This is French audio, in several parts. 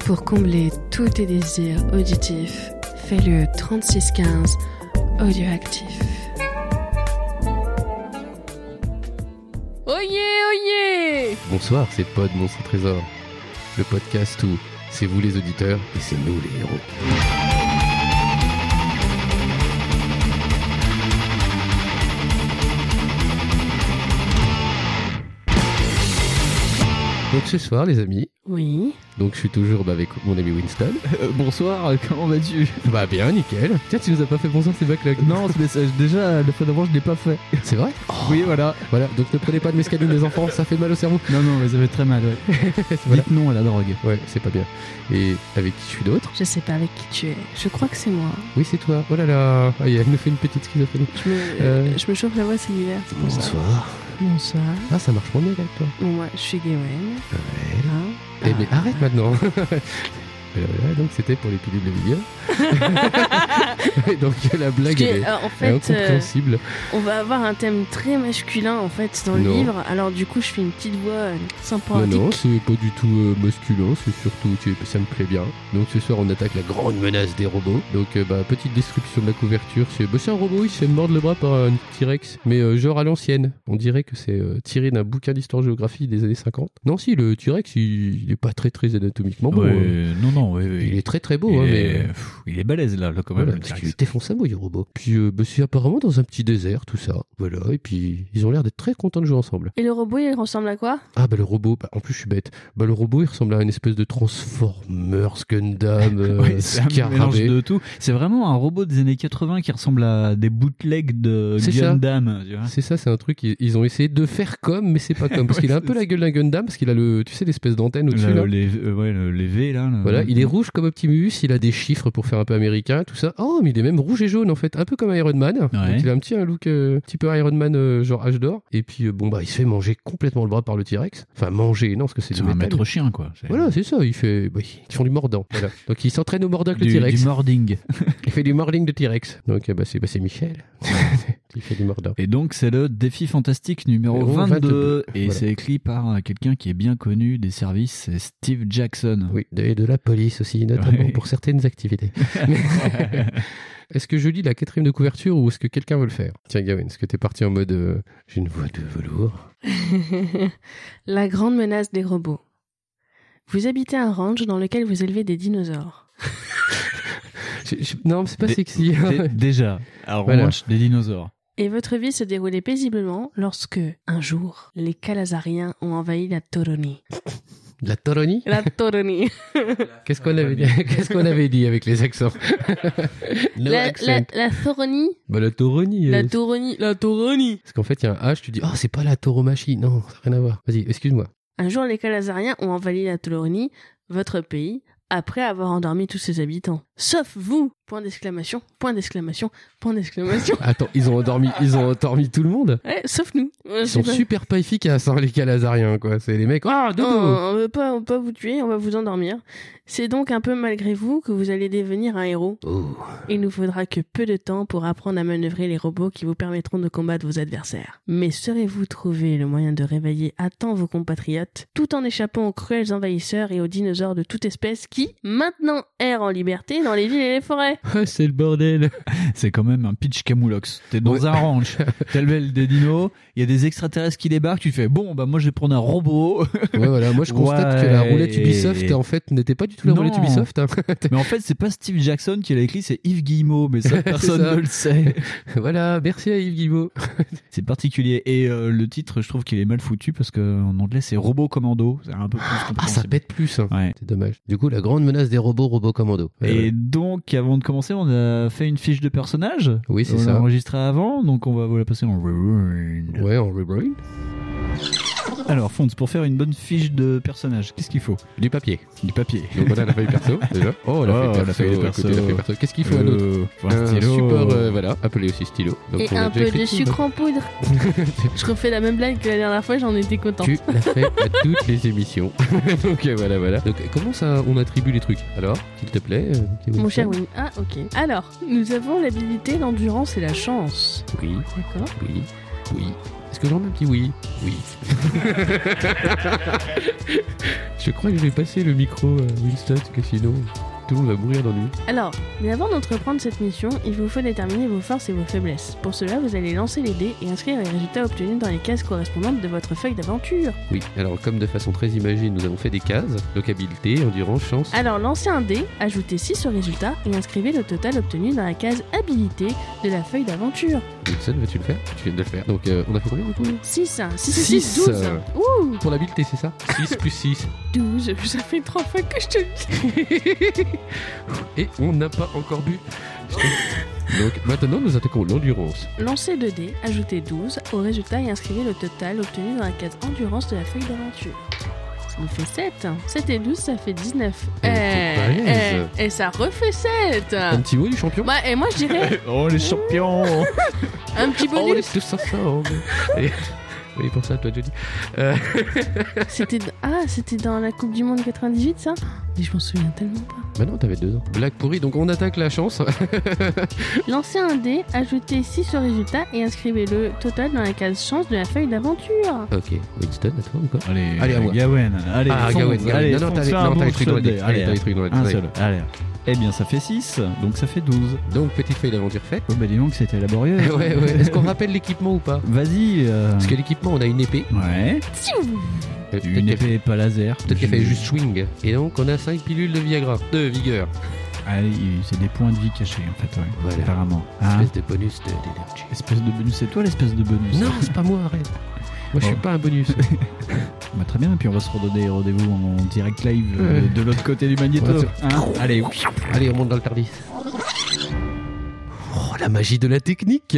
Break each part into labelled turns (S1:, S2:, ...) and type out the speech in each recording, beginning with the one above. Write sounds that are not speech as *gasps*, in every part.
S1: Pour combler tous tes désirs auditifs, fais le 3615 Audioactif.
S2: Oyez, oyez
S3: Bonsoir, c'est Pod Monstre Trésor, le podcast où c'est vous les auditeurs et c'est nous les héros. Donc ce soir, les amis,
S1: Oui.
S3: donc je suis toujours bah, avec mon ami Winston. *laughs*
S4: Euh, bonsoir, comment vas-tu
S3: Bah bien, nickel. Tiens, tu nous as pas fait bonsoir ces backlogs.
S4: Non, ce message, déjà, la fois d'avant, je l'ai pas fait.
S3: *laughs* c'est vrai.
S4: Oui, voilà.
S3: Voilà, donc ne prenez pas de mescaline, les enfants, ça fait mal au cerveau.
S4: Non, non, mais ça fait très mal, ouais.
S3: *laughs* Voilà.
S4: Dites non à la drogue.
S3: Ouais, c'est pas bien. Et avec qui je suis d'autre
S1: Je sais pas avec qui tu es. Je crois que c'est moi.
S3: Oui, c'est toi. Oh là là, Ah, elle nous fait une petite schizophrénie.
S1: Je me,
S3: Euh.
S1: je me chauffe la voix, c'est l'hiver. c'est pour ça. Bonsoir.
S3: Ah, ça marche moins bien avec toi.
S1: Bon, moi, je suis Gwen. Hein
S3: Eh, mais
S1: Ah.
S3: arrête maintenant *laughs* Voilà, voilà, donc c'était pour les pilules de
S1: *laughs*
S3: vigueur. *laughs* Et donc la blague
S1: Parce que,
S3: elle est
S1: euh, en fait, euh,
S3: incompréhensible.
S1: on va avoir un thème très masculin en fait dans le
S3: Non.
S1: livre. Alors du coup, je fais une petite voix euh,
S3: Non,
S1: sympathique.
S3: non, c'est pas du tout euh, masculin, c'est surtout, tu- ça me plaît bien. Donc ce soir, on attaque la grande menace des robots. Donc, euh, bah, petite description de la couverture, c'est bah, c'est un robot, il se fait mordre le bras par un T-Rex, mais euh, genre à l'ancienne. On dirait que c'est euh, tiré d'un bouquin d'histoire-géographie des années 50. Non, si, le T-Rex, il, il est pas très très anatomiquement bon.
S5: Ouais,
S3: euh,
S5: non, non, ouais, ouais.
S3: Il est très très beau,
S5: il,
S3: hein, mais...
S5: est, pff, il est balèze là, là, quand même.
S3: Voilà,
S5: le
S3: parce
S5: T-Rex.
S3: qu'il défonce un mouille robot. Puis euh, bah, c'est apparemment dans un petit désert, tout ça. Voilà, et puis ils ont l'air d'être très contents de jouer ensemble.
S1: Et le robot, il ressemble à quoi
S3: Ah bah le robot, bah, en plus je suis bête. Bah le robot il ressemble à une espèce de Transformers, Gundam, euh,
S5: *laughs* Ouais, c'est un mélange
S3: Scarabée.
S5: de tout. C'est vraiment un robot des années 80 qui ressemble à des bootlegs de
S3: C'est ça.
S5: Gundam. tu vois.
S3: C'est ça, c'est un truc, ils- ils ont essayé de faire comme, mais c'est pas comme. Parce
S5: *laughs*
S3: qu'il a un peu la gueule d'un Gundam, parce qu'il a le, tu sais, l'espèce d'antenne au-dessus
S5: Le-
S3: là.
S5: les, euh, ouais, le- les V là. le-
S3: Voilà, il est rouge comme Optimus, il a des chiffres pour faire un peu américain, tout ça. Oh, mais il est même rouge et jaune en fait, un peu comme Iron Man. Donc il a un petit un look, euh, petit peu Iron Man euh, genre âge d'or. Et puis euh, bon bah il se fait manger complètement le bras par le T-Rex. Enfin manger, non parce que c'est
S5: C'est
S3: du
S5: un
S3: métal.
S5: maître chien quoi. C'est
S3: Voilà, c'est ça, il fait, bah, ils font du mordant.
S5: *laughs*
S3: Voilà. Donc il s'entraîne au mordant avec
S5: du,
S3: le T-Rex.
S5: du mording.
S3: Il fait du mording de T-Rex. Donc euh, bah, c'est bah, c'est *laughs* Michel. il fait du mordant.
S5: Et donc c'est le défi fantastique numéro
S3: Numéro
S5: 22,
S3: 22,
S5: et
S3: voilà.
S5: c'est écrit par euh, quelqu'un qui est bien connu des services, c'est Steve Jackson.
S3: Oui, et de la police aussi, notamment
S5: Ouais.
S3: pour certaines *laughs* activités. Mais- est-ce que je lis la quatrième de couverture ou est-ce que quelqu'un veut le faire Tiens, Gavin, est-ce que t'es parti en mode euh, j'ai une voix de velours
S1: *laughs* La grande menace des robots. Vous habitez un ranch dans lequel vous élevez des dinosaures.
S3: J'ai- j'ai- Non, mais c'est pas
S5: Des-
S3: sexy.
S5: *laughs*
S3: *laughs*
S5: Dé- Déjà, un
S3: Voilà.
S5: ranch des dinosaures.
S1: Et votre vie se déroulait paisiblement lorsque, un jour, les Calazariens ont envahi la Toronie.
S3: la Toronie
S1: La *laughs* Toronie.
S3: Qu'est-ce qu'on *laughs* avait dit Qu'est-ce qu'on avait dit avec les accents *laughs* No
S1: la,
S3: accent.
S1: la, la Toronie.
S3: Bah, la tauronie.
S1: La
S3: euh,
S1: Toronie. La Toronie.
S3: Parce qu'en fait, il y a un H, tu dis, oh, c'est pas la tauromachie. Non, ça n'a rien à voir. Vas-y, excuse-moi.
S1: Un jour, les Calazariens ont envahi la Toronie, votre pays, après avoir endormi tous ses habitants. Sauf vous Point d'exclamation, point d'exclamation, point d'exclamation. *laughs*
S3: Attends, ils ont endormi, ils ont endormi tout le monde.
S1: Ouais, sauf nous. Ouais, je
S3: Ils
S1: sais
S3: sont
S1: pas.
S3: super pas efficaces, hein, les calazariens, quoi. C'est les mecs, ah,
S1: Non,
S3: dodo
S1: on veut pas, on veut pas vous tuer, on va vous endormir. C'est donc un peu malgré vous que vous allez devenir un héros.
S3: Oh.
S1: Il nous faudra que peu de temps pour apprendre à manœuvrer les robots qui vous permettront de combattre vos adversaires. Mais saurez-vous trouver le moyen de réveiller à temps vos compatriotes, tout en échappant aux cruels envahisseurs et aux dinosaures de toute espèce qui, maintenant, errent en liberté dans les villes et les forêts
S3: Ah, c'est le *laughs* bordel.
S5: C'est quand même un pitch camoulox. T'es dans
S3: Ouais.
S5: un
S3: *laughs*
S5: ranch, t'as levé des dinos, il y a des extraterrestres qui débarquent, tu fais bon, bah moi je vais prendre
S3: *laughs*
S5: un robot.
S3: Ouais, voilà, moi je constate
S5: Ouais.
S3: que la roulette Ubisoft, en fait, n'était pas du tout la
S5: Non.
S3: roulette Ubisoft. hein. *laughs*
S5: Mais en fait, c'est pas Steve Jackson qui l'a écrit, c'est Yves Guillemot,
S3: *laughs*
S5: mais ça personne
S3: ça.
S5: ne le sait.
S3: voilà, merci à Yves Guillemot.
S5: Ah, C'est particulier. Et euh, le titre, je trouve qu'il est mal foutu parce qu'en anglais, c'est Robot Commando. C'est un peu plus
S3: Ah, ça
S5: compréhensible.
S3: pète plus, hein.
S5: Ouais.
S3: C'est dommage. Du coup, la grande menace des robots, robots commando. Euh, Ouais, ouais.
S5: Et donc, avant de commencer, on a fait une fiche de personnage.
S3: Oui, c'est
S5: on
S3: ça.
S5: l'a enregistré avant, donc on va vous la passer en rewind.
S3: Ouais, on rebrain.
S5: Alors, Fonz, pour faire une bonne fiche de personnage, qu'est-ce qu'il faut
S3: Du papier.
S5: Du papier.
S3: Donc
S5: *laughs*
S3: on a la feuille perso déjà. Oh
S5: Oh,
S3: la feuille
S5: la
S3: perso,
S5: feuille
S3: écoutez,
S5: perso.
S3: la feuille perso. Qu'est-ce qu'il faut à d'autre
S5: Euh,
S3: Un
S5: stylo.
S3: support, euh, voilà, appelé aussi stylo. Donc,
S1: Et
S3: on a
S1: un
S3: déjà
S1: peu
S3: écrit
S1: de
S3: tout,
S1: sucre en poudre Je refais la même blague que la dernière fois, j'en étais
S3: hein.
S1: content.
S3: Tu l'as fait à toutes les émissions. *laughs* Donc euh, voilà, voilà. Donc comment ça, on attribue les trucs Alors, s'il te plaît. euh, petit
S1: Mon
S3: Winston.
S1: cher Win. Ah, ok. Alors, nous avons l'habilité, l'endurance et la chance.
S3: Oui,
S1: D'accord.
S3: oui, oui. Est-ce que j'en ai un petit oui Oui. *laughs* je crois que je vais passer le micro à Winston, parce que sinon tout le monde va mourir d'ennui.
S1: Alors, mais avant d'entreprendre cette mission, il vous faut déterminer vos forces et vos faiblesses. Pour cela, vous allez lancer les dés et inscrire les résultats obtenus dans les cases correspondantes de votre feuille d'aventure.
S3: Oui, alors comme de façon très imagée, nous avons fait des cases, donc habilité, endurance, chance.
S1: Alors, lancez un dé, ajoutez 6 au résultat et inscrivez le total obtenu dans la case habilité de la feuille d'aventure.
S3: Winston, vas-tu le faire Tu viens de le faire. Donc euh, on a fait combien du coup
S1: 6, 6,
S3: Six,
S1: 6, 12.
S3: euh.
S1: Ouh,
S3: Pour l'habilité, c'est ça 6 plus 6.
S1: 12, *laughs* ça fait 3 fois que je te le dis. *laughs*
S3: Et on n'a pas encore bu. donc maintenant, nous attaquons l'endurance.
S1: Lancez 2 dés, ajoutez 12 au résultat et inscrivez le total obtenu dans la case endurance de la feuille d'aventure. Ça nous fait 7. 7 et 12, ça fait 19.
S3: Oh,
S1: Eh,
S3: t'es balèze.
S1: eh, et ça refait 7
S3: Un petit mot du champion
S1: Bah, Et moi, je
S3: *laughs*
S1: dirais
S5: Oh les champions
S1: un petit
S3: Oh, on
S1: bonus.
S3: est tous ensemble. Et- Oui, pour ça, toi, Johnny. Euh,
S1: C'était d- ah, c'était dans la Coupe du Monde 98, ça Mais je m'en souviens tellement pas.
S3: bah non, t'avais deux ans. Blague pourrie, donc on attaque la chance. *laughs*
S1: Lancez un dé, ajoutez 6 au résultat et inscrivez le total dans la case chance de la feuille d'aventure.
S3: ok, Winston, à toi ou quoi
S5: Allez,
S3: Allez, à moi.
S5: Gawen, allez,
S3: Ah,
S5: fonce,
S3: Gawain, Gawain.
S5: allez,
S3: Non, non,
S5: fonce,
S3: t'as les-
S5: fais un
S3: non, t'as
S5: bon
S3: les trucs dans la
S5: shot,
S3: tête. Allez, t'as les trucs dans la tête,
S5: Un
S3: allez.
S5: seul, allez. Eh bien, ça fait 6, donc ça fait 12.
S3: Donc, petite feuille d'aventure faite.
S5: Oh bah dis donc, c'était laborieux.
S3: *laughs* ouais, ouais. Est-ce qu'on rappelle l'équipement ou pas
S5: Vas-y. euh,
S3: Parce que l'équipement, on a une épée.
S5: Ouais,
S3: Euh, peut-être
S5: une
S3: qu'elle-
S5: épée pas laser.
S3: Peut-être qu'elle fait
S5: Je-
S3: juste swing. Et donc, on a 5 pilules de Viagra. De vigueur.
S5: Ah, il- c'est des points de vie cachés en fait, ouais,
S3: Voilà.
S5: apparemment. Hein
S3: Espèce de bonus de- d'énergie.
S5: espèce de bonus, c'est toi l'espèce de bonus.
S3: Non, c'est pas moi, arrête. Moi, je suis
S5: Oh.
S3: pas un bonus.
S5: Bah, très bien, et puis on va se redonner rendez-vous en direct live euh,
S3: Ouais.
S5: de l'autre côté du magnéto.
S3: Ouais,
S5: hein Allez,
S3: Allez, on monte dans le Tardis. Oh, la magie de la technique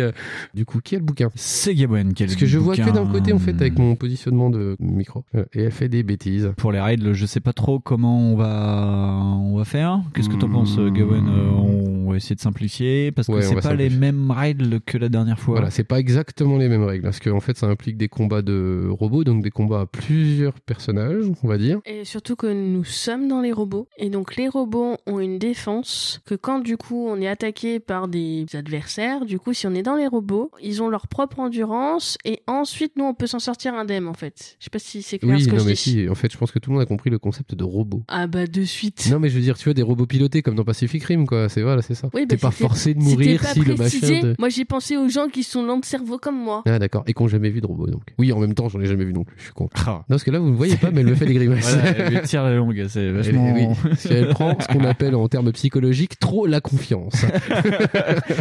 S3: Du coup, qui a le bouquin
S5: c'est Gawen qui a le
S3: Parce que je vois que
S5: bouquin.
S3: d'un côté, en fait, avec mon positionnement de micro. Euh, Et elle fait des bêtises.
S5: Pour les raids, je sais pas trop comment on va, on va faire. Qu'est-ce que t'en
S3: Hmm.
S5: penses, Gawen Euh, On va essayer de simplifier parce que
S3: Ouais, on
S5: c'est
S3: va
S5: pas les
S3: simplifier.
S5: mêmes raids que la dernière fois.
S3: Voilà, c'est pas exactement les mêmes règles. Parce qu'en fait, ça implique des combats de robots, donc des combats à plusieurs personnages, on va dire.
S1: Et surtout que nous sommes dans les robots. Et donc les robots ont une défense que quand du coup on est attaqué par des adversaires, du coup si on est dans les robots, ils ont leur propre endurance et ensuite nous on peut s'en sortir indemne en fait. Je sais pas si c'est clair
S3: Oui,
S1: ce que
S3: non,
S1: je
S3: mais
S1: dis.
S3: si, en fait, je pense que tout le monde a compris le concept de robot.
S1: Ah bah de suite.
S3: Non, mais je veux dire, tu vois, des robots pilotés comme dans Pacific Rim, quoi. C'est voilà, c'est ça.
S1: Oui, bah,
S3: T'es pas
S1: c'était-
S3: forcé de
S1: C'était
S3: mourir
S1: pas
S3: si le
S1: précisé.
S3: machin de.
S1: Moi j'ai pensé aux gens qui sont lents de cerveau comme moi.
S3: Ah, d'accord. Et qu'on jamais vu de robot, donc. Oui, en même temps, j'en ai jamais vu non plus. Je suis con.
S5: Ah.
S3: Non, parce que là, vous ne voyez pas, mais elle me fait des grimaces.
S5: *laughs* Voilà, elle lui tire la longue,
S3: *laughs*
S5: c'est
S3: Elle,
S5: vachement.
S3: oui, parce qu'elle prend ce qu'on appelle en termes psychologiques trop la
S5: *laughs*
S3: confiance.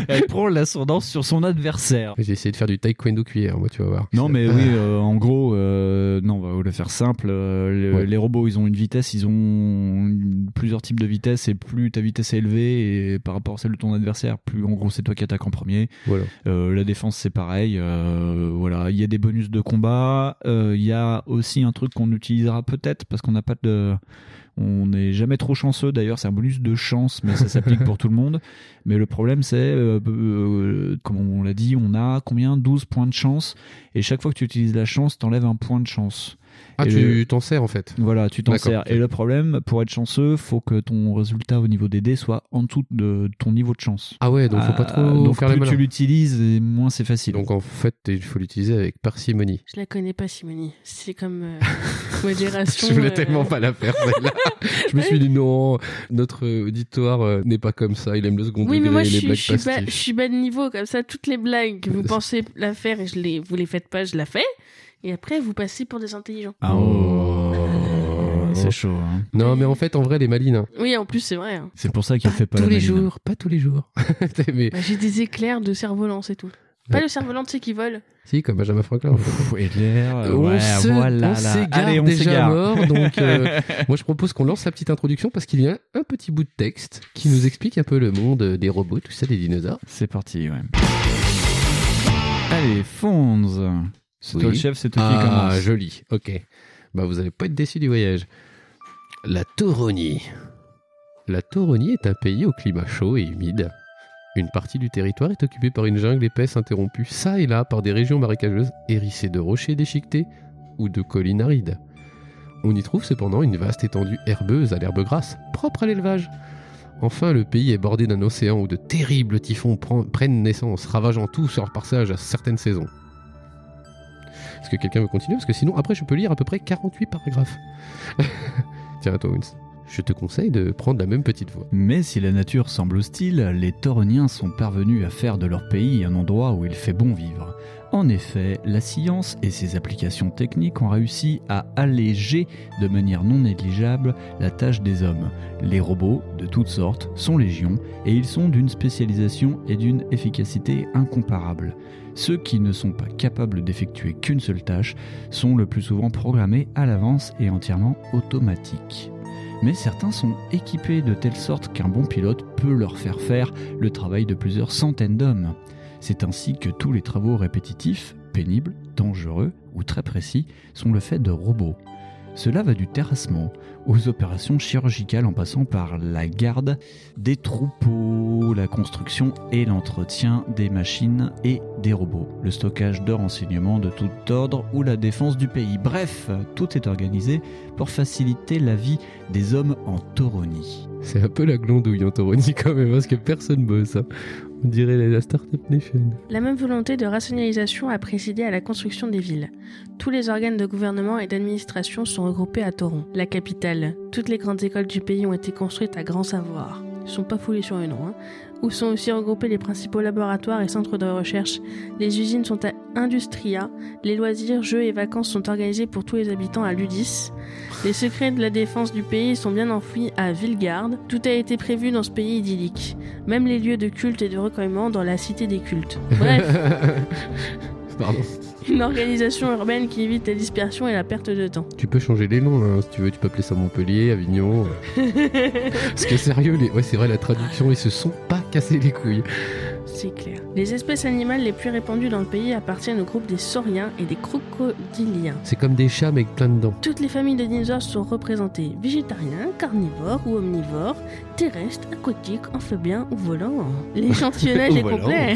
S5: Elle prend l'ascendance sur son adversaire.
S3: J'ai essayé de faire du taekwondo cuillère, moi, tu vas voir.
S5: Non, mais
S3: Ah.
S5: oui, euh, en gros, euh, non, on va le faire simple. euh, le-
S3: Ouais.
S5: Les robots, ils ont une vitesse, ils ont une- plusieurs types de vitesse, et plus ta vitesse est élevée et par rapport à celle de ton adversaire, plus en gros c'est toi qui attaques en premier.
S3: Voilà.
S5: Euh, la défense, c'est pareil. euh, voilà, il y a des bonus de combat. euh, Il y a aussi un truc qu'on utilisera peut-être parce qu'on n'a pas de, on n'est jamais trop chanceux. D'ailleurs, c'est un bonus de chance, mais ça s'applique
S3: *laughs*
S5: pour tout le monde. Mais le problème, c'est, euh, euh, comme on l'a dit, on a combien 12 points de chance. Et chaque fois que tu utilises la chance, t'enlèves un point de chance.
S3: Ah,
S5: Et
S3: tu t'en sers, en fait.
S5: Voilà, tu t'en
S3: D'accord,
S5: sers.
S3: ok.
S5: Et le problème, pour être chanceux, faut que ton résultat au niveau des dés soit en dessous de ton niveau de chance.
S3: Ah ouais, donc faut pas trop
S5: Ah, donc
S3: faire les
S5: plus tu
S3: malins.
S5: l'utilises, et moins c'est facile.
S3: Donc en fait, il faut l'utiliser avec parcimonie.
S1: Je la connais pas Simonie. C'est comme
S3: *laughs*
S1: euh, modération.
S3: Je voulais
S1: euh,
S3: tellement pas la faire,
S1: *laughs*
S3: celle-là. je me suis dit non, notre auditoire euh, n'est pas comme ça, il aime le second
S1: Oui, mais
S3: degré,
S1: moi,
S3: les
S1: je suis,
S3: blagues
S1: je, suis bas, je
S3: pastiches.
S1: suis bas de niveau, comme ça, toutes les blagues que vous
S3: C'est-
S1: pensez la faire et je les, vous les faites pas, je la fais. Et après, vous passez pour des intelligents.
S5: Ah, oh, *laughs* c'est chaud. hein.
S3: Non, mais en fait, en vrai, les malines. hein.
S1: Oui, en plus, c'est vrai. hein.
S5: C'est pour ça qu'il fait pas
S3: tous
S5: la
S3: les
S5: maline.
S3: jours, pas tous les jours. *laughs* mais
S1: Bah, J'ai des éclairs de cerf-volant, c'est tout. Pas le cerf-volant, tu sais, qui vole.
S3: si, comme Benjamin Franklin. en fait.
S5: Pff, Hitler, euh,
S3: on
S5: ouais,
S3: se- on
S5: voilà, là.
S3: s'égare
S5: Allez, on
S3: déjà à
S5: s'égare. *laughs*
S3: mort. Donc, euh, moi, je propose qu'on lance la petite introduction parce qu'il y a un petit bout de texte qui nous explique un peu le monde des robots, tout ça, des dinosaures.
S5: C'est parti, ouais. Allez, Fonz. C'est
S3: Oui.
S5: toi le chef, c'est toi qui
S3: ah,
S5: commence.
S3: joli. Ok. Bah, vous allez pas être déçu du voyage. La Tauronie. La Tauronie est un pays au climat chaud et humide. Une partie du territoire est occupée par une jungle épaisse interrompue ça et là par des régions marécageuses hérissées de rochers déchiquetés ou de collines arides. On y trouve cependant une vaste étendue herbeuse à l'herbe grasse, propre à l'élevage. Enfin, le pays est bordé d'un océan où de terribles typhons pren- prennent naissance, ravageant tout sur leur passage à certaines saisons. Est-ce que quelqu'un veut continuer Parce que sinon, après, je peux lire à peu près 48 paragraphes. *laughs* Tiens, à toi, Wins. Je te conseille de prendre la même petite voix.
S5: Mais si la nature semble hostile, les Tauroniens sont parvenus à faire de leur pays un endroit où il fait bon vivre. En effet, la science et ses applications techniques ont réussi à alléger de manière non négligeable la tâche des hommes. Les robots, de toutes sortes, sont légion et ils sont d'une spécialisation et d'une efficacité incomparables. Ceux qui ne sont pas capables d'effectuer qu'une seule tâche sont le plus souvent programmés à l'avance et entièrement automatiques mais certains sont équipés de telle sorte qu'un bon pilote peut leur faire faire le travail de plusieurs centaines d'hommes. C'est ainsi que tous les travaux répétitifs, pénibles, dangereux ou très précis sont le fait de robots. Cela va du terrassement aux opérations chirurgicales en passant par la garde des troupeaux, la construction et l'entretien des machines et des robots, le stockage de renseignements de tout ordre ou la défense du pays. Bref, tout est organisé pour faciliter la vie des hommes en Tauronie.
S3: C'est un peu la glandouille en Tauronie *laughs* quand même, parce que personne bosse. hein. On dirait la- la Startup Nation.
S1: La même volonté de rationalisation a précédé à la construction des villes. Tous les organes de gouvernement et d'administration sont regroupés à Toron, la capitale. Toutes les grandes écoles du pays ont été construites à grand savoir. Ils sont pas foulés sur une roue, hein. Où sont aussi regroupés les principaux laboratoires et centres de recherche. Les usines sont à Industria. Les loisirs, jeux et vacances sont organisés pour tous les habitants à Ludis. Les secrets de la défense du pays sont bien enfouis à Villegarde. Tout a été prévu dans ce pays idyllique. Même les lieux de culte et de recueillement dans la cité des cultes. Bref,
S3: *laughs* Pardon.
S1: une organisation urbaine qui évite la dispersion et la perte de temps.
S3: Tu peux changer les noms, hein, si tu veux. Tu peux appeler ça Montpellier, Avignon. Parce que sérieux, les... ouais, c'est vrai, la traduction, ils se sont pas cassés les couilles. *laughs*
S1: C'est clair. Les espèces animales les plus répandues dans le pays appartiennent au groupe des sauriens et des crocodiliens.
S3: C'est comme des chats, mais avec plein de dents.
S1: Toutes les familles de dinosaures sont représentées végétariens, carnivores ou omnivores, terrestres, aquatiques, amphibiens ou volants.
S3: *laughs*
S1: L'échantillonnage
S3: Ou
S1: est
S3: volants.
S1: complet.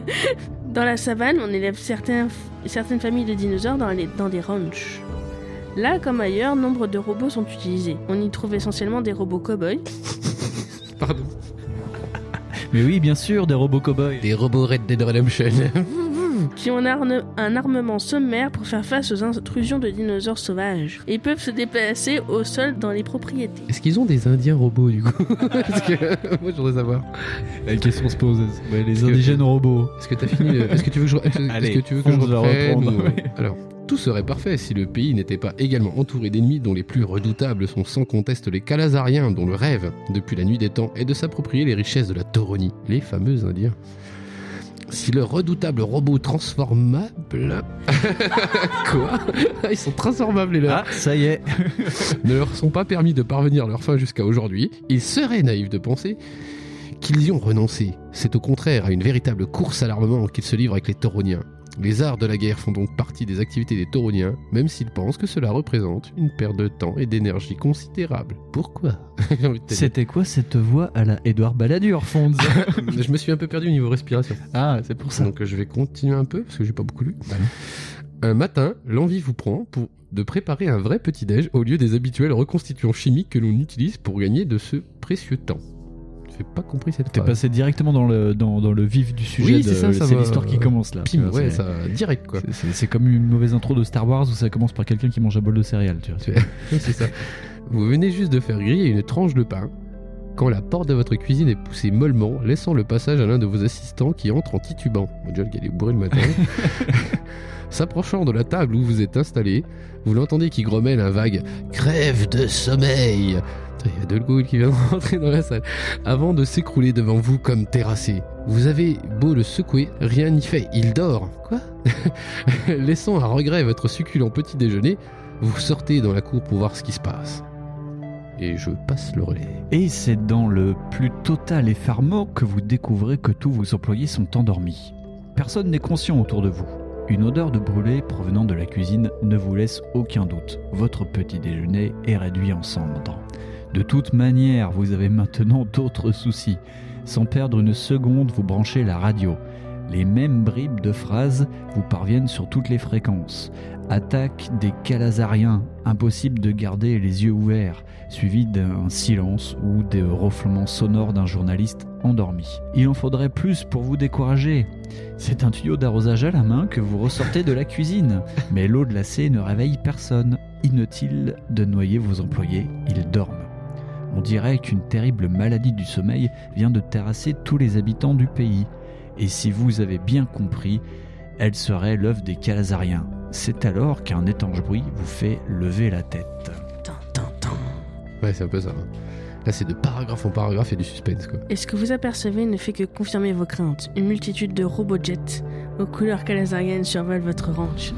S1: *laughs* dans la savane, on élève certains- certaines familles de dinosaures dans, les- dans des ranchs. Là, comme ailleurs, nombre de robots sont utilisés. On y trouve essentiellement des robots cow-boys,
S3: Pardon.
S5: Mais oui, bien sûr, des robots cow-boys.
S3: Des robots Red Dead Redemption. *laughs*
S1: qui ont un, arne- un armement sommaire pour faire face aux intrusions de dinosaures sauvages, et peuvent se déplacer au sol dans les propriétés.
S3: Est-ce qu'ils ont des Indiens robots du coup *laughs* Parce que moi je voudrais savoir.
S5: La question se pose. ouais, les
S3: Parce que-
S5: indigènes robots.
S3: Est-ce que t'as fini euh, Est-ce que tu veux que je, est-ce que-
S5: Allez,
S3: est-ce que tu veux que je
S5: on va
S3: reprenne
S5: reprendre,
S3: ou-
S5: ouais.
S3: Alors, tout serait parfait si le pays n'était pas également entouré d'ennemis dont les plus redoutables sont sans conteste les Calazariens, dont le rêve, depuis la nuit des temps, est de s'approprier les richesses de la Tauronie, les fameux Indiens. Si le redoutable robot transformable. *laughs* Quoi Ah, Ils sont transformables les leurs
S5: Ah, ça y
S3: *laughs*
S5: est.
S3: ne leur sont pas permis de parvenir à leur fin jusqu'à aujourd'hui, il serait naïf de penser qu'ils y ont renoncé. C'est au contraire à une véritable course à l'armement qu'ils se livrent avec les tauroniens. Les arts de la guerre font donc partie des activités des tauroniens, même s'ils pensent que cela représente une perte de temps et d'énergie considérable. Pourquoi *laughs* J'ai envie de te dire.
S5: C'était quoi cette voix à la Édouard Balladur, Fonds
S3: Je me suis un peu perdu au niveau respiration.
S5: Ah, c'est pour ça.
S3: Donc euh, je vais continuer un peu parce que j'ai pas beaucoup lu.
S5: Bah
S3: Un matin, l'envie vous prend pour de préparer un vrai petit-déj au lieu des habituels reconstituants chimiques que l'on utilise pour gagner de ce précieux temps. J'ai pas compris cette
S5: T'es
S3: phrase.
S5: passé directement dans le, dans, dans le vif du sujet.
S3: Oui,
S5: de-
S3: c'est ça, ça
S5: c'est
S3: va.
S5: l'histoire qui commence là.
S3: Pim,
S5: Tu vois,
S3: ouais,
S5: c'est-
S3: ça direct quoi.
S5: c'est- C'est c'est comme une mauvaise intro de Star Wars où ça commence par quelqu'un qui mange un bol de céréales. Tu vois.
S3: C'est- C'est ça. Vous venez juste de faire griller une tranche de pain quand la porte de votre cuisine est poussée mollement, laissant le passage à l'un de vos assistants qui entre en titubant. Mon dieu, le gars il est bourré le matin. S'approchant de la table où vous êtes installé, vous l'entendez qui grommelle un vague Crève de sommeil Putain, Il y a Delgaulle qui vient de *laughs* rentrer dans la salle. Avant de s'écrouler devant vous comme terrassé. Vous avez beau le secouer, rien n'y fait. Il dort. Quoi *laughs* Laissant à regret votre succulent petit déjeuner, vous sortez dans la cour pour voir ce qui se passe. Et je passe le relais.
S5: Et c'est dans le plus total effarement que vous découvrez que tous vos employés sont endormis. Personne n'est conscient autour de vous. Une odeur de brûlé provenant de la cuisine ne vous laisse aucun doute. Votre petit déjeuner est réduit en cendres. De toute manière, vous avez maintenant d'autres soucis. Sans perdre une seconde, vous branchez la radio. Les mêmes bribes de phrases vous parviennent sur toutes les fréquences. Attaque des calazariens, impossible de garder les yeux ouverts, suivi d'un silence ou des ronflements sonores d'un journaliste endormi. Il en faudrait plus pour vous décourager. C'est un tuyau d'arrosage à la main que vous ressortez de la cuisine, mais l'eau glacée ne réveille personne. Inutile de noyer vos employés, ils dorment. On dirait qu'une terrible maladie du sommeil vient de terrasser tous les habitants du pays. Et si vous avez bien compris, elle serait l'œuvre des Calazariens. C'est alors qu'un étanche bruit vous fait lever la tête.
S1: Tan, tan, tan.
S3: Ouais, c'est un peu ça. hein. Là, c'est de paragraphe en paragraphe et du suspense, quoi.
S1: Et ce que vous apercevez ne fait que confirmer vos craintes. Une multitude de robots jets aux couleurs calazariennes survolent votre ranch.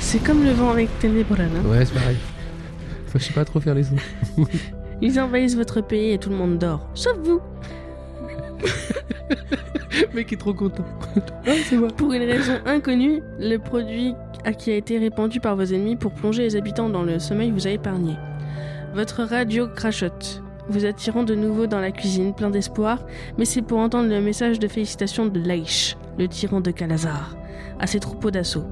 S1: C'est comme le vent avec Tenebrana.
S3: Ouais, c'est pareil. *laughs* Faut- Je sais pas trop faire les sons.
S1: Ils envahissent votre pays et tout le monde dort. Sauf vous
S3: Le mec est trop content. ouais, c'est moi.
S1: Pour une raison inconnue, le produit à qui a été répandu par vos ennemis pour plonger les habitants dans le sommeil vous a épargné. Votre radio crachote, vous attirant de nouveau dans la cuisine plein d'espoir, mais c'est pour entendre le message de félicitations de Laïch, le tyran de Calazar, à ses troupeaux d'assaut.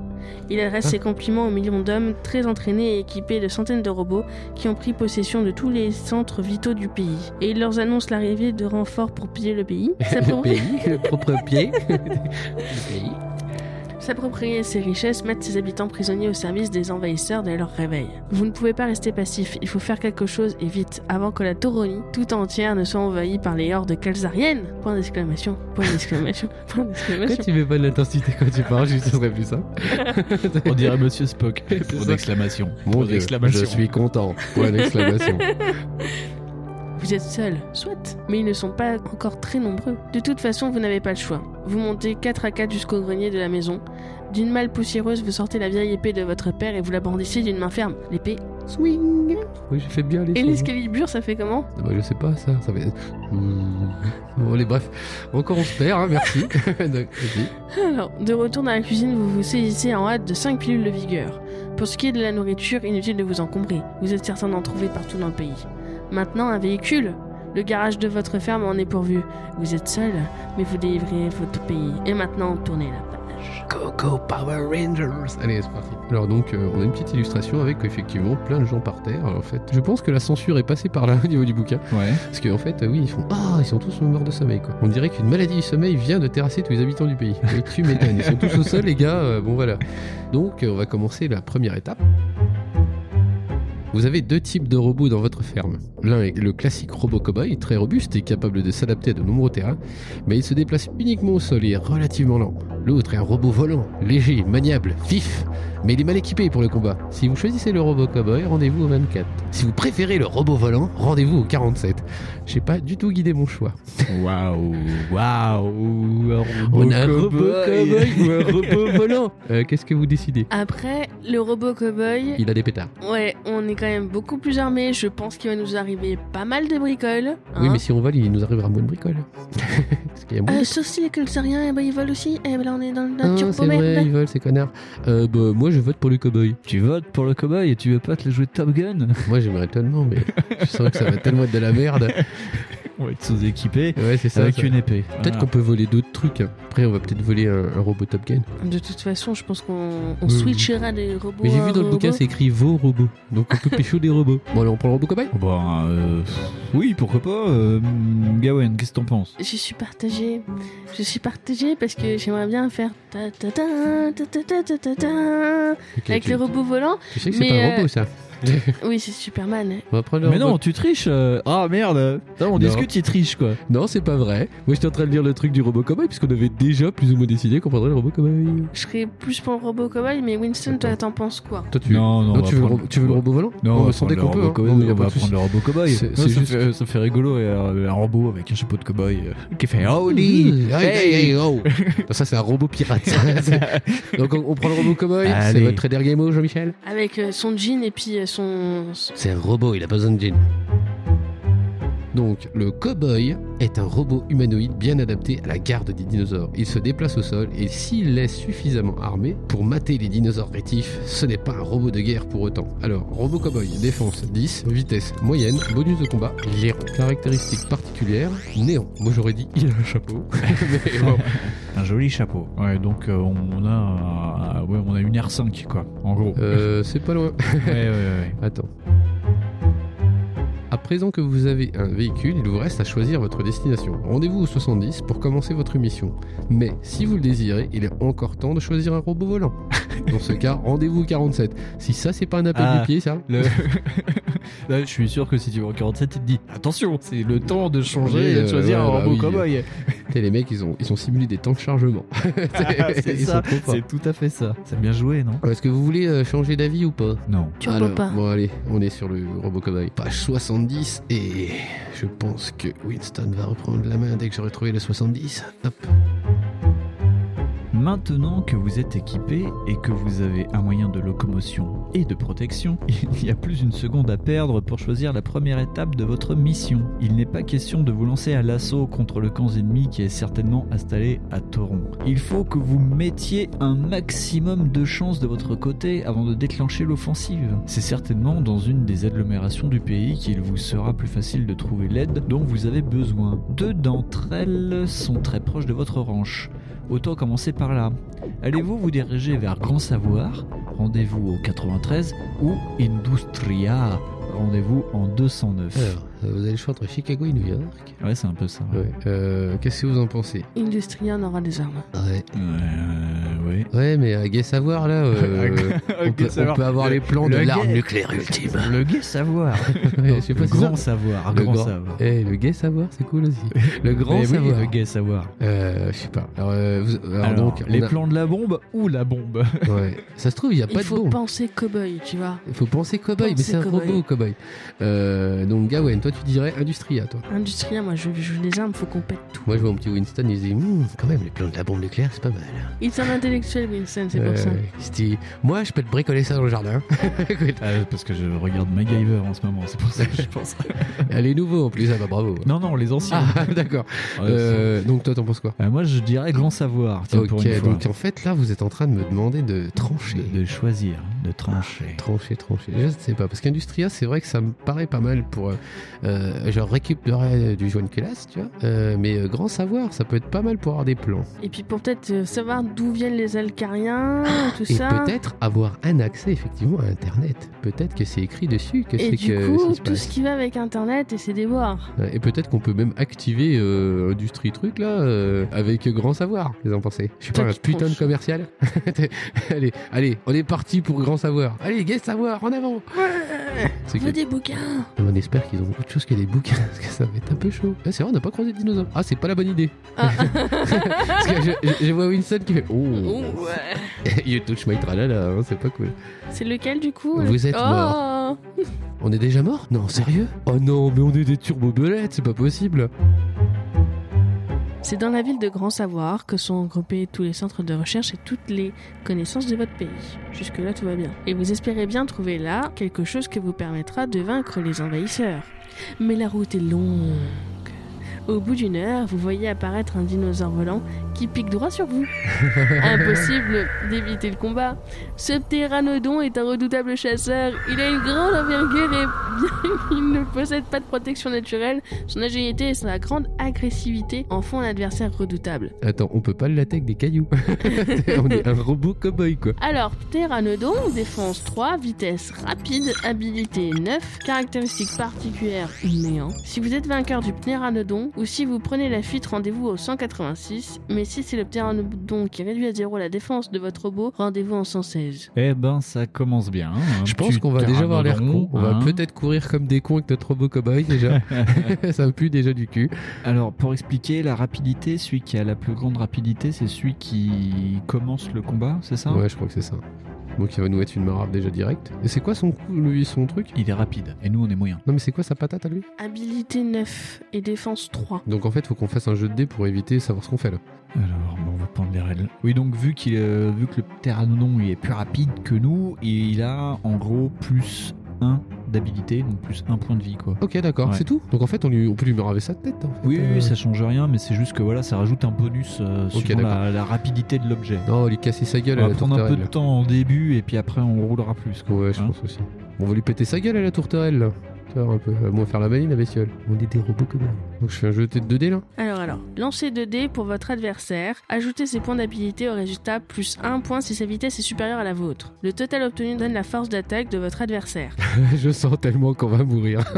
S1: Il adresse
S3: Hein
S1: ses compliments aux millions d'hommes très entraînés et équipés de centaines de robots qui ont pris possession de tous les centres vitaux du pays. Et il leur annonce l'arrivée de renforts pour piller le pays,
S3: *laughs* Le
S1: s'approprier
S3: pays, *laughs* le propre pied. le pays.
S1: S'approprier ses richesses, mettre ses habitants prisonniers au service des envahisseurs dès leur réveil. Vous ne pouvez pas rester passif, il faut faire quelque chose et vite, avant que la Tauronie tout entière ne soit envahie par les hordes calzariennes Point d'exclamation, point d'exclamation, *laughs* point
S3: Pourquoi
S1: d'exclamation.
S3: tu mets pas de l'intensité quand tu parles Juste, ce serait plus simple. *laughs*
S5: On dirait Monsieur Spock.
S3: C'est
S5: Point
S3: ça.
S5: d'exclamation.
S3: Mon
S5: Point
S3: Dieu,
S5: d'exclamation.
S3: je suis content. Point d'exclamation.
S1: Vous êtes seul, soit, mais ils ne sont pas encore très nombreux. De toute façon, vous n'avez pas le choix. Vous montez 4 à 4 jusqu'au grenier de la maison. D'une malle poussiéreuse, vous sortez la vieille épée de votre père et vous la brandissez d'une main ferme. L'épée swing
S3: *laughs* oui, je fais bien les
S1: Et
S3: *laughs* sons.
S1: l'escalibur, ça fait comment
S3: Ah bah, je sais pas, ça. ça fait... Hmm. Bon, allez, bref. Encore on se perd, hein, merci. *laughs* Donc, vas-y.
S1: Alors, de retour dans la cuisine, vous vous saisissez en hâte de 5 pilules de vigueur. Pour ce qui est de la nourriture, inutile de vous encombrer, vous êtes certain d'en trouver partout dans le pays. Maintenant, un véhicule Le garage de votre ferme en est pourvu. Vous êtes seul, mais vous délivrez votre pays. Et maintenant, tournez la page.
S3: Coco Power Rangers. Allez, c'est parti. Alors donc, euh, on a une petite illustration avec effectivement plein de gens par terre. En fait, je pense que la censure est passée par là au niveau du bouquin,
S5: Ouais.
S3: parce qu'en fait, euh, oui, ils font ah, ils sont tous morts de sommeil quoi. On dirait qu'une maladie du sommeil vient de terrasser tous les habitants du pays. Et tu m'étonnes, ils sont tous au sol les gars. euh, bon voilà. Donc, euh, on va commencer la première étape. Vous avez deux types de robots dans votre ferme. L'un est le classique robot cowboy, très robuste et capable de s'adapter à de nombreux terrains, mais il se déplace uniquement au sol et est relativement lent. L'autre est un robot volant, léger, maniable, vif, mais il est mal équipé pour le combat. Si vous choisissez le robot cowboy, rendez-vous au 24. Si vous préférez le robot volant, rendez-vous au 47. J'ai pas du tout guidé mon choix.
S5: Waouh. Waouh.
S3: On a un robot
S5: *laughs*
S3: cowboy ou un robot volant Euh, Qu'est-ce que vous décidez
S1: Après, le robot cowboy.
S3: Il a des pétards.
S1: Ouais, on est quand même beaucoup plus armé. Je pense qu'il va nous arriver pas mal de bricoles.
S3: Oui,
S1: hein.
S3: mais si on vole, il nous arrivera moins de bricoles. *laughs* Parce qu'il y a moins
S1: Euh, sauf si les colsariens, eh ben, ils volent aussi. Eh ben là, on est dans le
S3: Ah,
S1: turbo
S3: c'est vrai, ils veulent ces connards. Euh, bah, moi, je vote pour le cowboy.
S5: Tu votes pour le cowboy et tu veux pas te le jouer Top *laughs* Gun
S3: Moi, j'aimerais tellement,
S5: *laughs*
S3: mais je sens que ça va tellement être de la merde.
S5: On va être sous-équipé
S3: Ouais, c'est ça.
S5: avec
S3: ça.
S5: une épée.
S3: Peut-être qu'on peut voler d'autres trucs. hein. Après, on va peut-être voler un, un robot Top Gun.
S1: De toute façon, je pense qu'on on
S3: Oui, oui.
S1: switchera des robots.
S3: Mais j'ai
S1: à
S3: vu dans le
S1: robots.
S3: bouquin, c'est écrit vos robots. Donc, on peut *laughs* pécho des robots. Bon, alors, on prend le robot cowboy
S5: Bon, euh, oui, pourquoi pas. Euh, Gawain, qu'est-ce que t'en penses
S1: Je suis partagée. Je suis partagée parce que j'aimerais bien faire ta ta ta ta ta ta ta ta ta
S3: Ok,
S1: avec
S3: tu,
S1: les robots
S3: *laughs*
S1: volants.
S3: tu sais que c'est pas
S1: mais, euh,
S3: un robot, ça.
S1: Oui, c'est Superman.
S3: On va prendre le
S5: Mais non,
S3: robot.
S5: tu triches. euh. Ah merde. Putain,
S3: bah-
S5: on
S3: Non.
S5: discute, il triche quoi.
S3: Non, c'est pas vrai. Moi, j'étais en train de lire le truc du robot cowboy, puisqu'on avait déjà plus ou moins décidé qu'on prendrait le robot cowboy.
S1: Je serais plus pour le robot cowboy, mais Winston, toi, t'en penses quoi
S3: Toi, tu,
S5: Non, non, on va
S3: tu, veux, le
S5: prendre-
S3: ro- tu veux le robot volant
S5: Non,
S3: on
S5: va
S3: me semblait qu'on
S5: prendre le
S3: peut. hein.
S5: robot cowboy,
S3: Non, mais y a
S5: on
S3: pas
S5: va
S3: de souci.
S5: prendre le robot cowboy.
S3: C'est-
S5: Non,
S3: c'est
S5: ça,
S3: juste-
S5: fait, ça fait rigolo, et, euh, un robot avec un chapeau de cowboy euh, qui fait Howdy!
S3: Hey, hey, hey, oh. Non,
S5: *laughs*
S3: ça, c'est un robot pirate. C'est- Donc, on, on prend le robot cowboy. C'est
S5: Allez.
S3: votre trader game Jean-Michel
S1: Avec euh, son jean et puis euh, son. son-
S3: C'est un robot, il a pas besoin de jean. Donc, le cowboy est un robot humanoïde bien adapté à la garde des dinosaures. Il se déplace au sol et s'il est suffisamment armé pour mater les dinosaures rétifs, ce n'est pas un robot de guerre pour autant. Alors, robot cowboy, défense 10, vitesse moyenne, bonus de combat, géant. Caractéristique particulière, néant. Moi j'aurais dit il a un chapeau. *laughs* Mais bon.
S5: Un joli chapeau. Ouais, donc euh, on a, euh, ouais, on a une R5 quoi, en gros.
S3: Euh, c'est pas loin.
S5: *laughs* Ouais, ouais, ouais.
S3: Attends. À présent que vous avez un véhicule, il vous reste à choisir votre destination. Rendez-vous au 70 pour commencer votre mission. Mais si vous le désirez, il est encore temps de choisir un robot volant.
S5: *laughs*
S3: Dans ce cas, rendez-vous au 47. Si ça, c'est pas un appel
S5: Ah.
S3: du pied, ça
S5: *laughs* Le- Là, je suis sûr que si tu vas en 47, tu te dis attention, c'est le temps de
S3: Oui,
S5: changer et de
S3: euh,
S5: choisir
S3: ouais,
S5: un
S3: bah
S5: robot
S3: oui.
S5: cowboy.
S3: T'sais, les mecs, ils ont, ils ont simulé des temps de
S5: *laughs*
S3: chargement. *laughs*
S5: Ah, c'est
S3: Ils
S5: ça,
S3: sont trop forts.
S5: c'est tout à fait ça. C'est bien joué, non
S3: Alors, Est-ce que vous voulez euh, changer d'avis ou pas
S5: Non.
S1: Tu ne
S3: Alors,
S1: peux pas.
S3: Bon, allez, on est sur le robot cowboy. Page 70, et je pense que Winston va reprendre la main dès que j'aurai trouvé le 70. Hop.
S5: Maintenant que vous êtes équipé et que vous avez un moyen de locomotion et de protection, *laughs* il n'y a plus une seconde à perdre pour choisir la première étape de votre mission. Il n'est pas question de vous lancer à l'assaut contre le camp ennemi qui est certainement installé à Toron. Il faut que vous mettiez un maximum de chances de votre côté avant de déclencher l'offensive. C'est certainement dans une des agglomérations du pays qu'il vous sera plus facile de trouver l'aide dont vous avez besoin. Deux d'entre elles sont très proches de votre ranch. Autant commencer par là. Allez-vous vous diriger vers Grand Savoir, rendez-vous au 93, ou Industria, rendez-vous en 209
S3: Alors, euh, vous avez le choix entre Chicago et New York.
S5: Ouais, c'est un peu ça.
S3: Ouais. Euh, Qu'est-ce que vous en pensez
S1: Industriel aura des armes.
S3: Ouais. *laughs*
S5: Euh, ouais.
S3: Ouais, mais à Gay Savoir, là,
S5: *laughs*
S3: euh, on, peut, on peut avoir les plans de l'arme nucléaire ultime.
S5: Le Gai
S3: *laughs*
S5: Savoir.
S3: Ouais, je sais pas
S5: le
S3: si
S5: Grand Savoir.
S3: Le
S5: grand
S3: grand-
S5: Savoir.
S3: Eh, le Gay Savoir, c'est cool aussi.
S5: *laughs*
S3: Le grand
S5: Mais oui,
S3: savoir.
S5: le Gai Savoir.
S3: Euh, je sais pas. Alors, euh, vous- alors,
S5: Alors,
S3: donc, on
S5: les
S3: a-
S5: plans de la bombe ou la bombe
S3: *laughs* Ouais. Ça se trouve, il n'y a
S1: Il
S3: pas de
S1: faut
S3: bombe.
S1: penser cow-boy, tu vois.
S3: Il faut penser cowboy, mais
S1: Penser
S3: c'est un
S1: cow-boy.
S3: robot cowboy. Euh, donc Gawain, toi tu dirais industria, toi.
S1: Industriel, moi je joue des armes, faut qu'on pète tout.
S3: Moi je vois mon petit Winston, il se dit Hmm, quand même les plans de la bombe nucléaire, c'est pas mal.
S1: Il est un intellectuel, Winston, c'est
S3: Euh,
S1: pour ça.
S3: Il se dit moi je peux te bricoler ça dans le jardin. *laughs* Écoute,
S5: Ah, Parce que je regarde MacGyver en ce moment, c'est pour ça *laughs* que je pense.
S3: elle est nouveau en plus, ah bah bravo.
S5: non, non, les anciens.
S3: Ah *laughs* d'accord.
S5: Ouais,
S3: Euh, donc toi t'en penses quoi
S5: c'est- Euh, moi, je dirais Grand Savoir, tiens, pour une
S3: Ok,
S5: fois.
S3: donc en fait là vous êtes en train de me demander de trancher.
S5: De, de choisir, de trancher.
S3: Trancher, trancher. Je sais pas, parce qu'Industria, c'est vrai que ça me paraît pas mal pour. euh, euh, genre récupérer du joint classe, tu vois. Euh, mais euh, grand savoir, ça peut être pas mal pour avoir des plans.
S1: Et puis pour peut-être euh, savoir d'où viennent les Alcariens, tout
S3: Ah, Et
S1: ça.
S3: peut-être avoir un accès effectivement à Internet. Peut-être que c'est écrit dessus que
S1: Et
S3: c'est
S1: du
S3: que ça
S1: coup,
S3: se
S1: tout ce
S3: passe.
S1: qui va avec Internet et ses déboires.
S3: Et peut-être qu'on peut même activer euh, Industrie Truc là euh, avec grand savoir. Qu'est-ce que vous en pensez Je suis pas
S1: Toi
S3: un
S1: qui
S3: putain de
S1: tranches.
S3: commercial. *laughs* allez, allez, on est parti pour grand savoir. Allez, gay savoir, en avant.
S1: On
S3: C'est
S1: veut
S3: que-
S1: des bouquins
S3: On espère qu'ils ont autre chose que des bouquins *laughs* parce que ça va être un peu chaud. Ah, c'est vrai, on n'a pas croisé de dinosaures. Ah, c'est pas la bonne idée.
S1: Ah.
S3: *laughs* parce que je, je- je vois Winston qui fait
S1: Oh,
S3: Oh,
S1: ouais.
S3: *laughs* you touch my tralala, hein, c'est pas cool.
S1: C'est lequel du coup
S3: Vous êtes
S1: oh
S3: mort. On est déjà mort Non, sérieux Oh non, mais on est des turbobelettes, c'est pas possible
S1: C'est dans la ville de Grand Savoir que sont regroupés tous les centres de recherche et toutes les connaissances de votre pays. Jusque-là, tout va bien. Et vous espérez bien trouver là quelque chose qui vous permettra de vaincre les envahisseurs. Mais la route est longue. Au bout d'une heure, vous voyez apparaître un dinosaure volant qui pique droit sur vous. Impossible d'éviter le combat. Ce pteranodon est un redoutable chasseur. Il a une grande envergure et bien *laughs* qu'il ne possède pas de protection naturelle, son agilité et sa grande agressivité en font un adversaire redoutable.
S3: Attends, on peut pas le latter avec des cailloux. *laughs* on est un robot cowboy, quoi.
S1: Alors, Pteranodon, défense 3, vitesse rapide, habilité 9, caractéristiques particulières néant. Si vous êtes vainqueur du Pteranodon ou si vous prenez la fuite, rendez-vous au 186. Mais si c'est le Pteranodon qui réduit à zéro la défense de votre robot, rendez-vous en 116.
S5: Eh ben, ça commence bien. hein, un
S3: Je pense
S5: petit
S3: qu'on va déjà avoir l'air con.
S5: pteranodon,
S3: On va
S5: hein.
S3: peut-être courir comme des cons avec notre robot cowboy,
S5: *laughs*
S3: déjà. *laughs* Ça me pue déjà du cul.
S5: Alors, pour expliquer la rapidité, celui qui a la plus grande rapidité, c'est celui qui commence le combat, c'est ça
S3: Ouais, je crois que c'est ça. Donc il va nous mettre une marabe déjà directe. Et c'est quoi son coup, lui, son truc
S5: Il est rapide. Et nous, on est moyen.
S3: Non, mais c'est quoi sa patate à lui
S1: Habilité 9 et défense 3.
S3: Donc en fait, faut qu'on fasse un jeu de dés pour éviter de savoir ce qu'on fait là.
S5: Alors, bon, on va prendre les règles. Oui, donc vu qu'il, euh, vu que le pteranodon il est plus rapide que nous, il a en gros plus 1 d'habilité, donc plus un point de vie quoi.
S3: Ok, d'accord,
S5: Ouais.
S3: c'est tout. Donc en fait, on, lui, on peut lui meraver sa tête. En fait.
S5: Oui,
S3: euh.
S5: oui, ça change rien, mais c'est juste que voilà, ça rajoute un bonus euh,
S3: Ok,
S5: suivant la, la rapidité de l'objet.
S3: Non, on va lui casser sa gueule
S5: On
S3: à
S5: va
S3: la
S5: prendre un peu de
S3: tourterelle.
S5: temps au début et puis après on roulera plus. Quoi.
S3: Ouais, je
S5: Hein
S3: pense aussi. On va lui péter sa gueule à la tourterelle, là. Tu vois, un peu. Elle va moins faire la maline, la bestiole. On est des robots comme nous. Donc je fais un jeu de 2D, là *laughs*
S1: Alors alors, lancez 2 dés pour votre adversaire, ajoutez ses points d'habilité au résultat, plus 1 point si sa vitesse est supérieure à la vôtre. Le total obtenu donne la force d'attaque de votre adversaire.
S3: Je sens tellement qu'on va mourir. *laughs*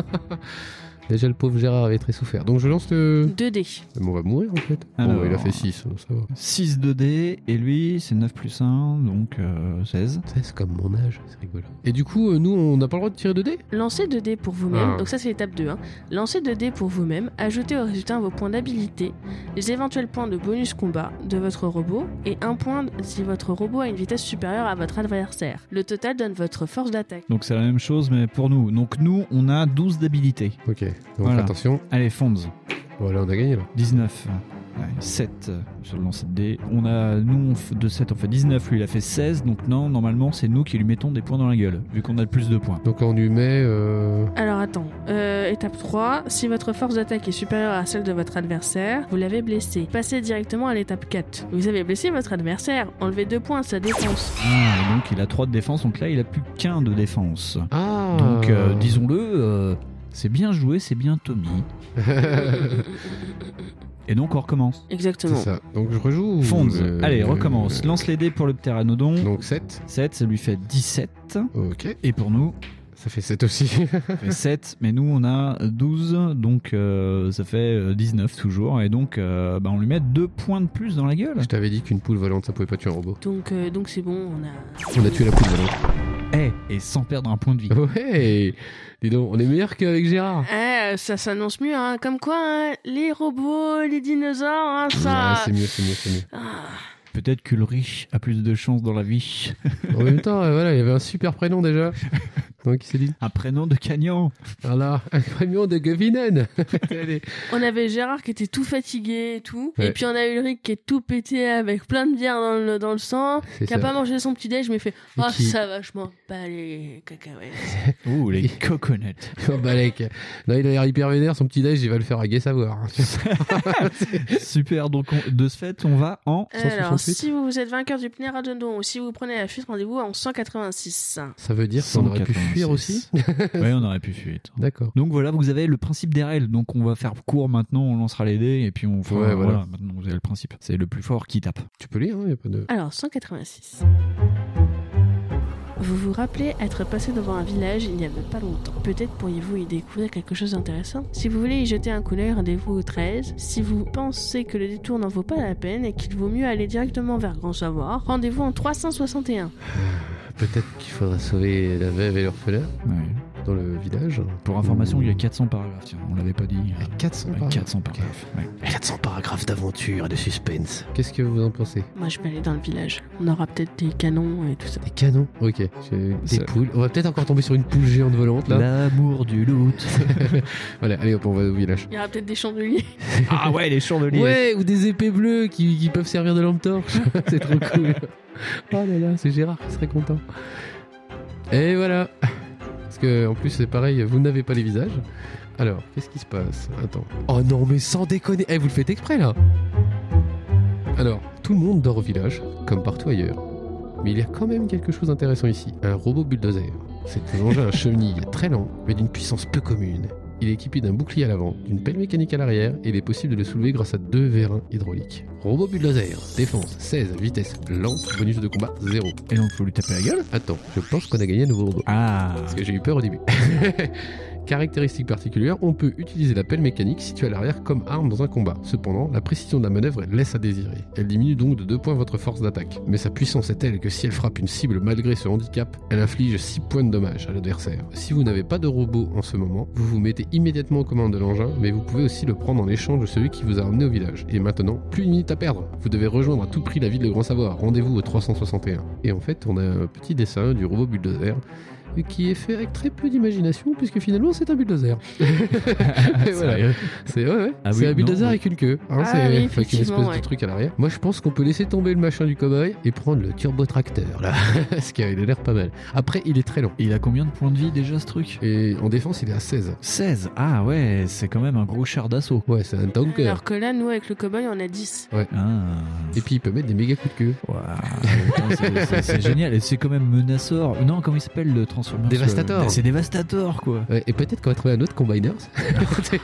S3: Déjà, le pauvre Gérard avait très souffert. Donc je lance le...
S1: 2 dés.
S3: Mais on va mourir, en fait. Bon,
S5: Mm. Alors.
S3: il a fait 6, ça va.
S5: 6 de d et lui c'est 9 plus 1 donc euh, 16.
S3: C'est comme mon âge, c'est rigolo. Et du coup, euh, nous, on n'a pas le droit de tirer 2 dés
S1: Lancez 2 dés pour vous-même,
S3: Ah.
S1: donc ça c'est l'étape 2. Hein. Lancez 2 dés pour vous-même, ajoutez au résultat vos points d'habilité, les éventuels points de bonus combat de votre robot, et 1 point si votre robot a une vitesse supérieure à votre adversaire. Le total donne votre force d'attaque.
S5: Donc c'est la même chose mais pour nous. Donc nous on a 12 d'habilité.
S3: Ok, donc
S5: Voilà.
S3: attention.
S5: Allez Fonz,
S3: Voilà, on a gagné, là.
S5: 19. Ouais, 7 euh, sur le lancer de dés. On a, nous on f- de 7 on fait 19, lui il a fait 16 donc non normalement c'est nous qui lui mettons des points dans la gueule vu qu'on a le plus de points.
S3: Donc on lui met... euh,
S1: Alors attends, Euh, étape 3, si votre force d'attaque est supérieure à celle de votre adversaire, vous l'avez blessé. Passez directement à l'étape 4. Vous avez blessé votre adversaire, enlevez 2 points à sa
S3: *laughs*
S1: défense.
S5: Ah, et donc il a 3 de défense donc là il a plus qu'un de défense.
S3: Ah
S5: Donc euh,
S3: *laughs*
S5: disons-le, euh, c'est bien joué, c'est bien Tommy. Et donc on recommence.
S3: C'est
S1: Exactement.
S3: ça. Donc je rejoue.
S5: Fonds,
S3: Euh,
S5: allez, recommence. Lance les dés pour le pteranodon.
S3: Donc 7.
S5: 7, ça lui fait 17.
S3: Ok.
S5: Et pour nous,
S3: Ça fait 7 aussi.
S5: ça
S3: *laughs*
S5: fait 7, mais nous on a 12, donc euh, ça fait euh, 19 toujours. Et donc euh, bah, on lui met 2 points de plus dans la gueule.
S3: Je t'avais dit qu'une poule volante, ça pouvait pas tuer un robot.
S1: Donc euh, donc c'est bon, on a...
S3: On a tué la poule volante.
S5: Eh, et sans perdre un point de vie.
S3: *laughs* Oh. Ouais Dis donc, on est meilleur qu'avec Gérard.
S1: Eh, ça s'annonce mieux, hein. Comme quoi, hein, les robots, les dinosaures, hein,
S3: Ouais,
S1: ça...
S3: c'est mieux, c'est mieux, c'est mieux.
S1: Ah.
S5: Peut-être que le riche a plus de chance dans la vie.
S3: En même temps, euh, voilà, il y avait un super prénom déjà. Donc il s'est dit,
S5: Un prénom de gagnant.
S3: voilà, un camion de Govinen. *laughs* Allez.
S1: On avait Gérard qui était tout fatigué et tout,
S3: Ouais.
S1: et puis on a Ulrich qui est tout pété avec plein de bière dans le, dans le sang,
S3: C'est
S1: qui a
S3: ça.
S1: pas mangé son petit déj, mais fait « Ah,
S3: qui-
S1: ça vachement pas les cacahuètes ».
S5: Ouh, *laughs* les
S3: Et-
S5: coconuts.
S3: Oh, Balek. Là, il a l'air hyper vénère, son petit déj, il va le faire à hein, gai savoir.
S5: Super, donc on- de ce fait, on va en
S1: Alors,
S5: 168.
S1: si vous êtes vainqueur du Pneradondon ou si vous prenez la fuite, rendez-vous en 186.
S3: Ça veut dire qu'on aurait pu fuir aussi *laughs*
S5: Oui, on aurait pu fuir.
S3: D'accord.
S5: Donc voilà, vous avez le principe des règles. Donc on va faire court maintenant, on lancera les dés et puis on fera.
S3: Ouais, voilà.
S5: voilà. maintenant vous avez le principe. C'est le plus fort qui tape.
S3: Tu peux lire, hein, y a pas de...
S1: Alors, 186. Vous vous rappelez être passé devant un village il n'y avait pas longtemps. Peut-être pourriez-vous y découvrir quelque chose d'intéressant. Si vous voulez y jeter un coup d'œil, rendez-vous au 13. Si vous pensez que le détour n'en vaut pas la peine et qu'il vaut mieux aller directement vers Grand Savoir, rendez-vous en 361.
S3: Peut-être qu'il faudra sauver la veuve et l'orphelin dans le village.
S5: Pour information, il y a 400 paragraphes. Tiens, on l'avait pas dit.
S3: 400
S5: Ouais, 400 paragraphes. ouais.
S3: 400 paragraphes d'aventure et de suspense. Qu'est-ce que vous en pensez
S1: Moi, je vais aller dans le village. On aura peut-être des canons et tout ça.
S3: Des canons Ok. J'ai Des
S5: Ça-
S3: poules. On va peut-être encore tomber sur une poule géante volante là. *laughs*
S5: L'amour du loot.
S3: Voilà, allez hop, on va au village.
S1: Il y aura peut-être des chandeliers.
S5: *laughs* ah ouais, les chandeliers.
S3: Ouais, ou des épées bleues qui, qui peuvent servir de lampe torche. *laughs* c'est trop cool. Oh là là, c'est Gérard qui serait content. Et voilà. Parce que en plus c'est pareil, vous n'avez pas les visages. Alors, qu'est-ce qui se passe Attends. Oh non, mais sans déconner. Eh, vous le faites exprès là. Alors, tout le monde dort au village, comme partout ailleurs. Mais il y a quand même quelque chose d'intéressant ici. Un robot bulldozer. C'est un engin à chenille très lent, mais d'une puissance peu commune. Il est équipé d'un bouclier à l'avant, d'une pelle mécanique à l'arrière, et il est possible de le soulever grâce à deux vérins hydrauliques. Robot bulldozer, défense 16, vitesse lente, bonus de combat 0.
S5: Et donc faut lui taper la gueule.
S3: Attends, je pense qu'on a gagné un nouveau robot.
S5: Ah.
S3: Parce que j'ai eu peur au début. *laughs* Caractéristiques particulières, on peut utiliser la pelle mécanique située à l'arrière comme arme dans un combat. Cependant, la précision de la manœuvre laisse à désirer. Elle diminue donc de 2 points votre force d'attaque. Mais sa puissance est telle que si elle frappe une cible malgré ce handicap, elle inflige 6 points de dommage à l'adversaire. Si vous n'avez pas de robot en ce moment, vous vous mettez immédiatement aux commandes de l'engin, mais vous pouvez aussi le prendre en échange de celui qui vous a amené au village. Et maintenant, plus une minute à perdre. Vous devez rejoindre à tout prix la ville de Grand Savoir. Rendez-vous au 361. Et en fait, on a un petit dessin du robot bulldozer qui est fait avec très peu d'imagination, puisque finalement c'est un
S5: *laughs*
S3: bulldozer. Et voilà.
S5: Sérieux
S3: C'est ouais, ouais.
S5: Ah oui,
S3: C'est un
S5: non,
S3: bulldozer
S5: oui.
S3: avec une queue. hein,
S1: Ah
S3: c'est
S1: oui,
S3: avec une espèce
S1: effectivement, ouais.
S3: de truc à l'arrière. Moi, je pense qu'on peut laisser tomber le machin du cowboy et prendre le turbotracteur, là. *laughs* Parce qu'il a l'air pas mal. Après, il est très lent.
S5: Il a combien de points de vie déjà ce truc
S3: Et en défense, il est à 16.
S5: 16 Ah ouais, c'est quand même un gros char d'assaut.
S3: Ouais, c'est un tanker.
S1: Alors que là, nous, avec le cowboy, on a 10.
S5: Ah.
S3: Et puis, il peut mettre des méga coups de queue.
S5: Waouh. Putain, c'est- c'est- *laughs* C'est génial et c'est quand même menaceur. Non, comment il s'appelle le Transformers
S3: Dévastator.
S5: le- C'est Dévastator quoi.
S3: Ouais, et peut-être qu'on va trouver un autre
S1: *laughs*
S3: Combiners. *laughs*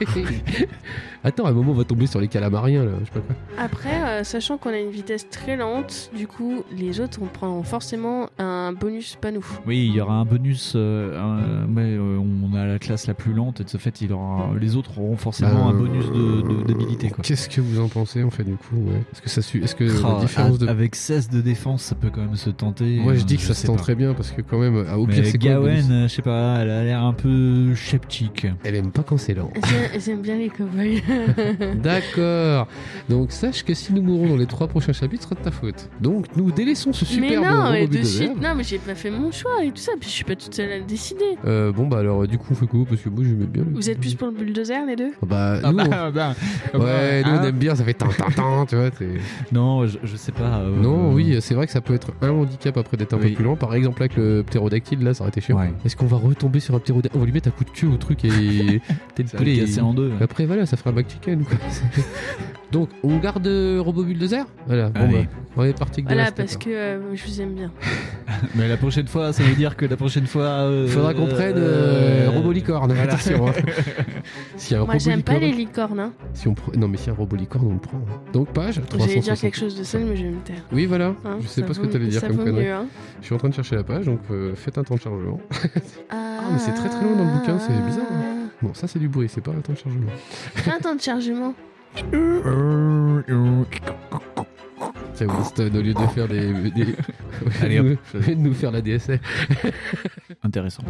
S3: Attends, à un moment, on va tomber sur les calamariens, là. Je sais pas quoi.
S1: Après, euh, sachant qu'on a une vitesse très lente, du coup, les autres, on prend forcément un bonus pas nous.
S5: Oui, il y aura un bonus. euh, un- mais euh, on a la classe la plus lente et de ce fait, il aura, les autres auront forcément
S3: Euh,
S5: un bonus de- de- d'habilité quoi.
S3: Qu'est-ce que vous en pensez, en fait, du coup ouais. Est-ce que ça suit Est-ce que
S5: Ah,
S3: euh, la différence de.
S5: Avec 16 de défense, ça peut quand même se tenter.
S3: Moi, je
S5: Euh,
S3: dis que ça
S5: sais
S3: se tend
S5: pas.
S3: très bien, parce que quand même, à- au
S5: Mais
S3: pire, c'est quoi le bonus
S5: Gawen, euh, je sais pas, elle a l'air un peu sceptique.
S3: Elle aime pas quand c'est lent.
S1: J'ai- J'aime bien les cowboys. *laughs*
S3: D'accord. Donc sache que si nous mourons dans les trois prochains chapitres, ce sera de ta faute. Donc nous délaissons ce
S1: mais
S3: superbe
S1: non,
S3: robot
S1: mais de
S3: bulldozer.
S1: suite, non, mais j'ai pas fait mon choix et tout ça, puis je suis pas toute seule à le décider.
S3: Euh, bon bah alors euh, du coup on fait quoi Parce que moi j'aimais bien. le-
S1: Vous êtes plus pour le bulldozer, les deux
S3: *laughs* Ah Bah
S4: Ah
S3: nous.
S4: bah,
S3: on-
S4: ah bah,
S5: *laughs*
S4: ah
S3: Ouais,
S4: bah,
S3: nous on
S4: hein.
S3: aime bien, ça fait tant tant tant, tu vois. c'est-
S5: Euh, Non, je, je sais pas. euh,
S3: Non, oui, c'est vrai que ça peut être un handicap après d'être un
S5: Oui.
S3: peu plus lent. Par exemple, avec le ptérodactyle, là, ça aurait été chiant.
S5: Ouais.
S3: Est-ce qu'on va retomber sur un ptérodactyle On va lui mettre un coup de queue au truc et.
S5: *laughs*
S3: T'es
S5: Ça va le casser en deux.
S3: Après, voilà, ça fera un McChicken, quoi. *laughs* Donc, on garde euh, Robo Bulldozer Voilà, bon,
S5: Allez.
S3: bah, on est parti avec
S1: Voilà,
S3: Dévastateur.
S1: parce que euh, je vous aime bien.
S5: Mais la prochaine fois, ça veut dire que la prochaine fois. euh,
S3: Faudra qu'on prenne
S5: euh,
S3: euh, robot licorne. Attention.
S5: *laughs*
S3: hein. S'il y a un
S1: Moi,
S3: robot
S1: j'aime pas
S3: licorne,
S1: les licornes, hein.
S3: si on pre- non mais si un robot licorne, on le prend. hein. Donc page 360.
S1: J'allais dire quelque chose de seul, mais je vais me taire.
S3: Oui voilà.
S1: hein.
S3: je sais
S1: Ça
S3: pas ce que
S1: vaut-
S3: t'allais dire
S1: ça
S3: comme
S1: vaut
S3: connerie.
S1: mieux, hein.
S3: Je suis en train de chercher la page, donc euh, faites un temps de chargement.
S1: Ah,
S3: mais c'est très, très loin dans le bouquin, c'est bizarre,
S1: hein.
S3: Bon ça c'est du bruit, c'est pas un temps de chargement.
S1: Fais Un temps de Ah, chargement.
S3: C'est Winston au lieu de faire des, des-
S5: Allez, hop.
S3: *laughs* au lieu de nous faire la DSL.
S5: Intéressant.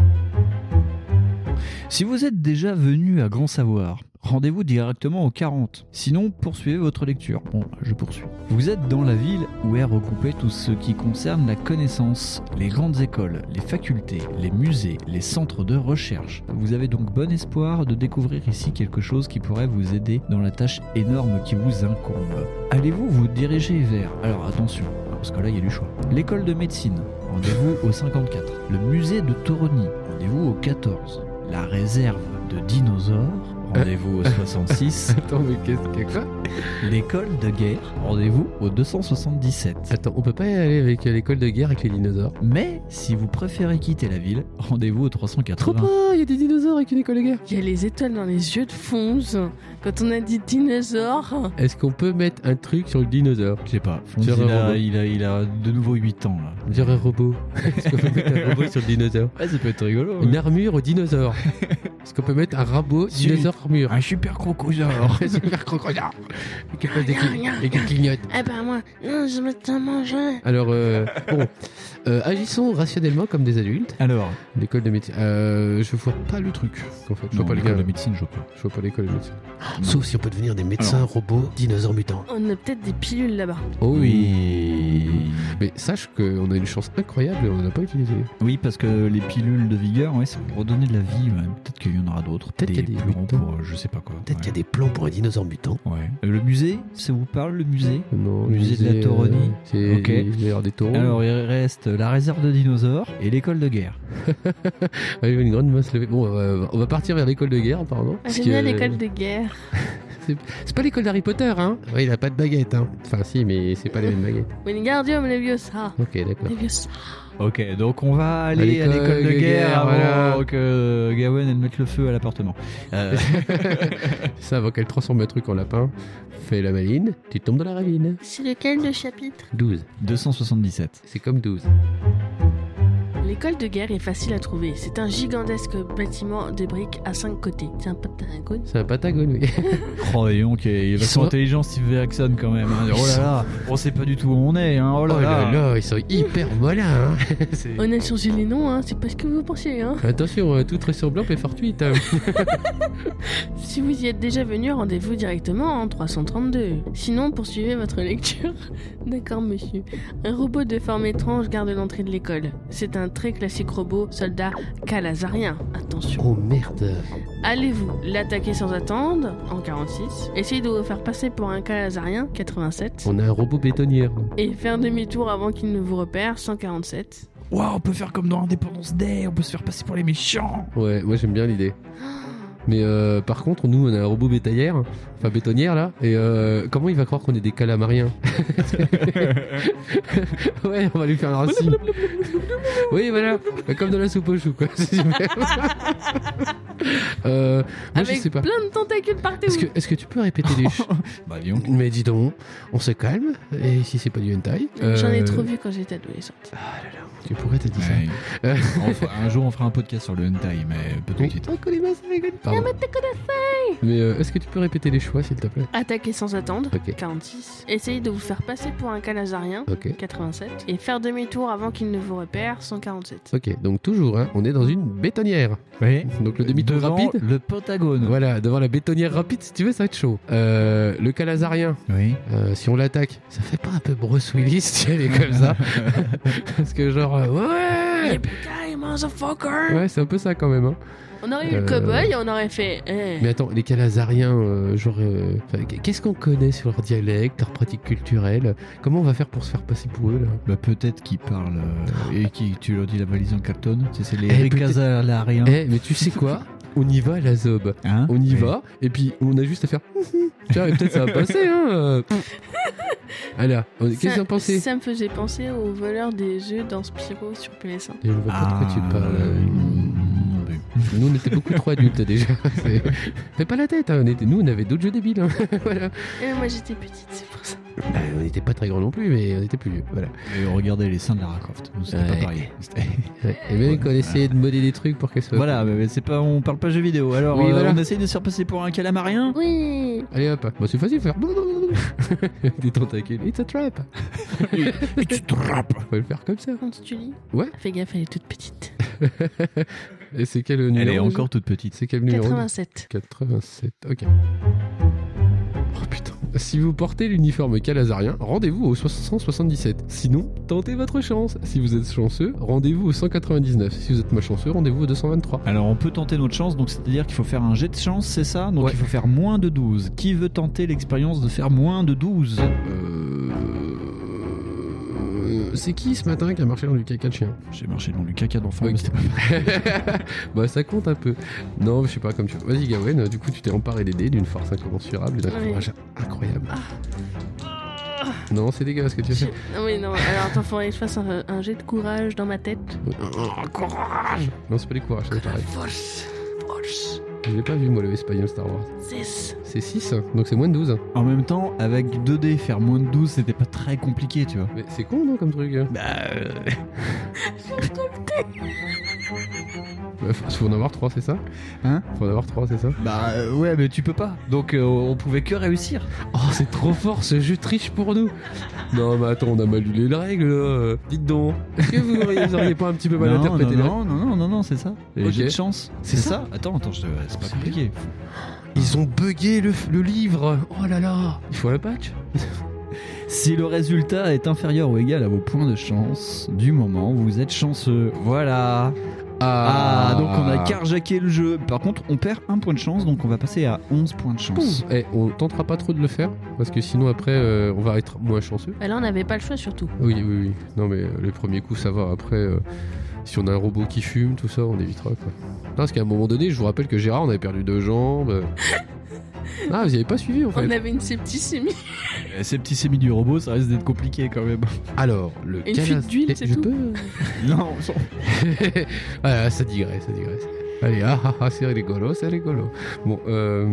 S5: Si vous êtes déjà venu à Grand Savoir, rendez-vous directement au 40. Sinon, poursuivez votre lecture. Bon, je poursuis. Vous êtes dans la ville où est regroupé tout ce qui concerne la connaissance, les grandes écoles, les facultés, les musées, les centres de recherche. Vous avez donc bon espoir de découvrir ici quelque chose qui pourrait vous aider dans la tâche énorme qui vous incombe. Allez-vous vous diriger vers... Alors attention, parce que là, il y a du choix. L'école de médecine, rendez-vous au 54. Le musée de Toroni, rendez-vous au 14. La réserve de dinosaures, rendez-vous au 66.
S3: Attends mais qu'est-ce qu'il y a quoi
S5: L'école de guerre, rendez-vous au 277.
S3: Attends, on peut pas y aller avec euh, l'école de guerre avec les dinosaures
S5: Mais si vous préférez quitter la ville, rendez-vous au
S3: Trop
S5: 380.
S3: pas, il y a des dinosaures avec une école de guerre.
S1: *laughs* Il y a les étoiles dans les yeux de Fonz. Quand on a dit dinosaure,
S3: Est-ce qu'on peut mettre un truc sur le dinosaure
S5: Je sais pas, Fonz,
S3: Gérard
S5: il a,
S3: Robot.
S5: il, a, il a de nouveau 8 ans là.
S3: Dire un *laughs* robot. Est-ce qu'on peut mettre un robot sur le dinosaure
S5: Ouais, Ah, ça peut être rigolo.
S3: Une armure au *laughs* dinosaure. Est-ce qu'on peut mettre un rabot
S5: Zut.
S3: dinosaure armure
S5: Un super *laughs* crocosaure.
S3: *laughs* super crocodile Et capable de cli- et qui clignote.
S1: ah bah moi, non, je me tiens à manger.
S3: Alors, euh, bon, Euh, agissons rationnellement comme des adultes.
S5: Alors,
S3: L'école de médecine. Euh, je vois pas le truc, en fait. Je vois
S5: non,
S3: pas le
S5: l'école
S3: gars.
S5: de médecine, je crois.
S3: Je vois pas l'école de médecine.
S5: Non.
S3: Sauf si on peut devenir des médecins, robots, dinosaures mutants.
S1: On a peut-être des pilules là-bas.
S3: Oh
S5: Oui.
S3: Mais sache qu'on a une chance incroyable et on n'en a pas utilisé.
S5: Oui, parce que les pilules de vigueur, ouais, c'est pour redonner de la vie. ouais. Peut-être qu'il y en aura d'autres.
S3: Peut-être qu'il y a des
S5: plans
S3: mutants.
S5: pour, euh, je sais pas quoi.
S3: Peut-être qu'il y a des plans pour un dinosaure mutant.
S5: ouais. Ouais. Euh, Le musée, ça vous parle le musée
S3: Non,
S5: Musée de la
S3: euh,
S5: Tauronie.
S3: c'est-
S5: Ok.
S3: Il va y avoir des taureaux.
S5: Alors, il reste la réserve de dinosaures et l'école de guerre.
S3: Ah, il y avait une grande masse levée. Bon, euh, on va partir vers l'école de guerre, apparemment.
S1: Ah,
S3: Parce
S1: J'aime bien
S3: que- euh,
S1: l'école de guerre.
S3: C'est pas l'école d'Harry Potter, hein Oui, il a pas de baguette, hein. Enfin, si, mais c'est pas les mêmes baguettes.
S1: Wingardium Leviosa.
S3: Ok, d'accord.
S1: Leviosa.
S5: Ok, donc on va aller à
S3: l'école
S5: l'école de,
S3: de
S5: guerre,
S3: guerre,
S5: avant
S3: voilà.
S5: que Gawen elle mette le feu à l'appartement. Euh,
S3: Ça, avant qu'elle transforme le truc en lapin, fais la maline, tu tombes dans la ravine.
S1: C'est lequel le chapitre
S3: 12.
S5: 277.
S3: C'est comme 12.
S1: L'école de guerre est facile à trouver. C'est un gigantesque bâtiment de briques à cinq côtés. C'est un pentagone.
S3: C'est un patagone, oui.
S5: Oh, et donc, il est
S3: Ils
S5: vachement
S3: sont-
S5: intelligent Steve Jackson quand même. hein. Oh là là, on sait pas du tout où on est. Hein. Oh là là.
S3: ils sont hyper malins, hein. C'est-
S1: On a changé les noms, hein. c'est pas ce que vous pensiez. Hein.
S3: Attention, euh, toute ressemblance est fortuite. hein.
S1: Si vous y êtes déjà venu, rendez-vous directement en 332. Sinon, poursuivez votre *laughs* lecture. D'accord, monsieur. Un robot de forme étrange garde l'entrée de l'école. C'est un très classique robot soldat calazarien. Attention.
S3: Oh merde
S1: Allez-vous l'attaquer sans attendre en 46, essayer de vous faire passer pour un calazarien 87
S3: On a un robot bétonnière. nous.
S1: et faire demi-tour avant qu'il ne vous repère 147
S5: Waouh, on peut faire comme dans Independence Day, on peut se faire passer pour les méchants.
S3: Ouais, moi j'aime
S1: *gasps*
S3: bien l'idée. Mais euh, par contre, nous on a un robot bétaillère, enfin bétonnière là, et euh, comment il va croire qu'on est
S1: *laughs*
S3: des calamariens Ouais, on va lui faire un racine. oui, voilà, comme dans la soupe au chou quoi. *laughs* C'est super. euh, moi je
S1: avec
S3: sais pas.
S1: plein de tentacules partout.
S3: Est-ce que, est-ce que tu peux répéter
S1: *laughs*
S3: les ch-
S5: Bah, dis donc.
S3: Mais dis donc, on se calme, et si c'est pas du hentai
S1: J'en ai
S3: euh,
S1: trop vu quand j'étais adolescente.
S3: Ah là là, tu pourrais t'as dit ça
S5: Ouais. On fera- un jour, on fera un podcast sur le hentai, mais pas tout de
S3: Oui.
S5: suite.
S3: Pardon. Mais euh, est-ce que tu peux répéter les choix s'il te plaît
S1: Attaquer sans attendre
S3: Ok.
S1: 46, essayer de vous faire passer pour un calazarien
S3: Ok.
S1: 87 et faire demi-tour avant qu'il ne vous repère 147.
S3: Ok, donc toujours, hein, on est dans une bétonnière.
S5: Oui.
S3: Donc le demi-tour
S5: Devant
S3: rapide.
S5: Le Pentagone.
S3: Voilà, devant la bétonnière rapide, si tu veux, ça va être chaud. Euh, le calazarien,
S5: Oui.
S3: euh, si on l'attaque, ça fait pas un peu Bruce Willis si elle est comme
S5: *laughs*
S3: ça Parce que genre, euh, ouais
S1: Yippee-ki-yay, motherfucker
S3: Ouais, c'est un peu ça quand même. hein.
S1: On aurait eu le
S3: Euh,
S1: cowboy et on aurait fait. eh.
S3: Mais attends, les calazariens, euh, genre, euh, enfin, qu'est-ce qu'on connaît sur leur dialecte, leur pratique culturelle Comment on va faire pour se faire passer pour eux là
S5: Bah, peut-être qu'ils parlent euh, et qui tu leur dis la valise en carton. C'est, c'est les
S3: Eh,
S5: Eric
S3: peut-être-
S5: Casalariens.
S3: Eh, mais tu sais quoi On y va à la zob.
S5: Hein
S3: On y
S5: Oui.
S3: va, et puis on a juste à faire. Tiens, et peut-être ça va passer, hein
S1: *laughs*
S3: euh, pff. Allez, hein, on- qu'est-ce que
S1: ça,
S3: t'en pensais
S1: ça me faisait penser aux voleurs des œufs dans Spyro sur PS1.
S3: Je ne vois pas de quoi tu parles.
S5: non plus.
S3: Nous, on était beaucoup trop adultes déjà. C'est- Fais pas la tête, hein, on était... nous, on avait d'autres jeux débiles. hein. *laughs* voilà.
S1: Et Euh, moi j'étais petite, c'est pour ça.
S3: Bah, on n'était pas très grands non plus, mais on était plus vieux. Voilà.
S5: Et regardez les seins de Lara Croft. C'était
S3: Ouais.
S5: pas pareil. *laughs* C'était-
S3: Ouais. Et même
S5: Ouais.
S3: qu'on essayait de modder des trucs pour qu'elle soit.
S5: Voilà, mais c'est pas, on parle pas jeux vidéo. Alors,
S3: Oui,
S5: euh,
S3: voilà.
S5: on essaye de se faire passer pour un calamarien.
S1: Oui
S3: Allez hop, bah, c'est facile de faire. *laughs* des tentacules. It's a trap.
S5: *laughs* Et tu te rappes.
S3: Faut le faire comme ça.
S1: Quand tu lis
S3: Ouais.
S1: Fais gaffe, elle est toute petite.
S3: Et c'est quel
S5: Elle est
S3: numéro
S5: encore toute petite.
S3: C'est quel numéro
S1: 87.
S3: 87, ok. Oh putain. Si vous portez l'uniforme calazarien, rendez-vous au 177. Sinon, tentez votre chance. Si vous êtes chanceux, rendez-vous au 199. Si vous êtes malchanceux, rendez-vous au 223.
S5: Alors on peut tenter notre chance, donc c'est-à-dire qu'il faut faire un jet de chance, c'est ça Donc
S3: Ouais.
S5: il faut faire moins de 12. Qui veut tenter l'expérience de faire moins de 12
S3: Euh... C'est qui ce matin qui a marché dans du caca de chien *laughs*
S5: J'ai marché dans le caca d'enfant,
S3: Ok.
S5: mais c'était pas vrai.
S3: Bah ça compte un peu. Non, je sais pas comme tu veux. Vas-y Gawain, du coup tu t'es emparé des dés d'une force incommensurable et d'un
S1: Oui.
S3: courage incroyable. Non, c'est dégueulasse ce que tu as fait.
S1: Non, mais non, alors attends, faudrait que je fasse un, un jet de courage dans ma tête.
S3: Oh, courage Non, c'est pas les courage, c'est pareil. Je l'ai pas vu, moi, le espagnol Star Wars.
S1: Six.
S3: C'est 6, donc c'est moins de 12.
S5: En même temps, avec 2D, faire moins de 12, c'était pas très compliqué, tu vois.
S3: Mais c'est con, non, comme truc euh
S5: Bah, euh,
S3: Bah, faut, faut en avoir 3, c'est ça
S5: Hein
S3: Faut en avoir 3, c'est ça
S5: bah euh, ouais, mais tu peux pas. Donc euh, on pouvait que réussir.
S3: Oh, c'est trop fort, ce jeu triche pour nous Non, mais attends, on a mal lu les règles, là. euh. Dites donc. Est-ce que vous auriez, vous auriez pas un petit *laughs* peu mal
S5: non,
S3: interprété là
S5: non, non, non, non, non, non, c'est ça. Les
S3: Ok.
S5: jets de chance.
S3: C'est ça
S5: Attends, attends, je te- c'est pas
S3: C'est
S5: compliqué.
S3: Ils ont bugué le, le livre Oh là là Il faut un patch
S5: Si le résultat est inférieur ou égal à vos points de chance du moment, vous êtes chanceux. Voilà. Ah, donc on a carjacké le jeu. Par contre, on perd un point de chance, donc on va passer à 11 points de chance.
S3: Eh, on tentera pas trop de le faire, parce que sinon après, euh, on va être moins chanceux.
S1: Bah là, on n'avait pas le choix surtout.
S3: Oui, oui, oui. Non, mais euh, les premiers coups, ça va. Après, euh, si on a un robot qui fume, tout ça, on évitera. Quoi. Non, parce qu'à un moment donné, je vous rappelle que Gérard, on avait perdu
S1: *laughs*
S3: deux jambes. Ah, vous avez pas suivi en fait.
S1: On avait une septicémie.
S5: Eh, Ces petits sémis du robot, ça risque d'être compliqué quand même.
S3: Alors, le
S1: Une
S3: calaz-
S1: fuite d'huile,
S3: Eh,
S1: c'est
S3: je
S1: tout.
S3: peux
S5: *laughs* non,
S3: *laughs* Voilà, ça digresse, ça digresse. Allez, ah ah ah, c'est rigolo, c'est rigolo. Bon, euh...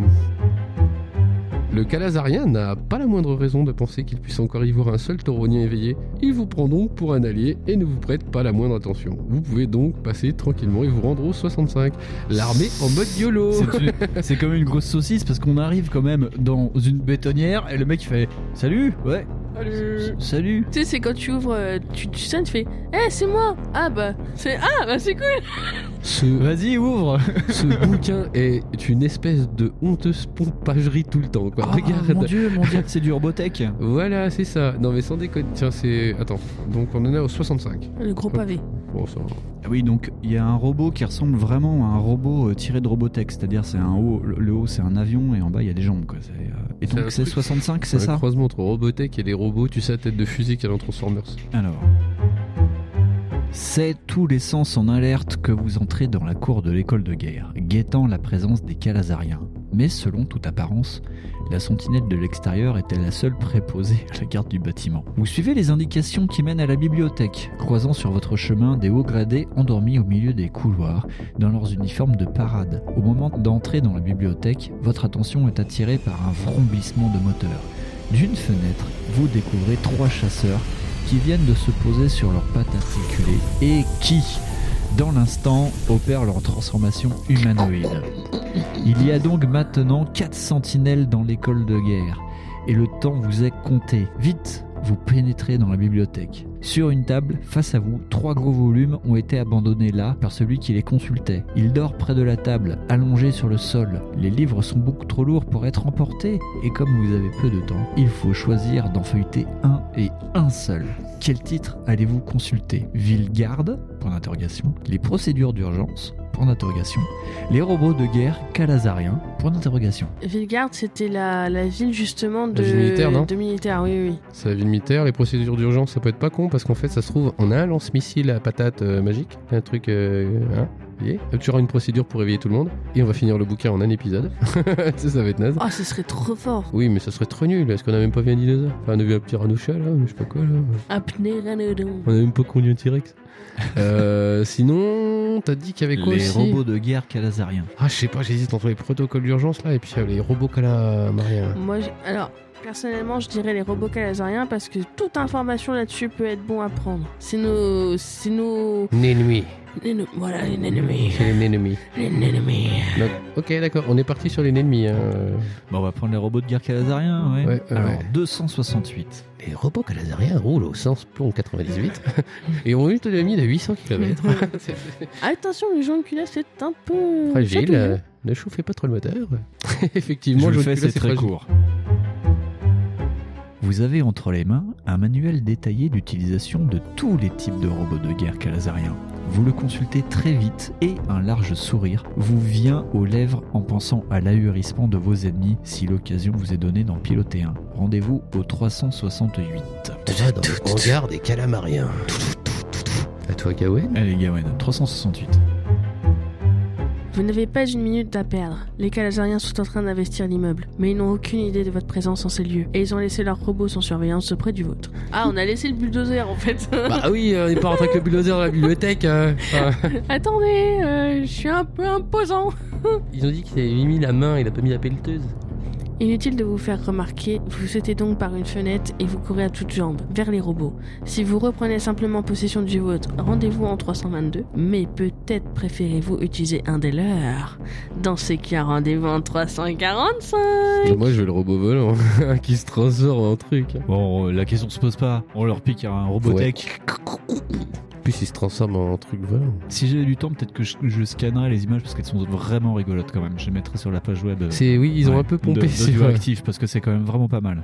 S3: Le calazarien n'a pas la moindre raison de penser qu'il puisse encore y voir un seul tauronien éveillé. Il vous prend donc pour un allié et ne vous prête pas la moindre attention. Vous pouvez donc passer tranquillement et vous rendre au 65. L'armée en mode YOLO *laughs*
S5: c'est une- c'est quand même une grosse saucisse parce qu'on arrive quand même dans une bétonnière et le mec il fait Salut Ouais,
S3: Salut
S5: s- salut
S1: Tu sais, c'est quand tu ouvres, euh, tu, tu sonnes, tu fais Eh, c'est moi Ah bah, c'est ah, bah, c'est cool
S3: Ce,
S5: Vas-y, ouvre
S3: ce bouquin est une espèce de honteuse pompagerie tout le temps, quoi.
S5: Ah,
S3: Oh, Regarde
S5: Mon dieu, mon dieu, c'est du robotech
S3: Voilà, c'est ça. Non mais sans déconner. Tiens, c'est... Attends. Donc on en est au 65.
S1: Le gros pavé.
S3: Bon, ça.
S5: Ah oui, donc il y a un robot qui ressemble vraiment à un robot euh, tiré de Robotech, c'est-à-dire c'est un haut, le le haut c'est un avion et en bas il y a des jambes quoi. c'est, euh, Et
S3: C'est un
S5: donc c'est
S3: truc-
S5: 65, c'est
S3: un
S5: ça
S3: croisement entre Robotech et les robots, tu sais, à tête de fusil qu'il y a dans Transformers.
S5: Alors. C'est tous les sens en alerte que vous entrez dans la cour de l'école de guerre, guettant la présence des Calazariens. Mais selon toute apparence, la sentinelle de l'extérieur était la seule préposée à la garde du bâtiment. Vous suivez les indications qui mènent à la bibliothèque, croisant sur votre chemin des hauts gradés endormis au milieu des couloirs, dans leurs uniformes de parade. Au moment d'entrer dans la bibliothèque, votre attention est attirée par un vrombissement de moteur. D'une fenêtre, vous découvrez trois chasseurs qui viennent de se poser sur leurs pattes articulées et qui, dans l'instant, opèrent leur transformation humanoïde. Il y a donc maintenant 4 sentinelles dans l'école de guerre et le temps vous est compté. Vite, vous pénétrez dans la bibliothèque. Sur une table, face à vous, trois gros volumes ont été abandonnés là par celui qui les consultait. Il dort près de la table, allongé sur le sol. Les livres sont beaucoup trop lourds pour être emportés et comme vous avez peu de temps, il faut choisir d'en feuilleter un et un seul. Quel titre allez-vous consulter Villegarde Point d'interrogation. Les procédures d'urgence Point d'interrogation. Les robots de guerre calazariens Point d'interrogation.
S1: Villegarde, c'était la, la ville justement de,
S3: ville militaire, non
S1: de militaires, oui, oui.
S3: C'est la ville militaire, les procédures d'urgence, ça peut être pas con parce qu'en fait, ça se trouve, on a un lance-missile à patate euh, magique, un truc. euh, hein, éveillé. tu auras une procédure pour éveiller tout le monde et on va finir le bouquin en un épisode. *laughs* ça, ça va être naze.
S1: Oh, ce serait trop fort.
S3: Oui, mais ça serait trop nul. Est-ce qu'on a même pas vu un dinosaure Enfin, on a vu un petit ranocha là, ou je sais pas quoi là.
S1: Apnéranodon.
S3: On a même pas conduit un T-Rex. Euh, *laughs* sinon, t'as dit qu'il y avait quoi
S5: les
S3: aussi
S5: robots de guerre calazariens.
S3: Ah, je sais pas, j'hésite entre les protocoles d'urgence là et puis euh, les robots calamariens.
S1: Moi, j'- alors, personnellement, je dirais les robots calazariens parce que toute information là-dessus peut être bon à prendre. C'est nos. C'est nos.
S3: Ennemi.
S1: les nos- Voilà, les ennemis.
S3: C'est un ennemi.
S1: Les ennemis.
S3: Donc, ok, d'accord, on est parti sur les ennemis. hein.
S5: Bon, on va prendre les robots de guerre calazariens,
S3: Ouais,
S5: ouais.
S3: ouais,
S5: Alors,
S3: ouais.
S5: 268.
S3: Les robots calazariens roulent au sens plomb 98 *laughs* et ont une autonomie de 800 km. *laughs*
S1: Attention, le joint culot, c'est un peu.
S3: fragile,
S1: chatouilleux.
S3: euh, ne chauffez pas trop le moteur. *laughs*
S5: Je
S3: Effectivement,
S5: le
S3: je
S5: fais,
S3: recule,
S5: c'est très
S3: fragile.
S5: court. Vous avez entre les mains un manuel détaillé d'utilisation de tous les types de robots de guerre calazariens. Vous le consultez très vite et un large sourire vous vient aux lèvres en pensant à l'ahurissement de vos ennemis si l'occasion vous est donnée d'en piloter un. Rendez-vous au 368.
S3: Déjà dans le hangar des calamariens. À toi, *laughs* Gawen.
S5: Allez Gawain, 368.
S1: Vous n'avez pas une minute à perdre. Les Calazariens sont en train d'investir l'immeuble, mais ils n'ont aucune idée de votre présence en ces lieux, et ils ont laissé leurs robots sans surveillance près du vôtre. Ah, on a laissé le bulldozer en fait. *laughs*
S3: Bah oui, on n'est pas rentré avec le bulldozer dans la bibliothèque. *laughs* hein. Enfin,
S1: Attendez, euh, je suis un peu imposant.
S3: ils ont dit qu'il avait mis la main, il a pas mis la pelleteuse.
S1: Inutile de vous faire remarquer, vous sautez donc par une fenêtre et vous courez à toutes jambes, vers les robots. Si vous reprenez simplement possession du vôtre, rendez-vous en 322, mais peut-être préférez-vous utiliser un des leurs. Dans ces cas, rendez-vous en 345.
S3: Bah, moi, je veux le robot volant *laughs* qui se transforme en truc.
S5: Bon, euh, la question se pose pas. On leur pique un robotech.
S3: En plus, il se transforme en truc volant.
S5: Si j'ai du temps, peut-être que je, je scannerai les images parce qu'elles sont vraiment rigolotes quand même. Je les mettrai sur la page web. euh,
S3: C'est oui, ils ont
S5: ouais,
S3: un peu pompé.
S5: de-
S3: c'est
S5: d'audio
S3: vrai.
S5: actif parce que c'est quand même vraiment pas mal.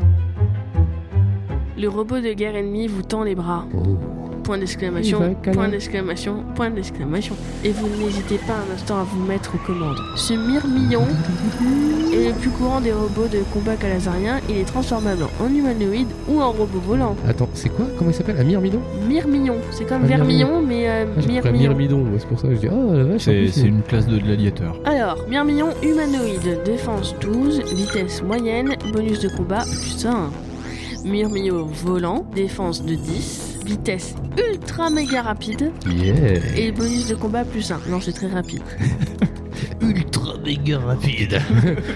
S1: Le robot de guerre ennemi vous tend les bras.
S3: Oh.
S1: Point
S3: Il va
S1: d'exclamation,
S3: câlin.
S1: point d'exclamation, point d'exclamation. Et vous n'hésitez pas un instant à vous mettre aux commandes. Ce mirmillon est le plus courant des robots de combat calazarien. Il est transformable en humanoïde ou en robot volant.
S3: Attends, c'est quoi Comment il s'appelle Un mirmidon
S1: Mirmillon, c'est comme
S3: Ah,
S1: vermillon, mais *laughs* euh,
S3: Ah, J'ai pris un
S1: mirmillon.
S3: mirmidon, moi, c'est pour ça que je dis oh la vache. en
S5: C'est
S3: plus,
S5: c'est une classe de gladiateur.
S1: Alors, mirmillon humanoïde, défense 12, vitesse moyenne, bonus de combat plus 1. Mirmillon volant, défense de 10, vitesse ultra méga rapide
S3: Yeah.
S1: et bonus de combat plus 1. Non, c'est très rapide.
S3: Ultra méga
S5: *laughs*
S3: rapide.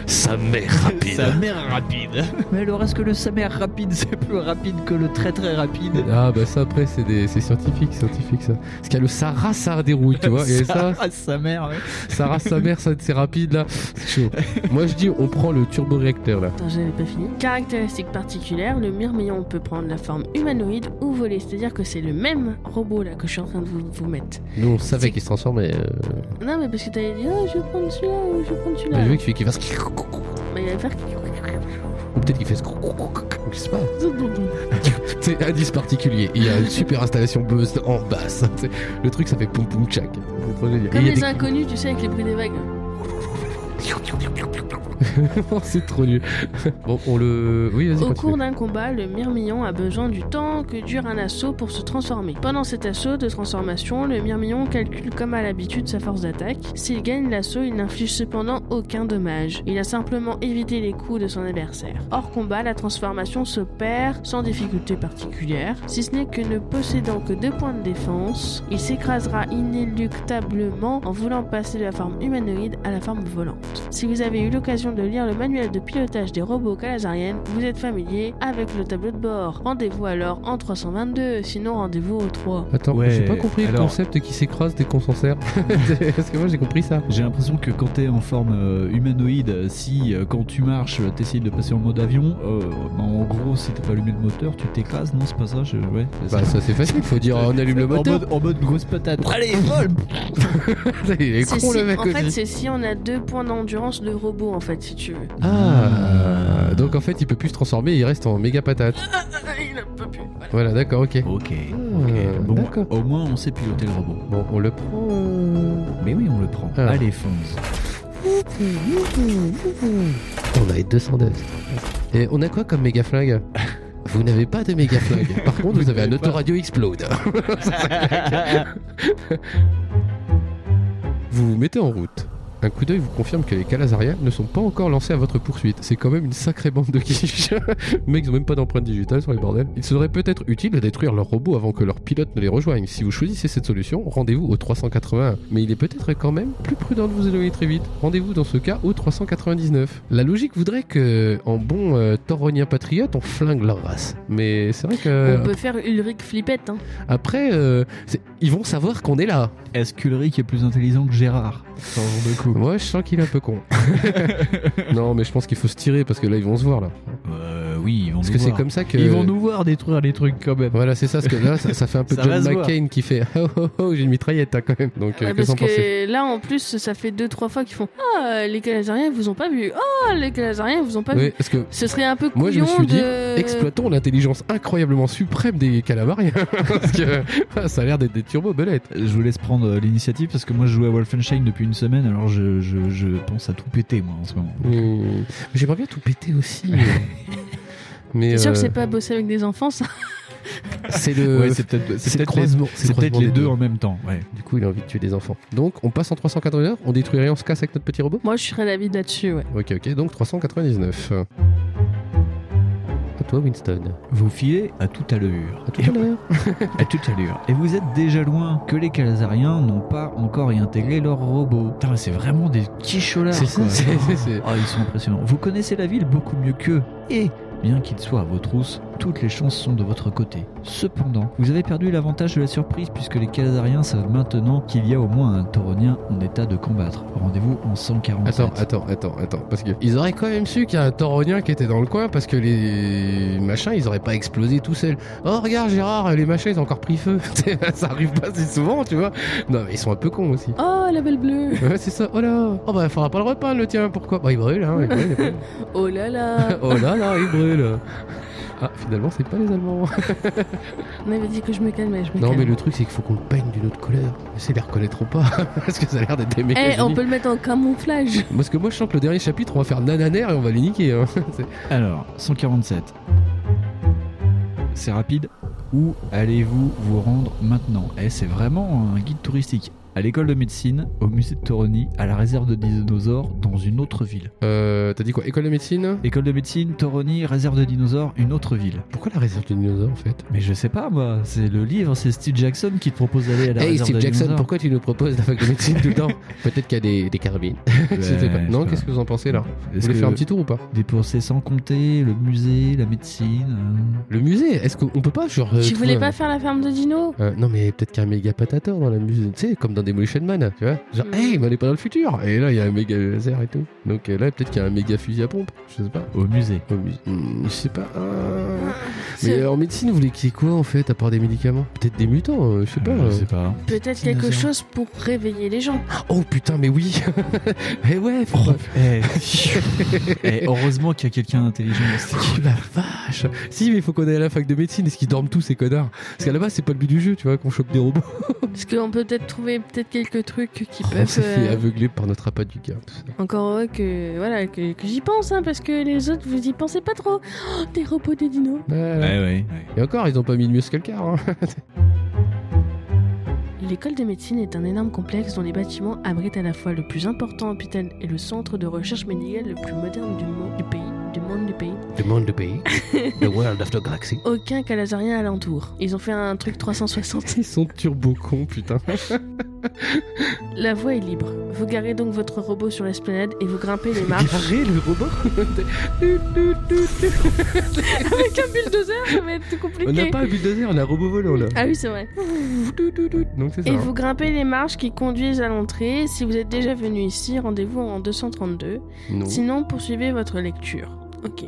S3: Sa mère rapide.
S5: mère rapide. Mais alors est-ce que le sa mère rapide c'est plus rapide que le très très rapide
S3: Ah bah ça après c'est des c'est scientifique scientifique ça. Parce qu'il y a le Sarah ça dérouille tu vois et ça
S5: *laughs* Ah, sa mère. ouais.
S3: Sarah sa mère ça c'est rapide là c'est chaud. Moi je dis on prend le turboréacteur là.
S1: Attends, j'avais pas fini. Caractéristiques particulières, le myrmillon peut prendre la forme humanoïde ou volée, c'est-à-dire que c'est le même robot là que je suis en train de vous, vous mettre.
S3: Nous on savait qu'il se transformait. Euh...
S1: Non mais parce que t'avais dit, oh je vais prendre celui-là ou je vais prendre
S3: Bah,
S1: celui-là.
S3: je veux qu'il fasse
S1: Mais il va faire.
S3: Ou peut-être qu'il fait ce... Je sais pas. C'est indice particulier. Il y a une super installation buzz en basse. C'est- Le truc, ça fait poum poum tchac. C'est trop génial.
S1: Comme
S3: Et il y a
S1: les inconnus, tu sais, avec les bruits des vagues.
S3: *laughs* C'est trop nul. Bon, on le. Oui, vas-y,
S1: Au
S3: continue.
S1: cours d'un combat, le Myrmillon a besoin du temps que dure un assaut pour se transformer. Pendant cet assaut de transformation, le Myrmillon calcule comme à l'habitude sa force d'attaque. S'il gagne l'assaut, il n'inflige cependant aucun dommage. Il a simplement évité les coups de son adversaire. Hors combat, la transformation s'opère sans difficulté particulière, si ce n'est que ne possédant que deux points de défense, il s'écrasera inéluctablement en voulant passer de la forme humanoïde à la forme volante. Si vous avez eu l'occasion de lire le manuel de pilotage des robots calazariennes, vous êtes familier avec le tableau de bord. Rendez-vous alors en 322, sinon rendez-vous au 3.
S3: Attends,
S5: Ouais,
S3: j'ai pas compris le
S5: alors-
S3: concept qui s'écrase dès qu'on s'en sert. *laughs* Parce que moi, j'ai compris ça.
S5: J'ai l'impression que quand t'es en forme euh, humanoïde, si euh, quand tu marches, euh, t'essayes de passer en mode avion, euh, bah, en gros, si t'as pas allumé le moteur, tu t'écrases, non C'est pas ça je- Ouais. c'est
S3: Bah,
S5: ça.
S3: ça, c'est facile. Faut dire, on allume le
S5: en,
S3: moteur.
S5: mode, en mode grosse patate. Allez, vol
S3: *laughs* Il est
S1: C'est
S3: con,
S1: si-
S3: le mec
S1: en
S3: aussi.
S1: fait, c'est si on a deux points d'endurance de robot, en fait, si tu veux.
S3: Ah, donc en fait, il peut plus se transformer, il reste en méga patate.
S1: Ah, Il a pas pu. Voilà.
S3: Voilà, d'accord, ok.
S5: Ok. ok.
S3: Ah,
S5: Bon,
S3: d'accord.
S5: au moins on sait piloter le robot.
S3: Bon, on le prend. euh,
S5: Mais oui, on le prend.
S3: Alors.
S5: Allez, fonce.
S3: On a les 209. Et on a quoi comme méga
S5: *laughs*
S3: flingue Vous n'avez pas de méga flingue. Par contre, vous avez un
S5: n'avez pas.
S3: autoradio explode. vous vous mettez en route. Un coup d'œil vous confirme que les Calazariens ne sont pas encore lancés à votre poursuite. C'est quand même une sacrée bande de quiches. *laughs* Les mecs, ils ont même pas d'empreinte digitale sur les bordels. Il serait peut-être utile de détruire leur robot avant que leur pilote ne les rejoigne. Si vous choisissez cette solution, rendez-vous au 381. Mais il est peut-être quand même plus prudent de vous éloigner très vite. Rendez-vous dans ce cas au 399. La logique voudrait que, en bon euh, tauronien patriote, on flingue leur race. Mais c'est vrai que.
S1: On peut faire Ulrich Flippette, hein.
S3: Après, euh, c'est- ils vont savoir qu'on est là.
S5: Est-ce qu'Ulrich est plus intelligent que Gérard Sans genre de coup.
S3: Moi, je sens qu'il est un peu con. *laughs* non, mais je pense qu'il faut se tirer parce que là, ils vont se voir là.
S5: Euh, oui, ils vont
S3: Parce
S5: nous
S3: que c'est
S5: voir.
S3: comme ça que.
S4: Ils vont nous voir détruire les trucs quand même.
S3: Voilà, c'est ça, parce que là, ça, ça fait un peu
S5: Ça va
S3: John
S5: se voir.
S3: McCain qui fait *laughs* Oh oh oh, j'ai une mitraillette hein, quand même. Donc, euh,
S1: Ouais,
S3: que
S1: parce
S3: t'en pensez
S1: que là, en plus, ça fait deux trois fois qu'ils font Ah, les Calazariens vous ont pas vu. Ah, les Calazariens vous ont pas
S3: Oui,
S1: vu.
S3: parce que
S1: Ce serait un peu couillon
S3: Moi, je me suis dit,
S1: de.
S3: exploitons l'intelligence incroyablement suprême des calamariens. *laughs* parce que ah, ça a l'air d'être des turbo-belettes.
S5: Je vous laisse prendre euh, l'initiative parce que moi je joue à Wolfenstein depuis une semaine alors je, je- je pense à tout péter moi en ce moment.
S3: Mais J'aimerais bien tout péter
S5: *laughs*
S3: aussi. Mais
S1: T'es sûr que
S3: euh,
S1: c'est pas bosser avec des enfants, ça
S3: c'est le.
S5: ouais, c'est peut-être
S3: Euh, c'est
S5: c'est
S3: le
S5: peut-être les,
S3: croisement-
S5: c'est
S3: le
S5: peut-être
S3: croisement
S5: les
S3: des
S5: deux hein. en même temps. Ouais.
S3: Du coup, il a envie de tuer des enfants. Donc, on passe en 399, on détruit rien, on se casse avec notre petit robot
S1: Moi, je serais d'avis là-dessus, ouais.
S3: Ok, ok, donc 399. À toi, Winston.
S5: Vous filez à toute allure.
S3: À tout à l'heure.
S5: à toute allure. Et vous êtes déjà loin que les Calazariens n'ont pas encore y intégré leurs robots. Putain, mais c'est vraiment des quicholards.
S3: C'est ça,
S5: quoi.
S3: c'est- c'est- c'est-
S5: Oh, ils sont impressionnants. Vous connaissez la ville beaucoup mieux qu'eux. Et, bien qu'ils soient à vos trousses, toutes les chances sont de votre côté. Cependant, vous avez perdu l'avantage de la surprise puisque les Calazariens savent maintenant qu'il y a au moins un Tauronien en état de combattre. Rendez-vous en 147.
S3: *laughs* Attends, attends, attends, attends. Parce que ils auraient quand même su qu'il y a un tauronien qui était dans le coin parce que les machins, ils auraient pas explosé tout seuls. Oh, regarde, Gérard, les machins, ils ont encore pris feu. *laughs* ça arrive pas si souvent, tu vois. Non, mais ils sont un peu cons aussi.
S1: Oh, la belle bleue
S3: Ouais, c'est ça. Oh là. Oh, bah, il faudra pas le repeindre, le tien. Pourquoi Bah, il brûle, hein. Il brûle, il brûle.
S1: Oh là
S3: *laughs*
S1: là
S3: oh là là, il brûle. Ah, finalement, c'est pas les Allemands.
S1: On avait dit que je me calmais, je me
S3: Non, mais
S1: calme.
S3: le truc, c'est qu'il faut qu'on le peigne d'une autre couleur. C'est les reconnaître ou pas. *laughs* Parce que ça a l'air d'être des mecs.
S1: Eh, on peut le mettre en camouflage
S3: Parce que moi, je sens que le dernier chapitre, on va faire nananère et on va les niquer. Hein. *laughs* C'est-
S5: Alors, 147. C'est rapide. Où allez-vous vous rendre maintenant Eh, c'est vraiment un guide touristique. À l'école de médecine, au musée de Toroni, à la réserve de dinosaures, dans une autre ville.
S3: Euh, T'as dit quoi École de médecine
S5: École de médecine, Toroni, réserve de dinosaures, une autre ville.
S3: Pourquoi la réserve des dinosaures en fait
S5: Mais je sais pas, moi, c'est le livre, c'est Steve Jackson qui te propose d'aller à la
S3: Hey
S5: réserve
S3: Eh, Steve
S5: de
S3: Jackson,
S5: dinosaures.
S3: pourquoi tu nous proposes la fac de médecine tout le temps *laughs* Peut-être qu'il y a des, des carabines. *laughs* Je sais pas.
S5: Ouais,
S3: Non,
S5: je sais
S3: qu'est-ce
S5: pas.
S3: que vous en pensez là Vous
S5: Est-ce
S3: voulez
S5: que
S3: faire un petit tour ou pas
S5: dépenser sans compter, le musée, la médecine euh,
S3: Le musée, est-ce qu'on peut pas genre. euh,
S1: Tu voulais
S3: trouver un-
S1: pas faire la ferme de dino
S3: Euh, non mais peut-être qu'il y a un méga patator dans la musée, tu sais, comme dans des Demolition Man, tu vois. Genre,
S1: Mm.
S3: hey, mais on est pas dans le futur. Et là, il y a un méga laser et tout. Donc euh, là, peut-être qu'il y a un méga fusil à pompe. Je sais pas.
S5: euh, Au musée.
S3: Oh, mais- hmm, Je sais pas. euh, Mais
S1: Ah, C'est
S3: euh, en médecine, vous voulez qu'il y ait quoi en fait, à part des médicaments Peut-être des mutants, euh, je sais pas.
S5: Euh, je sais pas.
S1: Peut-être quelque
S5: Dinosaure.
S1: chose pour réveiller les gens.
S3: Oh putain, mais oui *laughs* Eh ouais faut pas- *laughs*
S5: *laughs* Eh, eh, heureusement qu'il y a quelqu'un d'intelligent dans cette
S3: Oh
S5: équipe.
S3: la vache Si, mais il faut qu'on aille à la fac de médecine, est-ce qu'ils dorment tous ces connards Parce qu'à la base, c'est pas le but du jeu, tu vois, qu'on chope des robots.
S1: Parce qu'on peut peut-être trouver peut-être quelques trucs qui
S3: *laughs* On
S1: peuvent.
S3: s'est Oh, fait
S1: euh,
S3: aveugler par notre appât du gars, tout ça.
S1: Encore heureux que voilà que, que j'y pense hein, parce que les autres vous y pensez pas trop. Oh, des robots des dinos.
S3: Ouais, ouais.
S5: Eh ouais.
S3: Et encore, ils ont pas mis de mieux que le quart. hein.
S1: L'école de médecine est un énorme complexe dont les bâtiments abritent à la fois le plus important hôpital et le centre de recherche médicale le plus moderne du, mo- du pays, du monde du pays.
S3: The monde
S1: *laughs*
S3: de pays. The world of the galaxy.
S1: Aucun calazarien alentour. Ils ont fait un truc 360.
S3: Ils sont turbo cons, putain.
S1: La voie est libre. Vous garez donc votre robot sur l'esplanade et vous grimpez les marches. *laughs*
S3: Garé le robot *laughs*
S1: Avec un bulldozer, ça va être compliqué.
S3: On n'a pas un bulldozer, on a un robot volant là.
S1: Ah oui, c'est vrai.
S3: Donc c'est ça.
S1: Et
S3: hein.
S1: vous grimpez les marches qui conduisent à l'entrée. Si vous êtes déjà venu ici, rendez-vous en 232.
S3: Non.
S1: Sinon, poursuivez votre lecture. Ok.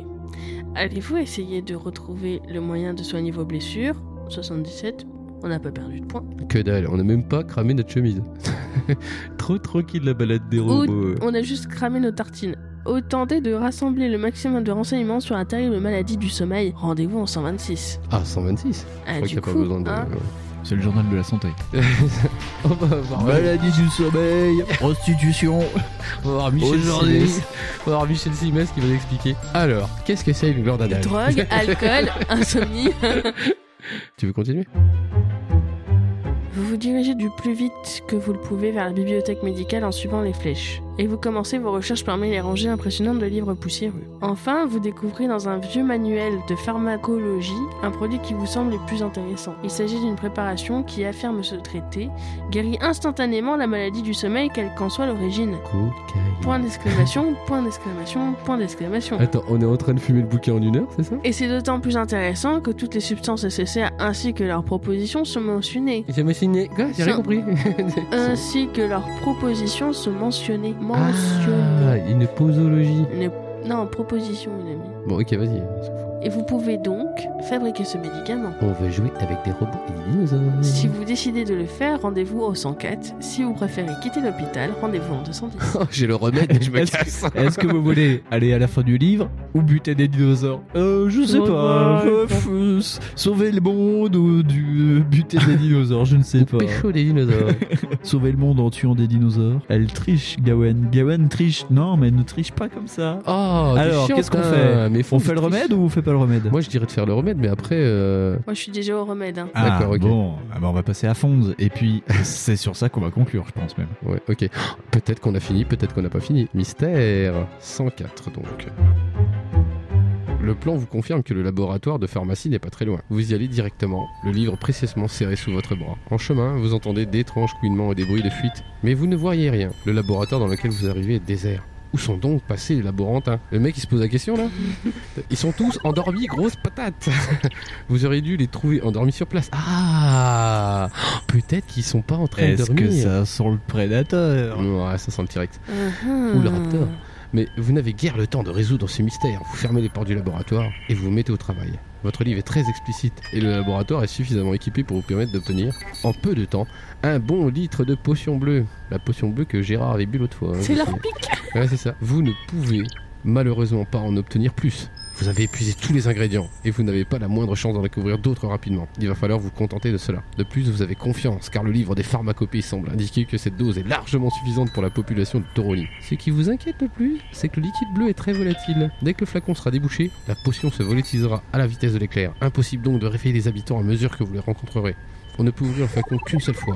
S1: Allez-vous essayer de retrouver le moyen de soigner vos blessures 77. On n'a pas perdu de points.
S3: Que dalle, on n'a même pas cramé notre chemise. *laughs* Trop tranquille la balade des robots. euh.
S1: On a juste cramé nos tartines. Au tenter de rassembler le maximum de renseignements sur la terrible maladie du sommeil, rendez-vous en 126.
S3: Ah, 126 Je
S1: Ah,
S3: crois qu'il
S1: du
S3: n'y a pas
S1: coup,
S3: besoin de... *laughs*
S1: hein,
S5: C'est le journal de la santé.
S3: on va avoir...
S5: Maladie du sommeil, *laughs* prostitution.
S3: On
S5: Oh,
S3: va avoir Michel
S5: Aujourd'hui.
S3: *laughs* Simès. On va avoir Michel Simès qui va nous expliquer. Alors, qu'est-ce que c'est une glande anale
S1: drogue,
S3: *laughs*
S1: alcool, insomnie.
S3: Tu veux continuer
S1: Vous vous dirigez du plus vite que vous le pouvez vers la bibliothèque médicale en suivant les flèches, et vous commencez vos recherches parmi les rangées impressionnantes de livres poussiéreux. Enfin, vous découvrez dans un vieux manuel de pharmacologie un produit qui vous semble le plus intéressant. Il s'agit d'une préparation qui affirme ce traité, guérit instantanément la maladie du sommeil quelle qu'en soit l'origine.
S3: Cocaïne.
S1: Point d'exclamation, point d'exclamation, point d'exclamation.
S3: Attends, on est en train de fumer le bouquin en une heure, c'est ça
S1: Et c'est d'autant plus intéressant que toutes les substances nécessaires ainsi que leurs propositions sont mentionnées.
S3: J'ai signé. Quoi J'ai rien
S1: Ça-
S3: compris.
S1: ainsi que leurs propositions sont mentionnées.
S3: *laughs* ah,
S1: Mentionnées.
S3: une posologie.
S1: Une- Non, proposition, mon ami.
S3: Bon, ok, vas-y. on s'en fout.
S1: Et vous pouvez donc fabriquer ce médicament.
S3: On va jouer avec des robots et des dinosaures.
S1: Si vous décidez de le faire, rendez-vous au 104. Si vous préférez quitter l'hôpital, rendez-vous en
S3: *laughs*
S1: 210.
S3: Oh, J'ai le remède, mais je me
S5: Est-ce
S3: *laughs*
S5: que-
S3: casse.
S5: Est-ce que vous voulez aller à la fin du livre ou buter des dinosaures Euh, je sais
S1: Ouais,
S5: pas.
S1: ouais,
S5: Euh, f- euh, s- sauver le monde ou du, euh, buter *laughs* des dinosaures, je ne sais
S3: Ou
S5: pas.
S3: pécho des *laughs* dinosaures.
S5: Sauver le monde en tuant des dinosaures. Elle triche, Gawen. Gawen triche. Non, mais elle ne triche pas comme ça.
S3: Oh, t'es
S5: Alors,
S3: chiant,
S5: qu'est-ce qu'on
S3: putain.
S5: fait
S3: Mais faut-
S5: On fait le remède ou on fait pas le remède
S3: Moi, je dirais de faire le remède, mais après. euh,
S1: Moi, je suis déjà au remède. hein.
S5: Ah,
S3: D'accord, ok.
S5: Bon, Ah bah, on va passer à Fonz. Et puis, *laughs* c'est sur ça qu'on va conclure, je pense même.
S3: Ouais, ok. Peut-être qu'on a fini, peut-être qu'on n'a pas fini. Mystère 104 donc. Le plan vous confirme que le laboratoire de pharmacie n'est pas très loin. Vous y allez directement, le livre précieusement serré sous votre bras. En chemin, vous entendez d'étranges couinements et des bruits de fuite, mais vous ne voyez rien. Le laboratoire dans lequel vous arrivez est désert. Où sont donc passés les laborantins Le mec il se pose la question là Ils sont tous endormis, grosse patate *laughs* Vous auriez dû les trouver endormis sur place. Ah Peut-être qu'ils sont pas en train de
S5: Est-ce
S3: dormir.
S5: que ça sent le prédateur
S3: Ouais, ça sent le T-Rex.
S1: Ah,
S3: Ou le
S1: ah.
S3: raptor. Mais vous n'avez guère le temps de résoudre ce mystère. Vous fermez les portes du laboratoire et vous vous mettez au travail. Votre livre est très explicite et le laboratoire est suffisamment équipé pour vous permettre d'obtenir, en peu de temps, un bon litre de potion bleue. La potion bleue que Gérard avait bu l'autre fois. hein,
S1: C'est
S3: je
S1: leur
S3: sais.
S1: pic.
S3: Ouais, c'est ça. Vous ne pouvez malheureusement pas en obtenir plus. Vous avez épuisé tous les ingrédients et vous n'avez pas la moindre chance d'en découvrir d'autres rapidement. Il va falloir vous contenter de cela. De plus, vous avez confiance car le livre des pharmacopées semble indiquer que cette dose est largement suffisante pour la population de Tauroni. Ce qui vous inquiète le plus, c'est que le liquide bleu est très volatile. Dès que le flacon sera débouché, la potion se volatilisera à la vitesse de l'éclair. Impossible donc de réveiller les habitants à mesure que vous les rencontrerez. On ne peut ouvrir le flacon qu'une seule fois.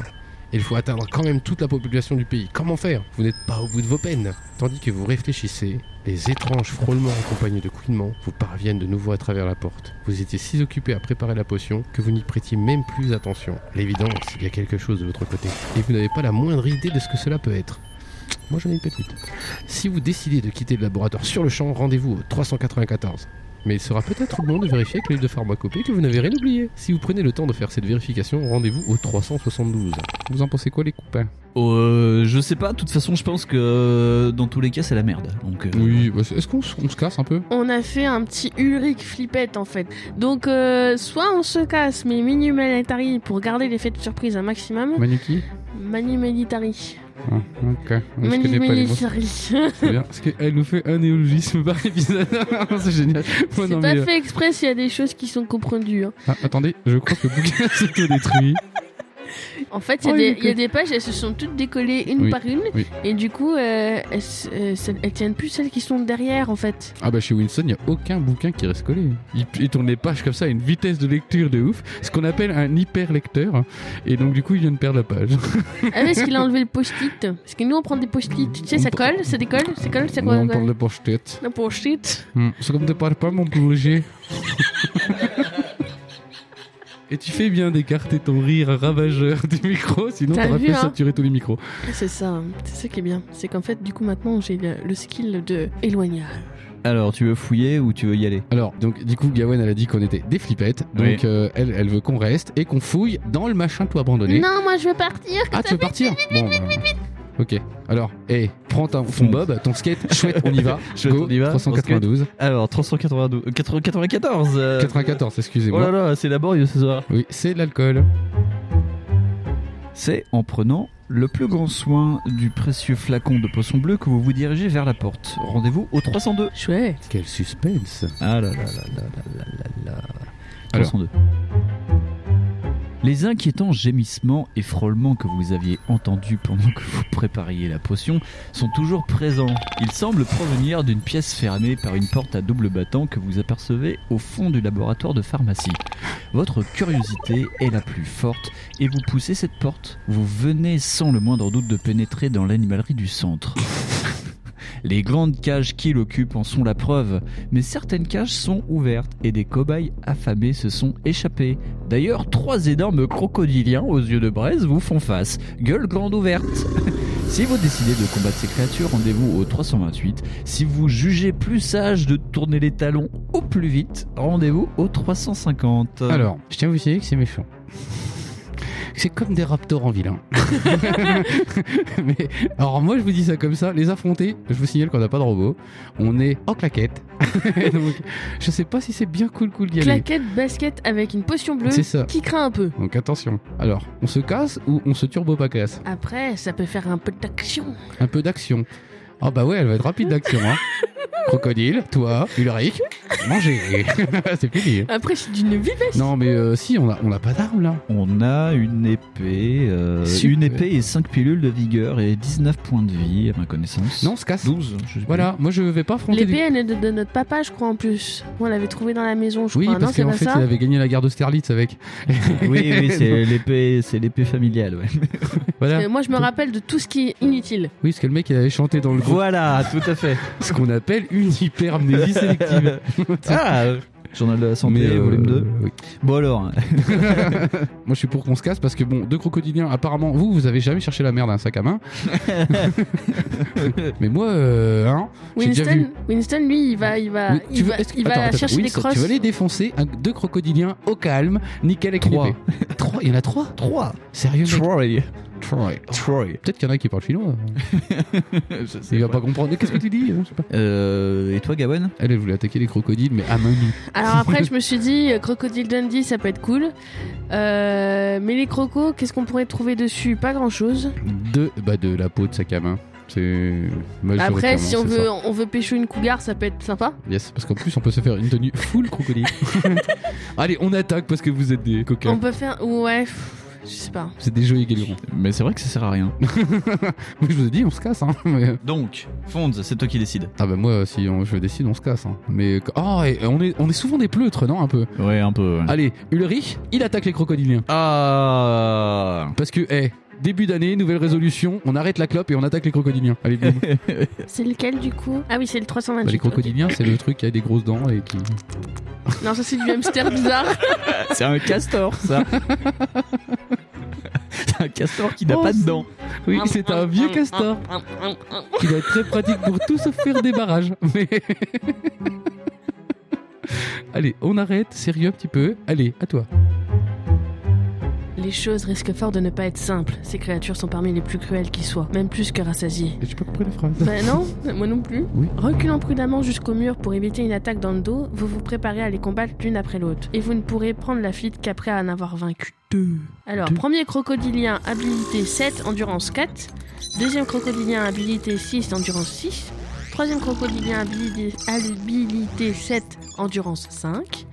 S3: Il faut atteindre quand même toute la population du pays. Comment faire Vous n'êtes pas au bout de vos peines. Tandis que vous réfléchissez, les étranges frôlements accompagnés de couinements vous parviennent de nouveau à travers la porte. Vous étiez si occupé à préparer la potion que vous n'y prêtiez même plus attention. L'évidence, il y a quelque chose de l'autre côté. Et vous n'avez pas la moindre idée de ce que cela peut être. Moi j'en ai une petite. Si vous décidez de quitter le laboratoire sur le champ, rendez-vous au 394. Mais il sera peut-être bon de vérifier avec l'œil de pharmacopée que vous n'avez rien oublié. Si vous prenez le temps de faire cette vérification, rendez-vous au 372. Vous en pensez quoi, les copains
S5: Euh, je sais pas, de toute façon, je pense que euh, dans tous les cas, c'est la merde. Donc, euh,
S2: Oui, bah, c'est- est-ce qu'on s- on se casse un peu
S1: On a fait un petit Ulrich flippette en fait. Donc euh, soit on se casse, mais Mini Militari pour garder l'effet de surprise un maximum.
S2: Maniki
S1: Mani Militari.
S2: ah, Ok. Je
S1: Mani
S2: connais pas les mots.
S1: Militari. *laughs*
S2: C'est bien. Parce qu'elle nous fait un néologisme par épisode. *laughs* c'est génial. Ouais,
S1: C'est
S2: non,
S1: pas
S2: mais, euh,
S1: fait exprès s'il y a des choses qui sont comprendues. hein.
S2: ah, attendez, je crois que le bouquin *laughs* s'est que détruit.
S1: En fait, il y, a
S2: Oh,
S1: des-
S2: il est
S1: il y a des pages, elles se sont toutes décollées une
S2: Oui,
S1: par une.
S2: oui.
S1: Et du coup, euh, elles, se- euh, celles- elles tiennent plus celles qui sont derrière en fait.
S2: Ah bah chez Winston, il n'y a aucun bouquin qui reste collé. Il, il tourne les pages comme ça à une vitesse de lecture de ouf, ce qu'on appelle un hyperlecteur. Et donc du coup, il vient de perdre la page.
S1: Ah, mais est-ce qu'il a enlevé le post-it Parce que nous, on prend des post-it. Tu sais, ça colle, ça décolle, ça colle, ça colle.
S2: on parle de poche-tête.
S1: Le post-it.
S2: Hmm, C'est comme te parle pas mon
S1: *laughs*
S2: projet. Et tu fais bien d'écarter ton rire ravageur du micro, sinon
S1: T'as
S2: t'aurais
S1: vu,
S2: pu
S1: hein
S2: saturer tous les micros.
S1: C'est ça, hein. c'est ça qui est bien. C'est qu'en fait, du coup, maintenant, j'ai le, le skill de éloigner.
S5: Alors, tu veux fouiller ou tu veux y aller
S2: Alors, donc du coup, Gawen, elle a dit qu'on était des flippettes. Donc
S5: Oui.
S2: euh, elle, elle veut qu'on reste et qu'on fouille dans le machin tout abandonné.
S1: Non, moi, je veux partir. que
S2: Ah,
S1: ça
S2: tu veux
S1: fait-
S2: partir Bon, bah, Ok. Alors, hé, prends ton, ton bob, ton skate, chouette, on y va.
S5: *laughs* Chouette,
S2: Go,
S5: on y va,
S2: 392.
S5: Alors, 392. euh, 80 94 euh,
S2: 94,
S5: Oh là
S2: excusez-moi.
S5: là, c'est laborieux ce soir.
S2: Oui, c'est de l'alcool.
S5: C'est en prenant le plus grand soin du précieux flacon de poisson bleu que vous vous dirigez vers la porte. Rendez-vous au 302.
S1: Chouette.
S2: Quel suspense.
S5: Ah là là là là là là là là.
S2: Alors.
S5: 302. Les inquiétants gémissements et frôlements que vous aviez entendus pendant que vous prépariez la potion sont toujours présents. Ils semblent provenir d'une pièce fermée par une porte à double battant que vous apercevez au fond du laboratoire de pharmacie. Votre curiosité est la plus forte et vous poussez cette porte. Vous venez sans le moindre doute de pénétrer dans l'animalerie du centre. Les grandes cages qui l'occupent en sont la preuve, mais certaines cages sont ouvertes et des cobayes affamés se sont échappés. D'ailleurs, trois énormes crocodiliens aux yeux de braise vous font face, gueule grande ouverte. *laughs* si vous décidez de combattre ces créatures, rendez-vous au 328. Si vous jugez plus sage de tourner les talons au plus vite, rendez-vous au 350.
S3: Ah,
S2: Alors, je tiens à vous signaler que c'est méchant. *laughs* C'est comme des raptors en ville. hein. *laughs* Mais, alors moi je vous dis ça comme ça, les affronter, je vous signale qu'on n'a pas de robot, on est en claquette. *laughs* Donc, je sais pas si c'est bien cool cool d'y aller.
S1: Claquette, basket avec une potion bleue
S2: C'est ça.
S1: qui craint un peu.
S2: Donc attention. Alors, on se casse ou on se turbo pas casse
S1: Après, ça peut faire un peu d'action.
S2: Un peu d'action. Ah bah ouais, elle va être rapide d'action.
S1: *laughs*
S2: Hein. Crocodile, toi, Ulrich, manger. *laughs* c'est fini.
S1: Après, c'est d'une vivesse.
S2: Non mais euh, si, on a, on a pas d'armes là.
S5: On a une épée, euh,
S2: Super.
S5: une épée et 5 pilules de vigueur et 19 points de vie à ma connaissance.
S2: Non, on se casse.
S5: 12, je sais plus.
S2: Voilà, moi je vais pas affronter.
S1: L'épée,
S2: des-
S1: elle est de, de notre papa, je crois, en plus. On l'avait trouvée dans la maison, je
S2: Oui,
S1: crois. Ah, Non,
S2: parce
S1: c'est
S2: qu'en
S1: pas
S2: fait,
S1: ça
S2: il avait gagné la guerre d'Austerlitz avec.
S5: Oui, oui, *laughs* c'est l'épée, c'est l'épée familiale, *laughs* ouais.
S2: Voilà.
S1: Euh, Moi, je me rappelle de tout ce qui est inutile.
S2: Oui, parce que le mec, il avait chanté dans le groupe
S5: Voilà, tout à fait.
S2: ce qu'on appelle une hyperamnésie sélective.
S5: ah, journal de la *laughs* santé,
S2: euh,
S5: volume 2.
S2: oui.
S5: Bon alors,
S2: Moi, je suis pour qu'on se casse parce que, bon, deux crocodiliens, apparemment, vous, vous avez jamais cherché la merde à un sac
S5: *laughs*
S2: à main. *laughs* Mais moi, euh, hein, J'ai déjà
S1: Winston, Winston, lui, il va, il va,
S2: Oui,
S1: Euh, il va,
S2: est-ce que-
S1: il va
S2: attends, attends,
S1: chercher des
S2: Wilson,
S1: crosses.
S2: Tu veux les défoncer, un- deux crocodiliens au calme, nickel avec une
S5: Trois.
S2: épée. *laughs* Trois, il y en a trois
S5: 3.
S2: Sérieux mec
S5: *laughs* Troy.
S2: Trois.
S5: *laughs* Troy.
S2: Peut-être qu'il y en a qui parlent chinois. hein. Il va pas comprendre. Qu'est-ce que tu dis hein, Je sais pas.
S5: Euh, et toi, Gawen
S2: Elle, elle voulait attaquer les crocodiles, mais à main nue.
S1: Alors après, je me suis
S2: *laughs*
S1: dit, euh, Crocodile Dundee, ça peut être cool. Euh, mais les crocos, qu'est-ce qu'on pourrait trouver dessus Pas grand-chose.
S2: De, bah, de la peau de sac à main. C'est
S1: Après,
S2: majoritairement,
S1: si on
S2: Bah, c'est
S1: veut,
S2: ça.
S1: on veut pêcher une cougar, ça peut être sympa.
S2: Yes, parce qu'en plus, on peut se faire une tenue
S1: *laughs*
S2: full crocodile. *laughs* Allez, on attaque parce que vous êtes des
S1: On
S2: coquins.
S1: peut faire, ouais, pff, je sais pas.
S2: C'est des
S1: *laughs*
S2: jolis galérons.
S5: Mais c'est vrai que ça sert à rien.
S2: Moi, je vous ai dit, on se casse. Hein. *laughs* mais-
S5: Donc, Fonds, c'est toi qui décides.
S2: Ah, bah, moi, si on- je décide, on se casse. Hein. Mais. Oh, et on est, on est souvent des pleutres, non Un peu.
S5: Ouais, un peu.
S2: Allez, Ulrich, il attaque les crocodiliens.
S5: Ah.
S2: Parce que, hé, début d'année, nouvelle résolution, on arrête la clope et on attaque les crocodiliens. Allez, *laughs* boum.
S1: C'est lequel du coup Ah oui, c'est le
S2: Bah,
S1: 328.
S2: les crocodiliens, c'est le truc qui a des grosses dents et qui.
S1: ok. Non, ça c'est du hamster
S2: *laughs*
S1: bizarre.
S5: C'est un castor, ça. *laughs* c'est un castor qui n'a
S2: Oh,
S5: pas de
S2: c'est-
S5: dents.
S2: Oui, c'est un vieux castor *laughs* qui doit être très pratique pour tout se faire des barrages. Mais. Allez, on arrête, sérieux un petit peu. Allez, à toi.
S1: Les choses risquent fort de ne pas être simples. Ces créatures sont parmi les plus cruelles qui soient, même plus que rassasiées.
S2: Et J'ai pas compris la phrase.
S1: Ben non, moi non plus.
S2: Oui.
S1: Reculant prudemment jusqu'au mur pour éviter une attaque dans le dos, vous vous préparez à les combattre l'une après l'autre. Et vous ne pourrez prendre la fuite qu'après en avoir vaincu deux. Alors,
S2: Deux.
S1: premier crocodilien, habilité 7, endurance 4. Deuxième crocodilien, habilité 6, endurance 6. Troisième crocodilien, habilité, habilité 7, endurance 5.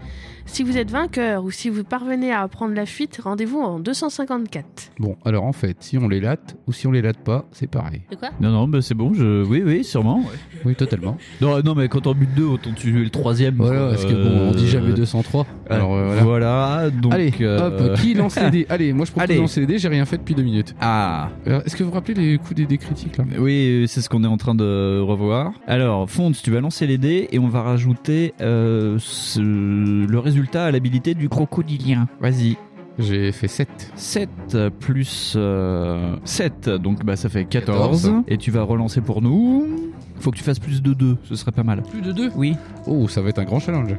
S1: Si vous êtes vainqueur ou si vous parvenez à prendre la fuite, rendez-vous en 254.
S2: Bon, alors en fait, si on les latte ou si on les latte pas, c'est pareil.
S1: De quoi
S5: Non, non, bah c'est bon, je... oui, oui, sûrement.
S2: Oui, totalement.
S5: Non, euh, non, mais quand on bute deux, autant tuer le troisième.
S2: Voilà,
S5: quoi.
S2: parce que bon, on dit jamais
S5: Euh,
S2: 203. Alors euh, voilà.
S5: voilà. donc.
S2: Allez,
S5: euh,
S2: hop, qui lance les dés Allez, moi je propose
S5: Allez.
S2: de lancer les dés, j'ai rien fait depuis deux minutes.
S5: Ah,
S2: Euh, Est-ce que vous vous rappelez les coups des dés critiques là
S5: oui, c'est ce qu'on est en train de revoir. Alors, Fonds, tu vas lancer les dés et on va rajouter euh, ce- le résultat à l'habilité du crocodilien. Vas-y.
S2: J'ai fait 7.
S5: 7 plus 7, donc bah, ça fait 14.
S2: 14.
S5: Et tu vas relancer pour nous. Faut que tu fasses plus de 2, ce serait pas mal.
S2: Plus de 2
S5: Oui.
S2: Oh, ça va être un grand challenge.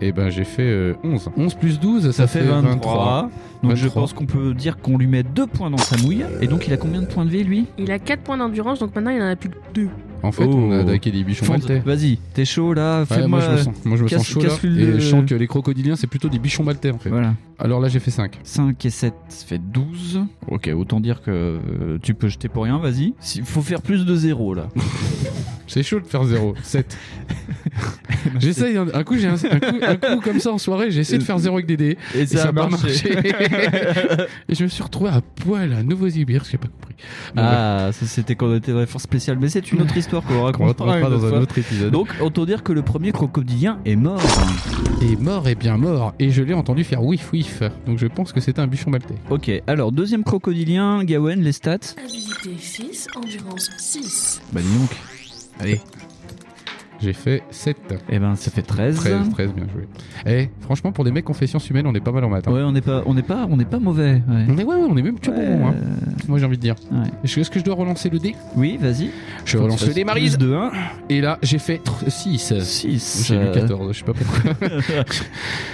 S2: Et ben j'ai fait euh, 11. 11 plus 12, ça,
S5: Ça, fait 23. Donc je
S2: 23.
S5: pense qu'on peut dire qu'on lui met 2 points dans sa mouille. Et donc il a combien de points de vie lui
S1: Il a 4 points d'endurance, donc maintenant il en a plus que 2.
S2: En fait,
S5: Oh.
S2: on a attaqué des bichons
S5: Fonds,
S2: maltais.
S5: Vas-y, t'es chaud là,
S2: Ouais,
S5: fais-moi.
S2: moi, je me sens, moi je me
S5: casse-
S2: sens chaud là.
S5: casse-lui
S2: Et
S5: le-
S2: je sens que les crocodiliens c'est plutôt des bichons maltais en fait.
S5: Voilà,
S2: Alors là j'ai fait 5.
S5: 5 et 7, ça fait 12. Ok, autant dire que euh, tu peux jeter pour rien, vas-y. Si- faut faire plus de 0 là.
S2: C'est chaud de faire *laughs* 0.
S5: *laughs*
S2: 7. J'essaye, un, un coup, j'ai un, un coup, un coup comme ça en soirée, j'ai essayé de faire 0 avec des dés.
S5: Et
S2: ça a pas *laughs* marché. Et je me suis retrouvé à poil à Nouveau-Zébir, j'ai pas compris. Bon, bah,
S5: ah, ça c'était quand on était dans les forces spéciales, mais c'est une autre histoire qu'on
S2: on
S5: racontera
S2: rentrera
S5: une
S2: dans
S5: autre
S2: un
S5: fois.
S2: autre épisode.
S5: Donc, autant dire que le premier crocodilien est mort.
S2: Et mort et bien mort. Et je l'ai entendu faire whiff whiff. Donc je pense que c'était un bichon maltais.
S5: Ok, alors deuxième crocodilien, Gawen, les stats
S1: Habilité 6, endurance 6.
S5: Bah dis donc. Allez.
S2: J'ai fait 7.
S5: Eh ben, ça fait 13.
S2: 13, 13, bien joué. Eh, franchement, pour des mecs en sciences humaines, on est pas mal en maths. hein.
S5: Ouais, on n'est pas, on n'est pas, on n'est pas mauvais. ouais.
S2: On est, ouais, ouais, on est même tout
S5: Ouais,
S2: bon. Hein.
S5: euh,
S2: Moi j'ai envie de dire.
S5: Ouais.
S2: Est-ce que- est-ce que je dois relancer le dé
S5: Oui, vas-y.
S2: Je relance le dé, Marise.
S5: De 1,
S2: Et là, j'ai fait 6.
S5: 6.
S2: Euh, J'ai eu 14, je sais pas pourquoi.
S5: Euh,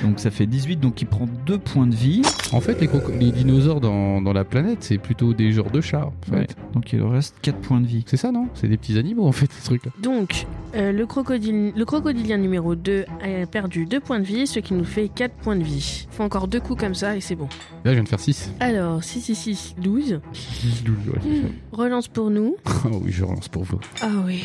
S5: donc ça fait 18, donc il prend 2 points de vie.
S2: En fait, les, croco- les dinosaures dans, dans la planète, c'est plutôt des genres de chats. En fait.
S5: Ouais. Donc il leur reste 4 points de vie.
S2: C'est ça, non C'est des petits animaux, en fait, ce truc.
S1: Donc, euh, le, crocodile, le crocodilien numéro 2 a perdu 2 points de vie, ce qui nous fait 4 points de vie. Faut encore 2 coups comme ça et c'est bon.
S2: Là, je viens de faire *laughs* 6.
S1: Alors, 6, 6, 6, 12.
S2: *laughs*
S1: Relance pour nous.
S2: Oh oui, je relance pour vous.
S1: Ah oui,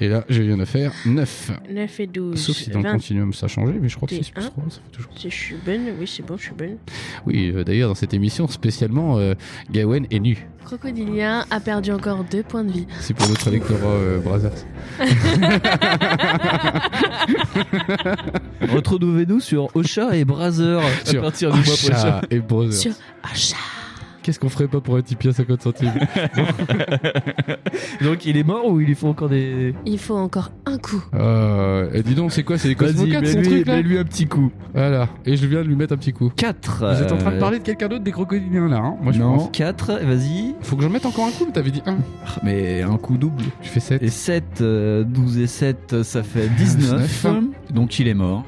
S2: Et là, je viens de faire 9.
S1: 9 et 12.
S2: Sauf si dans le
S1: 20.
S2: continuum ça a changé, mais je crois que 6 plus
S1: T1.
S2: 3, ça fait toujours.
S1: Je suis bonne, oui, c'est bon, je suis bonne.
S2: Oui, euh, d'ailleurs, dans cette émission, spécialement, euh, Gawen est nu.
S1: Crocodilien a perdu encore 2 points de vie.
S2: C'est pour notre électorat euh, Brazzers.
S5: *laughs* Retrouvez-nous sur Ocha et Brazer à
S2: Sur
S5: partir du mois
S2: Ocha
S5: prochain.
S2: et Brazzers.
S1: Sur Achat.
S2: Qu'est-ce qu'on ferait pas pour un Tipeee à 50 centimes
S5: Donc il est mort ou il lui faut encore des.
S1: Il faut encore un coup.
S2: euh, et Dis donc, c'est quoi C'est les
S5: Vas-y,
S2: Cosmocates, son
S5: mets-lui
S2: truc là
S5: mets-lui un petit coup.
S2: Voilà, et je viens de lui mettre un petit coup.
S5: 4.
S2: Vous êtes en train de parler de quelqu'un d'autre des crocodiliens là, hein Moi je
S5: non.
S2: pense.
S5: 4, vas-y.
S2: Faut que j'en mette encore un coup, mais t'avais dit 1.
S5: Mais un coup double.
S2: Je fais 7.
S5: Et 7, 12 et 7, ça fait
S2: Ah,
S5: 19.
S2: hein.
S5: Donc il est mort.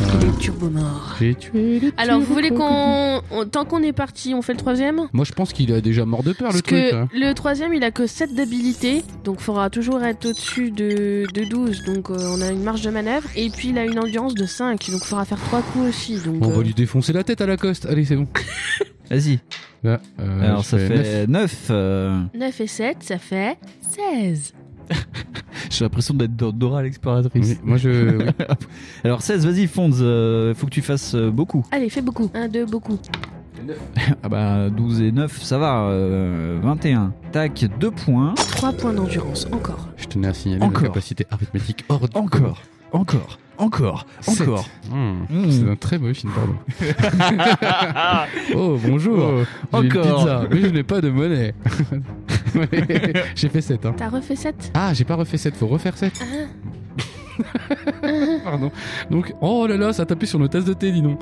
S1: Il est turbo mort.
S2: J'ai tué les
S1: Alors, vous
S2: petits
S1: voulez
S2: crocodiles.
S1: qu'on. on- Tant qu'on est parti, on fait le troisième
S2: Moi je pense qu'il a déjà mort de peur le
S1: Parce
S2: truc. hein.
S1: que
S2: là.
S1: le troisième, il a que 7 d'habilité, donc faudra toujours être au-dessus de, de 12, donc euh, on a une marge de manœuvre. Et puis il a une endurance de 5, donc faudra faire 3 coups aussi. Donc,
S2: On
S1: euh,
S2: va lui défoncer la tête à la coste. Allez, c'est bon.
S5: Vas-y.
S2: Là, euh,
S5: Alors
S2: je
S5: ça
S2: fais neuf.
S5: fait 9. euh,
S1: 9 et 7, ça fait 16.
S5: J'ai l'impression d'être dans Dora l'exploratrice.
S2: Oui, moi je. oui.
S5: Alors 16, vas-y, Fonz, euh, faut que tu fasses euh, beaucoup.
S1: Allez, fais beaucoup. 1, 2, beaucoup.
S5: Ah bah 12 et 9, ça va. euh, 21. Tac, 2 points.
S1: 3 points d'endurance, encore.
S2: Je tenais à signaler
S5: Encore.
S2: ma capacité arithmétique hors de-
S5: Encore, encore, encore,
S2: Sept.
S5: encore.
S2: Hmm,
S5: Hmm.
S2: C'est un très mauvais film, *laughs* pardon. oh, bonjour. J'ai une
S5: Encore.
S2: pizza, mais je n'ai pas de monnaie. *laughs* Ouais, j'ai fait 7. Hein.
S1: T'as refait 7
S2: Ah, j'ai pas refait 7, faut refaire 7.
S1: Hein
S2: *laughs* Pardon. Donc, oh là là, ça a tapé sur nos tasses de thé, dis *laughs* donc.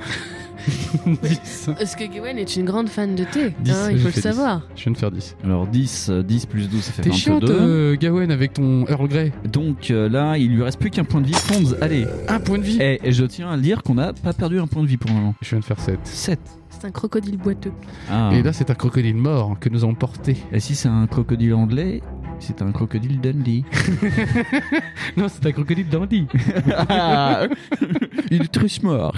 S2: 10.
S1: Parce que Gwen est une grande fan de thé,
S2: Dix,
S1: hein, il
S2: j'ai
S1: faut le
S2: fait dix.
S1: savoir.
S2: Je viens de faire 10.
S5: Alors 10, euh, 10 plus 12, ça fait
S2: T'es chiante,
S5: 22.
S2: euh, Gawen, avec ton Earl Grey.
S5: Donc euh, là, il lui reste plus qu'un point de vie. Fonz, allez.
S2: Un point de vie.
S5: Eh, Et, et je tiens à dire qu'on n'a pas perdu un point de vie pour le moment.
S2: Eh, Je viens de faire 7.
S5: 7.
S1: C'est un crocodile boiteux.
S5: Ah.
S2: Et là, c'est un crocodile mort que nous avons porté.
S5: Et si c'est un crocodile anglais, c'est un crocodile dandy.
S2: Non, c'est un crocodile dandy.
S5: *laughs* il est très smart.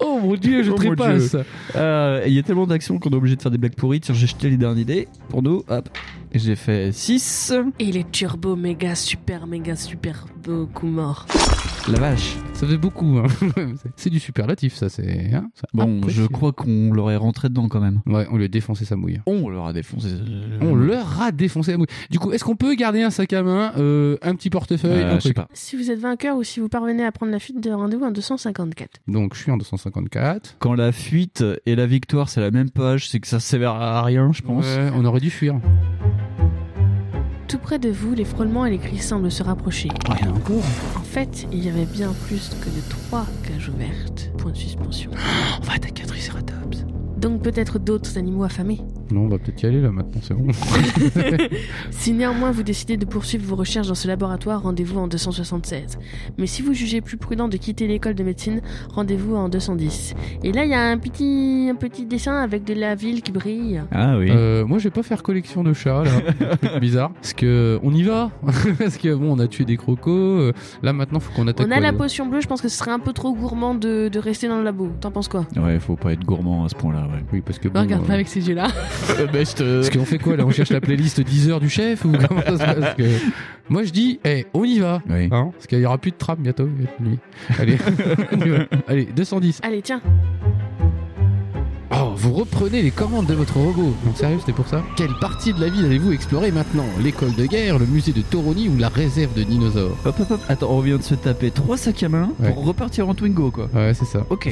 S2: Oh mon dieu, je
S5: Oh, mon
S2: trépasse.
S5: Euh, Il y a tellement d'actions qu'on est obligé de faire des blagues pourries. Tiens, j'ai jeté les derniers dés pour nous. Hop. Et J'ai fait 6.
S1: Et il est turbo, méga, super, méga, super, beaucoup mort.
S5: La vache.
S2: Ça fait beaucoup. *laughs* hein. c'est du superlatif, ça. C'est. hein, ça-
S5: Bon,
S2: Apprécié.
S5: je crois qu'on l'aurait rentré dedans quand même.
S2: Ouais, on lui a défoncé sa mouille.
S5: On leur a défoncé.
S2: On leur a défoncé la mouille. Du coup, est-ce qu'on peut garder un sac à main, euh, un petit portefeuille,
S5: Euh,
S2: un
S5: je sais
S2: truc
S5: pas.
S1: Si vous êtes vainqueur ou si vous parvenez à prendre la fuite de rendez-vous en 254.
S2: Donc, je suis en 254.
S5: Quand la fuite et la victoire, c'est la même page, c'est que ça sert à rien, je pense.
S2: Ouais, on aurait dû fuir.
S1: Tout près de vous, les frôlements et les cris semblent se rapprocher.
S5: Ouais, Ah, il y en a encore.
S1: En fait, il y avait bien plus que de trois cages ouvertes. Point de suspension.
S5: *gasps* On va attaquer un Triceratops.
S1: Donc peut-être d'autres animaux affamés.
S2: Non, on va peut-être y aller là maintenant, c'est bon.
S1: Si néanmoins vous décidez de poursuivre vos recherches dans ce laboratoire, rendez-vous en 276. Mais si vous jugez plus prudent de quitter l'école de médecine, rendez-vous en 210. Et là, il y a un petit, un petit dessin avec de la ville qui brille.
S5: Ah oui.
S2: Euh, moi, je vais pas faire collection de chats *laughs* là. Bizarre. Parce que on y va. *laughs* Parce que bon, on a tué des crocos. euh, Là maintenant, faut qu'on attaque.
S1: On a la
S2: quoi,
S1: potion bleue, je pense que ce serait un peu trop gourmand de, de rester dans le labo. T'en penses quoi
S5: Ouais, faut pas être gourmand à ce point-là, ouais.
S2: Oui, parce que Ah bon.
S1: Regarde
S2: euh,
S1: pas avec ces yeux-là.
S5: Euh,
S2: Parce qu'on fait quoi là On cherche la playlist 10 heures du chef ou comment ça se passe Parce que Moi je dis, eh, on y va
S5: Oui.
S2: Hein Parce qu'il y aura plus de tram bientôt, il va être nuit. *laughs* Allez, on y va. Allez, 210.
S1: *laughs* Allez, tiens.
S2: Oh, vous reprenez les commandes de votre robot. Non, sérieux, c'était pour ça Quelle partie de la ville allez-vous explorer maintenant L'école de guerre, le musée de Toroni ou la réserve de dinosaures
S5: Hop, hop, hop. Attends, on vient de se taper trois sacs à main
S2: Ouais.
S5: pour repartir en Twingo, quoi.
S2: Ouais, c'est ça.
S5: Ok.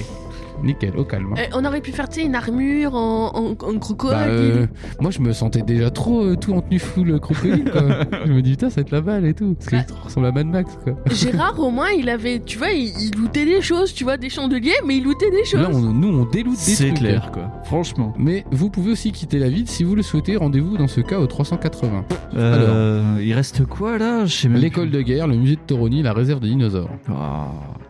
S2: Nickel, au calme. hein.
S1: Euh, on aurait pu faire, tu sais, une armure en, en, en crocodile.
S2: Bah, euh, moi je me sentais déjà trop euh, tout en tenue full crocodile *laughs* quoi. je me dis putain ça va être la balle et tout. Parce que
S1: Bah-
S2: ça ressemble à Mad Max quoi.
S1: Gérard, au moins, il avait, tu vois, il, il lootait des choses, tu vois, des chandeliers, mais il lootait des choses.
S2: Là on- nous on déloute des
S5: C'est
S2: trucs. hein.
S5: clair, quoi. Franchement.
S2: Mais vous pouvez aussi quitter la ville si vous le souhaitez. Rendez-vous dans ce cas au 380.
S5: Euh, il reste quoi, là Je sais même
S2: L'école de guerre, le musée de Toroni, la réserve des dinosaures.
S5: plus. Ah.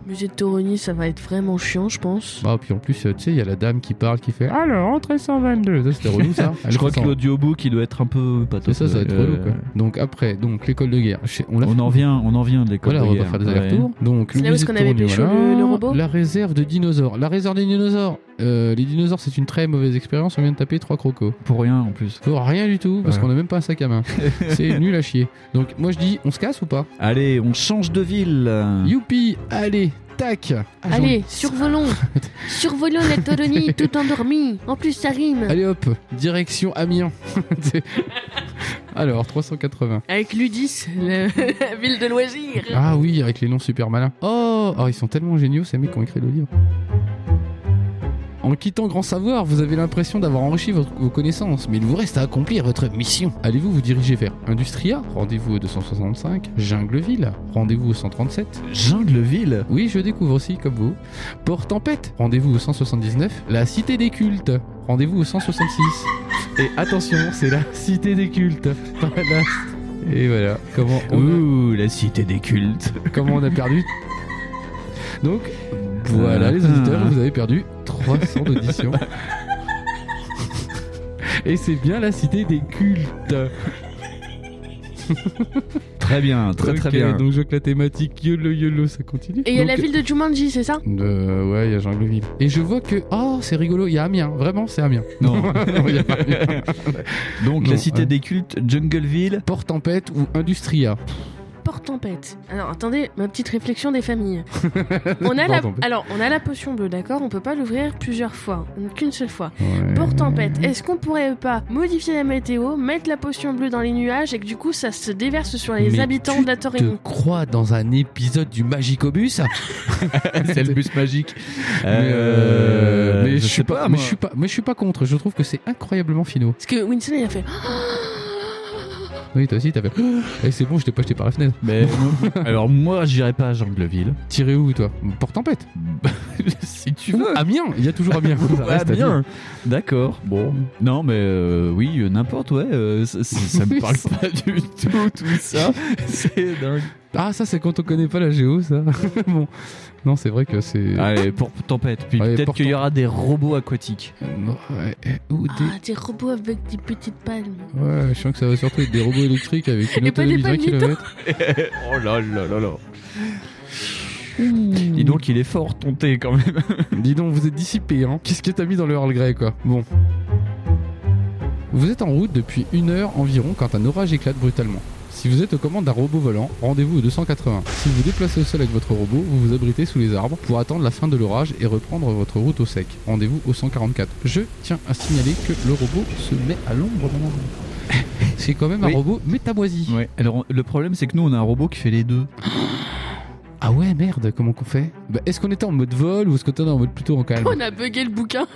S1: Musée de Toroni, ça va être vraiment chiant, je pense.
S2: Bah, puis en plus, euh, tu sais, il y a la dame qui parle, qui fait Alors, entrée 122. Ça, c'était relou, ça
S5: *laughs* Je crois que
S2: l'autre
S5: l'audiobook, il doit être un peu pas
S2: C'est
S5: top,
S2: ça, ça va être
S5: euh,
S2: relou, quoi. Donc, après, donc l'école de guerre. Je sais- On l'a
S5: On en vient, on en vient de l'école
S2: Voilà,
S5: de
S2: on va
S5: guerre.
S2: pas faire des
S5: Ouais.
S2: allers-retours. Donc,
S1: C'est
S2: le
S1: là où est-ce
S2: musée
S1: qu'on
S2: de
S1: avait
S2: Toroni,
S1: pécho
S2: voilà.
S1: le- le robot
S2: La réserve de dinosaures. La réserve des dinosaures. Euh, les dinosaures, c'est une très mauvaise expérience. On vient de taper trois crocos.
S5: Pour rien, en plus.
S2: Pour rien du tout, parce
S5: Ouais.
S2: qu'on a même pas un sac
S5: *laughs*
S2: à main. c'est nul à chier. Donc, moi, je dis On se casse ou pas
S5: Allez, on change de ville.
S2: Youpi Allez, tac
S1: Allez, survolons
S2: *laughs*
S1: Survolons la Toroni, tout endormi En plus, ça rime
S2: Allez hop, direction Amiens. *laughs* C'est- Alors, 380.
S1: Avec Ludis, le- *laughs* la ville de loisirs
S2: Ah oui, avec les noms super malins. Oh, oh, ils sont tellement géniaux ces mecs qui ont écrit le livre. En quittant Grand Savoir, vous avez l'impression d'avoir enrichi votre- vos connaissances, mais il vous reste à accomplir votre mission. Allez-vous vous diriger vers Industria Rendez-vous au 265. Jungleville Rendez-vous au 137.
S5: Jungleville
S2: Oui, je découvre aussi, comme vous. Port Tempête Rendez-vous au 179. La Cité des Cultes Rendez-vous au 166. Et attention, c'est la Cité des Cultes. Pas la- Et voilà, comment on,
S5: Ouh, la cité des cultes.
S2: a, comment on a perdu. Donc, voilà, Mmh.
S5: Ah.
S2: les auditeurs, vous avez perdu 300 d'audition. Et c'est bien la Cité des Cultes.
S5: Très bien, très très
S2: Ok,
S5: bien.
S2: Donc, je que la thématique YOLO YOLO, ça continue.
S1: Et il y a
S2: Donc,
S1: la ville de Jumanji, c'est ça
S2: De... Euh, Ouais, il y a Jungleville. Et je vois que. Oh, c'est rigolo, il y a Amiens. Vraiment, c'est Amiens.
S5: Non.
S2: *laughs* Non, il y a pas Amiens.
S5: *laughs* Donc
S2: Non, euh.
S5: la cité
S2: ouais.
S5: des cultes, Jungleville.
S2: Port Tempête ou Industria.
S1: Port-tempête. Alors, attendez, ma petite réflexion des
S2: *laughs*
S1: familles. on a la...
S2: Port-tempête.
S1: Alors, on a la potion bleue, d'accord On peut pas l'ouvrir plusieurs fois, qu'une seule fois. Port-tempête, est-ce qu'on pourrait pas modifier la météo, mettre la potion bleue dans les nuages et que du coup, ça se déverse sur les
S2: Mais
S1: habitants
S2: tu
S1: de la Toroni
S2: crois dans un épisode du Magicobus *laughs*
S5: C'est le bus *laughs* magique.
S2: Euh, mais je, suis
S5: sais
S2: pas, mais
S5: moi.
S2: je suis pas, mais je suis pas contre. Je trouve que c'est incroyablement finaux.
S1: Parce que Winston, il a fait.
S2: Oui, toi aussi, t'as fait. *gasps* Et c'est bon, je t'ai pas jeté par la fenêtre.
S5: Mais alors moi, j'irai pas à Jangleville.
S2: Tirez où, toi Pour tempête.
S5: *laughs* si tu veux.
S2: Amiens Il y a toujours *laughs* Amiens. Ça
S5: Ah
S2: reste Amiens.
S5: bien. D'accord. Bon. Non, mais euh, oui, euh, n'importe, ouais. euh, ça, ça- ça me parle pas du tout, tout ça. *laughs* C'est dingue.
S2: Ah, ça, c'est quand on connaît pas la géo, ça. *laughs* bon. Non, c'est vrai que c'est.
S1: Ah.
S5: Allez, pour tempête. Puis
S2: Allez,
S5: peut-être
S2: pour
S5: qu'il y aura des robots aquatiques.
S2: Non, ouais, eh, ou des-
S1: Ah, des robots avec des petites palmes.
S2: Ouais, je sens que ça va surtout être des robots électriques avec une
S1: Et pas des
S2: autonomie de 20
S1: palmiers
S2: km.
S5: oh là là là là. Dis donc, il est fort ton thé quand même.
S2: Dis donc, vous êtes dissipé, hein. Qu'est-ce que t'as mis dans le Earl Grey, quoi Bon. Vous êtes en route depuis une heure environ quand un orage éclate brutalement. Si vous êtes aux commandes d'un robot volant, rendez-vous au 280. Si vous déplacez au sol avec votre robot, vous vous abritez sous les arbres pour attendre la fin de l'orage et reprendre votre route au sec. Rendez-vous au 144. Je tiens à signaler que le robot se met à l'ombre dans la *laughs* rue. C'est quand même un
S5: Oui.
S2: robot métamoisi.
S5: Ouais. Alors le problème, c'est que nous, on a un robot qui fait les deux.
S2: Ah ouais, merde, comment qu'on fait bah, Est-ce qu'on était en mode vol ou est-ce qu'on était en mode plutôt en calme
S1: On a bugué le bouquin.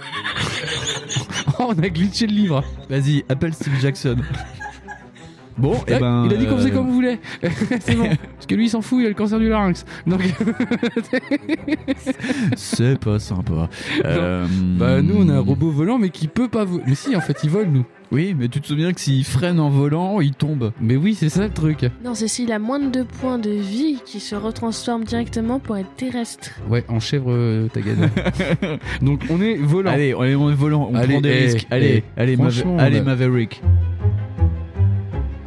S2: Oh, *laughs* on a glitché le livre
S5: Vas-y, appelle Steve *laughs* Jackson. bon, et
S2: Ouais,
S5: ben.
S2: Eh Il a dit qu'on faisait
S5: euh,
S2: comme
S5: *laughs*
S2: on voulait C'est bon Parce que lui, il s'en fout, il a le cancer du larynx. Donc,
S5: Hmm. C'est pas
S2: *laughs*
S5: sympa. Euh,
S2: bah, nous, on a un robot volant, mais qui peut pas voler. Mais si, en fait, il vole, nous.
S5: Oui, mais tu te souviens que s'il freine en volant, il tombe.
S2: Mais oui, c'est ça le truc.
S1: Non, c'est s'il a moins de deux points de vie qui se retransforme directement pour être terrestre.
S2: Ouais, en chèvre euh,
S5: *laughs*
S2: tagada. *laughs* Donc, on est volant.
S5: Allez, on est, on est volant, on
S2: Allez,
S5: prend des
S2: eh,
S5: risques. Allez,
S2: eh,
S5: allez, Maver-
S2: franchement,
S5: allez
S2: là-
S5: Maverick.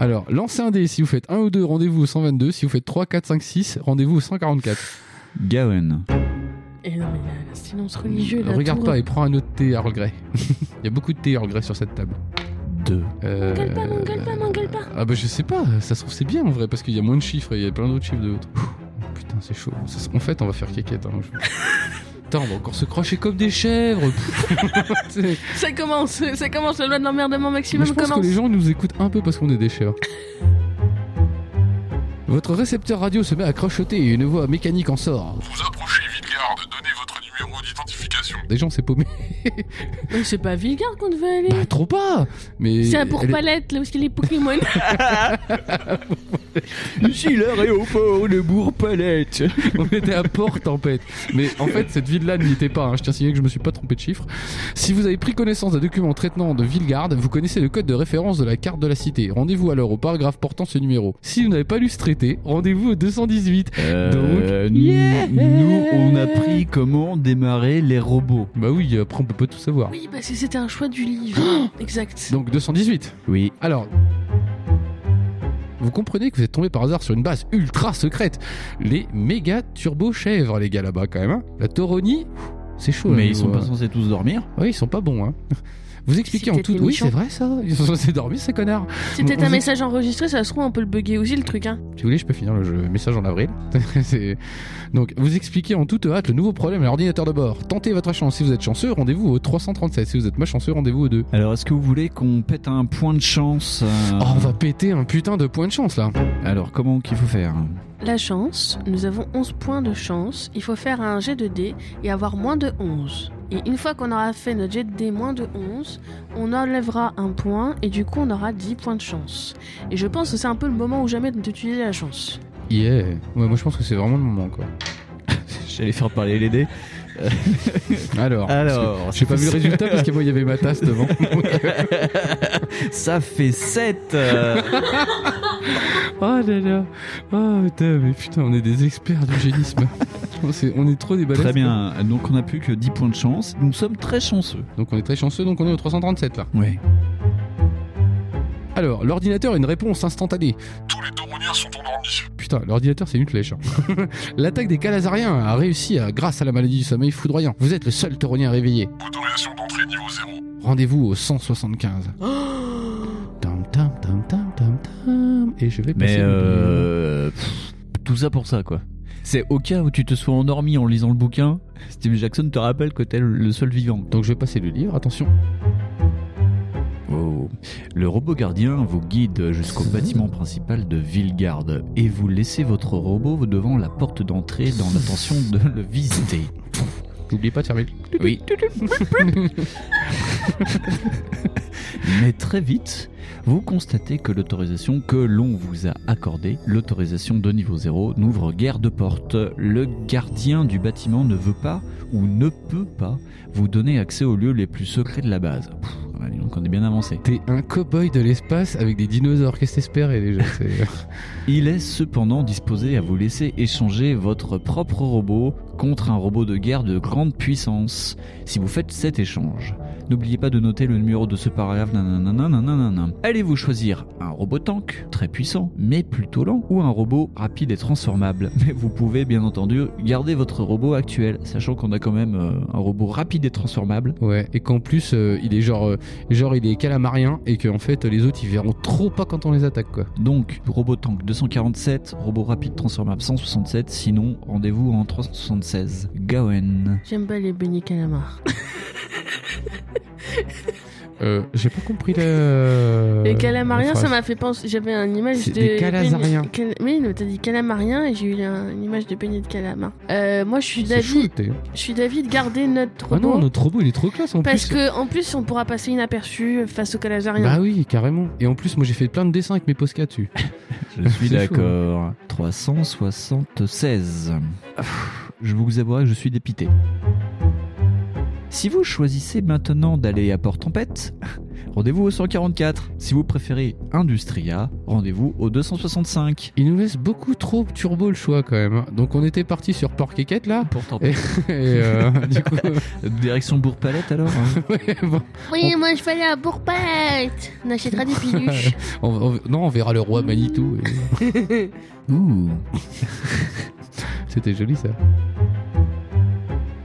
S2: Alors, lancez un dé. Si vous faites 1 ou 2, rendez-vous au 122. Si vous faites 3, 4, 5, 6, rendez-vous au 144.
S5: Gawen.
S1: Et non, mais il y a un silence religieux là.
S2: Regarde
S1: tout-
S2: pas et prends un autre thé Earl Grey. *laughs* il y a beaucoup de thé Earl Grey sur cette table.
S5: 2.
S2: Euh,
S1: M'engueule pas, m'engueule pas, m'engueule pas.
S2: Ah bah je sais pas, ça se trouve c'est bien en vrai parce qu'il y a moins de chiffres et il y a plein d'autres chiffres de autres. Ouh, Putain c'est chaud. Ça se- en fait on va faire quéquette. Hein, je- Putain on va encore se crocher comme des chèvres. C'est-
S1: Ça commence, ça commence, la loi de l'emmerdement
S2: mais
S1: maximum
S2: je pense
S1: commence.
S2: que les gens nous écoutent un peu parce qu'on est des chèvres. Votre récepteur radio se met à crocheter et une voix mécanique en sort.
S6: Vous approchez vite garde, donnez votre numéro d'identification.
S2: Des gens s'est paumé. *laughs*
S1: Mais c'est pas Villegard qu'on devait aller.
S2: Bah trop pas Mais
S1: c'est pour
S2: elle est-
S1: palette, là où est-ce qu'il est Pokémon. *laughs*
S5: Schiller et Opo, le bourg-palette.
S2: On était à Porte en fait. Mais en fait, cette ville-là n'y était pas. hein. Je tiens à signaler que je me suis pas trompé de chiffre. Si vous avez pris connaissance d'un document traitant de Villegarde, vous connaissez le code de référence de la carte de la cité. Rendez-vous alors au paragraphe portant ce numéro. Si vous n'avez pas lu ce traité, rendez-vous au 218.
S5: Euh,
S2: Donc,
S5: nous,
S2: yeah.
S5: nous, on a pris comment démarrer les robots.
S2: Bah oui, après on peut pas tout savoir.
S1: oui, parce que c'était un choix du
S2: *gasps*
S1: livre. exact.
S2: Donc 218.
S5: Oui.
S2: Alors. Vous comprenez que vous êtes tombé par hasard sur une base ultra secrète. Les méga turbo chèvres, les gars, là-bas, quand même. hein. La tauronie, c'est chaud. là,
S5: Mais ils
S2: niveau,
S5: sont pas
S2: hein.
S5: censés tous dormir.
S2: Oui, ils sont pas bons, hein. Vous expliquez en
S1: peut-être
S2: tout.
S1: des
S2: Oui,
S1: méchants.
S2: c'est vrai ça. Ils sont censés dormir, ces connards.
S1: C'était
S2: on-
S1: un
S2: on-
S1: message enregistré, ça se trouve, on peut le bugger aussi le truc, hein.
S2: Si vous voulez, je peux finir le jeu. message en avril. *laughs* C'est- Donc, vous expliquez en toute hâte le nouveau problème à l'ordinateur de bord. Tentez votre chance. Si vous êtes chanceux, rendez-vous au 337. Si vous êtes malchanceux, rendez-vous au 2.
S5: Alors, est-ce que vous voulez qu'on pète un point de chance euh,
S2: Oh, on va péter un putain de point de chance là.
S5: Alors, comment qu'il faut faire
S1: La chance, nous avons 11 points de chance. Il faut faire un jet de dés et avoir moins de 11. Et une fois qu'on aura fait notre jet de dés moins de 11, on enlèvera un point et du coup on aura 10 points de chance. Et je pense que c'est un peu le moment ou jamais d'utiliser la chance.
S2: Yeah. Ouais, moi je pense que c'est vraiment le moment quoi.
S5: J'allais faire parler les dés.
S2: Alors. parce que J'ai pas
S5: *laughs*
S2: vu le résultat parce que moi il y avait ma tasse devant. *laughs*
S5: ça fait euh, 7
S2: oh là là. Oh putain, mais putain, on est des experts
S5: *laughs*
S2: du génisme. on, est, on est trop des balèzes,
S5: Très bien, donc on n'a plus que 10 points de chance. Nous sommes très chanceux.
S2: quoi. Donc on est très chanceux, donc on est au 337 là.
S5: Ouais.
S2: Alors, l'ordinateur a une réponse instantanée.
S6: Tous les tauroniens sont endormis.
S2: Putain, l'ordinateur c'est une flèche. hein. *laughs* L'attaque des Calazariens a réussi à- grâce à la maladie du sommeil foudroyant. Vous êtes le seul tauronien réveillé.
S6: Autorisation d'entrée niveau 0.
S2: Rendez-vous au 175. Tam, tam, tam, tam, tam, tam. Et je vais passer.
S5: Mais
S2: le billet.
S5: euh, pff, tout ça pour ça quoi. C'est au cas où tu te sois endormi en lisant le bouquin, *laughs* Steve Jackson te rappelle que t'es le seul vivant.
S2: Donc je vais passer le livre, attention.
S5: Oh. Le robot gardien vous guide jusqu'au bâtiment principal de Villegarde et vous laissez votre robot devant la porte d'entrée dans l'intention de le visiter.
S3: N'oubliez pas de fermer. le-
S2: Oui.
S5: Mais très vite, vous constatez que l'autorisation que l'on vous a accordée, l'autorisation de niveau 0, n'ouvre guère de porte. Le gardien du bâtiment ne veut pas ou ne peut pas vous donner accès aux lieux les plus secrets de la base. Pff, donc on est bien avancé.
S2: T'es un cow-boy de l'espace avec des dinosaures. Qu'est-ce que t'espérais déjà c'est- *laughs*
S5: Il est cependant disposé à vous laisser échanger votre propre robot contre un robot de guerre de grande puissance si vous faites cet échange. N'oubliez pas de noter le numéro de ce paragraphe. nananana, nananana. Allez-vous choisir un robot tank, très puissant, mais plutôt lent, ou un robot rapide et transformable *laughs* Mais vous pouvez bien entendu garder votre robot actuel, sachant qu'on a quand même euh, un robot rapide et transformable.
S2: Ouais, et qu'en plus, euh, il est genre, euh, genre, il est calamarien et qu'en fait, les autres, ils verront trop pas quand on les attaque, quoi.
S5: Donc, robot tank 247, robot rapide transformable 167, sinon rendez-vous en 376. Gawen.
S1: J'aime pas les beignets calamars.
S2: Euh, j'ai pas compris le.
S1: les calamariens,
S2: la
S1: ça
S2: phrase.
S1: m'a fait penser. J'avais une image
S2: Euh, C'est
S1: de.
S2: des calasariens.
S1: beignets- cal- Oui, mais t'as dit calamarien et j'ai eu un- une image de beignet de calamar. Euh, moi, je suis
S2: C'est chaud,
S1: d'avis.
S2: t'es.
S1: Je suis d'avis de garder notre
S2: Ah
S1: robot.
S2: non, notre robot, il est trop classe en
S1: parce
S2: plus.
S1: que, en plus, on pourra passer inaperçu face aux calasariens.
S2: Bah oui, carrément. Et en plus, moi, j'ai fait plein de dessins avec mes Posca dessus.
S5: Je suis
S2: C'est chaud,
S5: d'accord.
S2: hein.
S5: 376. Pff, Je vous avouerai que je suis dépité. Si vous choisissez maintenant d'aller à Port-Tempête, *laughs* rendez-vous au 144. Si vous préférez Industria, rendez-vous au 265.
S2: Il nous laisse beaucoup trop turbo le choix quand même. hein. Donc, on était parti sur Porc et Quête, là.
S5: Port-Tempête. *laughs*
S2: Et euh, du *laughs* coup,
S5: Direction Bourg-Palette alors hein
S2: ouais, bon,
S1: Oui, moi, je vais aller à Bourpette. On achètera des
S2: *laughs*
S1: piluches.
S2: *laughs* on- on- non, on verra le roi Manitou. et-
S5: Ouh.
S2: C'était joli ça.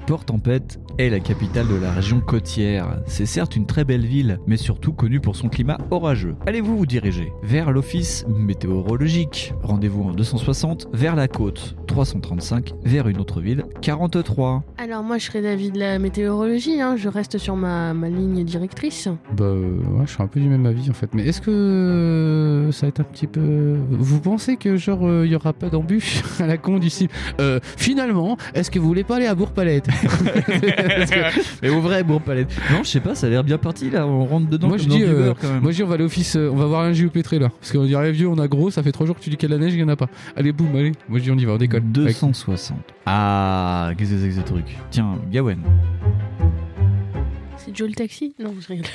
S5: Port-Tempête est la capitale de la région côtière. C'est certes une très belle ville, mais surtout connue pour son climat orageux. Allez-vous vous diriger vers l'office météorologique Rendez-vous en 260, vers la côte 335, vers une autre ville 43.
S1: Alors, moi, je serais d'avis de la météorologie. hein. Je reste sur ma, ma ligne directrice.
S2: Bah euh, ouais, je suis un peu du même avis en fait. Mais est-ce que euh, ça va être un petit peu... Vous pensez que genre euh, il y aura pas d'embûche *laughs* à la con d'ici euh, Finalement, est-ce que vous voulez pas aller à *laughs* Bourg-Palette Parce que
S5: Mais au vrai, Bourg-Palette. Non, je sais pas, ça a l'air bien parti là, on rentre dedans
S2: Moi,
S5: comme
S2: je
S5: dans
S2: dis,
S5: du
S2: euh,
S5: beurre, quand même.
S2: Moi je dis on va aller au office, euh, on va voir un géopétré là. Parce qu'on dirait vieux, on a gros, ça fait trois jours que tu dis qu'il y a de la neige, il y en a pas. Allez boum, allez. Moi je dis on y va, on décolle. Avec-
S5: 260. Ah, qu'est-ce que c'est que ce truc Tiens, Gawen.
S1: C'est Joe le taxi Non, *laughs* je rigole.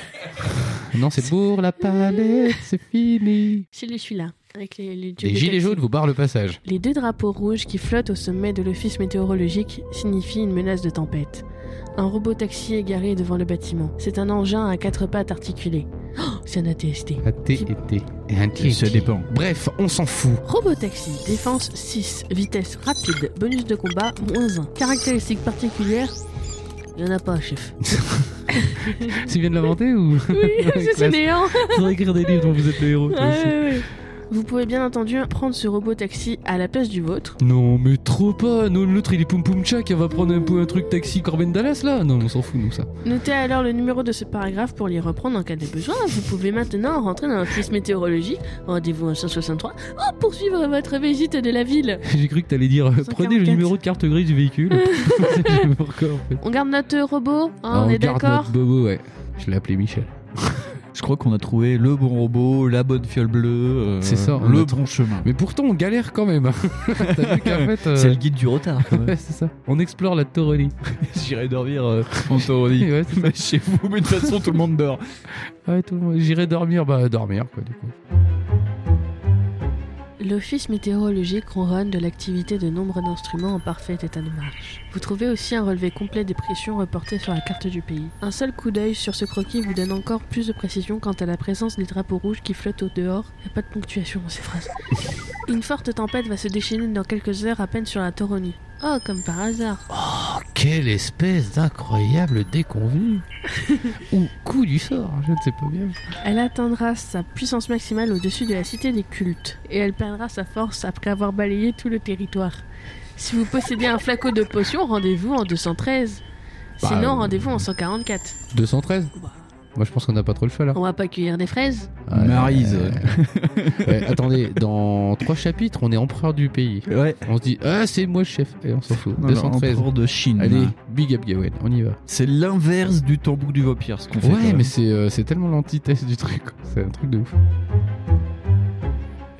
S2: Non c'est pour la palette, c'est fini.
S1: C'est le- celui-là. Avec les, les Joe
S2: Les
S1: le
S2: gilets
S1: taxi.
S2: jaunes vous barrent le passage.
S1: Les deux drapeaux rouges qui flottent au sommet de l'office météorologique signifient une menace de tempête. Un robot taxi est garé devant le bâtiment. C'est un engin à quatre pattes articulées. Oh, c'est un ATST.
S2: Athée et un
S5: Ça dépend.
S2: Bref, on s'en fout.
S1: Robot taxi, défense 6, vitesse rapide, bonus de combat moins 1. Caractéristiques particulières Il n'y en a pas, chef.
S2: Tu viens de l'inventer *laughs* ou
S1: Oui, c'est
S2: Classe.
S1: néant
S2: *laughs* Faudrait écrire des livres dont vous êtes le héros.
S1: Ouais, ouais, ouais. Vous pouvez bien entendu prendre ce robot taxi à la place du vôtre.
S2: Non, mais trop pas. Non, l'autre il est Poum Poum Tchak, elle va prendre un, peu un truc taxi Corben Dallas là. Non, on s'en fout, nous ça.
S1: Notez alors le numéro de ce paragraphe pour les reprendre en cas de besoin. Vous pouvez maintenant rentrer dans l'office météorologique, rendez-vous en 163, pour poursuivre votre visite de la ville.
S2: *laughs* J'ai cru que t'allais dire euh,
S1: 144.
S2: prenez le numéro de carte grise
S1: *laughs*
S2: du véhicule. *laughs* Je sais pas pourquoi en fait.
S1: On garde notre robot, hein,
S2: Ah,
S1: on, est
S2: garde
S1: d'accord
S2: notre bobo, ouais. Je l'ai appelé Michel.
S5: Je crois qu'on a trouvé le bon robot, la bonne fiole bleue, euh,
S2: C'est ça, on
S5: le
S2: a
S5: bon chemin.
S2: Mais pourtant, on galère quand même. *laughs* T'as vu *laughs* qu'en fait. euh,
S5: C'est le guide du retard. quand même.
S2: Ouais, *laughs* c'est ça. On explore la Taurelie.
S5: *laughs* J'irai dormir euh, en *laughs* Tauronie.
S2: Ouais, c'est ça.
S5: Chez vous, mais de toute façon, tout le monde dort.
S2: Ah Ouais, tout le monde- J'irai dormir, bah dormir quoi du coup.
S1: L'office météorologique ronronne de l'activité de nombre d'instruments en parfait état de marche. Vous trouvez aussi un relevé complet des pressions reportées sur la carte du pays. Un seul coup d'œil sur ce croquis vous donne encore plus de précision quant à la présence des drapeaux rouges qui flottent au dehors. Y a pas de ponctuation dans ces phrases. Une forte tempête va se déchaîner dans quelques heures à peine sur la Tauronie. Oh, comme par hasard.
S2: Quelle espèce d'incroyable *laughs* déconvenue Ou coup du sort, je ne sais pas bien.
S1: Elle atteindra sa puissance maximale au-dessus de la cité des cultes, et elle perdra sa force après avoir balayé tout le territoire. Si vous possédez un flacon de potion, rendez-vous en 213.
S2: Bah,
S1: Sinon,
S2: euh,
S1: rendez-vous en 144.
S2: 213 Moi, je pense qu'on n'a pas trop le choix là.
S1: On va pas cueillir des fraises
S2: Ouais,
S5: Maryse.
S2: ouais. Ouais, attendez, dans trois chapitres, on est empereur du pays.
S5: Ouais.
S2: On se dit, ah, c'est moi chef. Et on s'en fout.
S5: Non, non,
S2: 213.
S5: empereur de Chine.
S2: Allez, big up Gawain, on y va.
S5: C'est l'inverse du tambour du vampire, ce qu'on fait. quand
S2: Ouais,
S5: même.
S2: mais c'est euh, c'est tellement l'antithèse du truc. quoi. C'est un truc de ouf.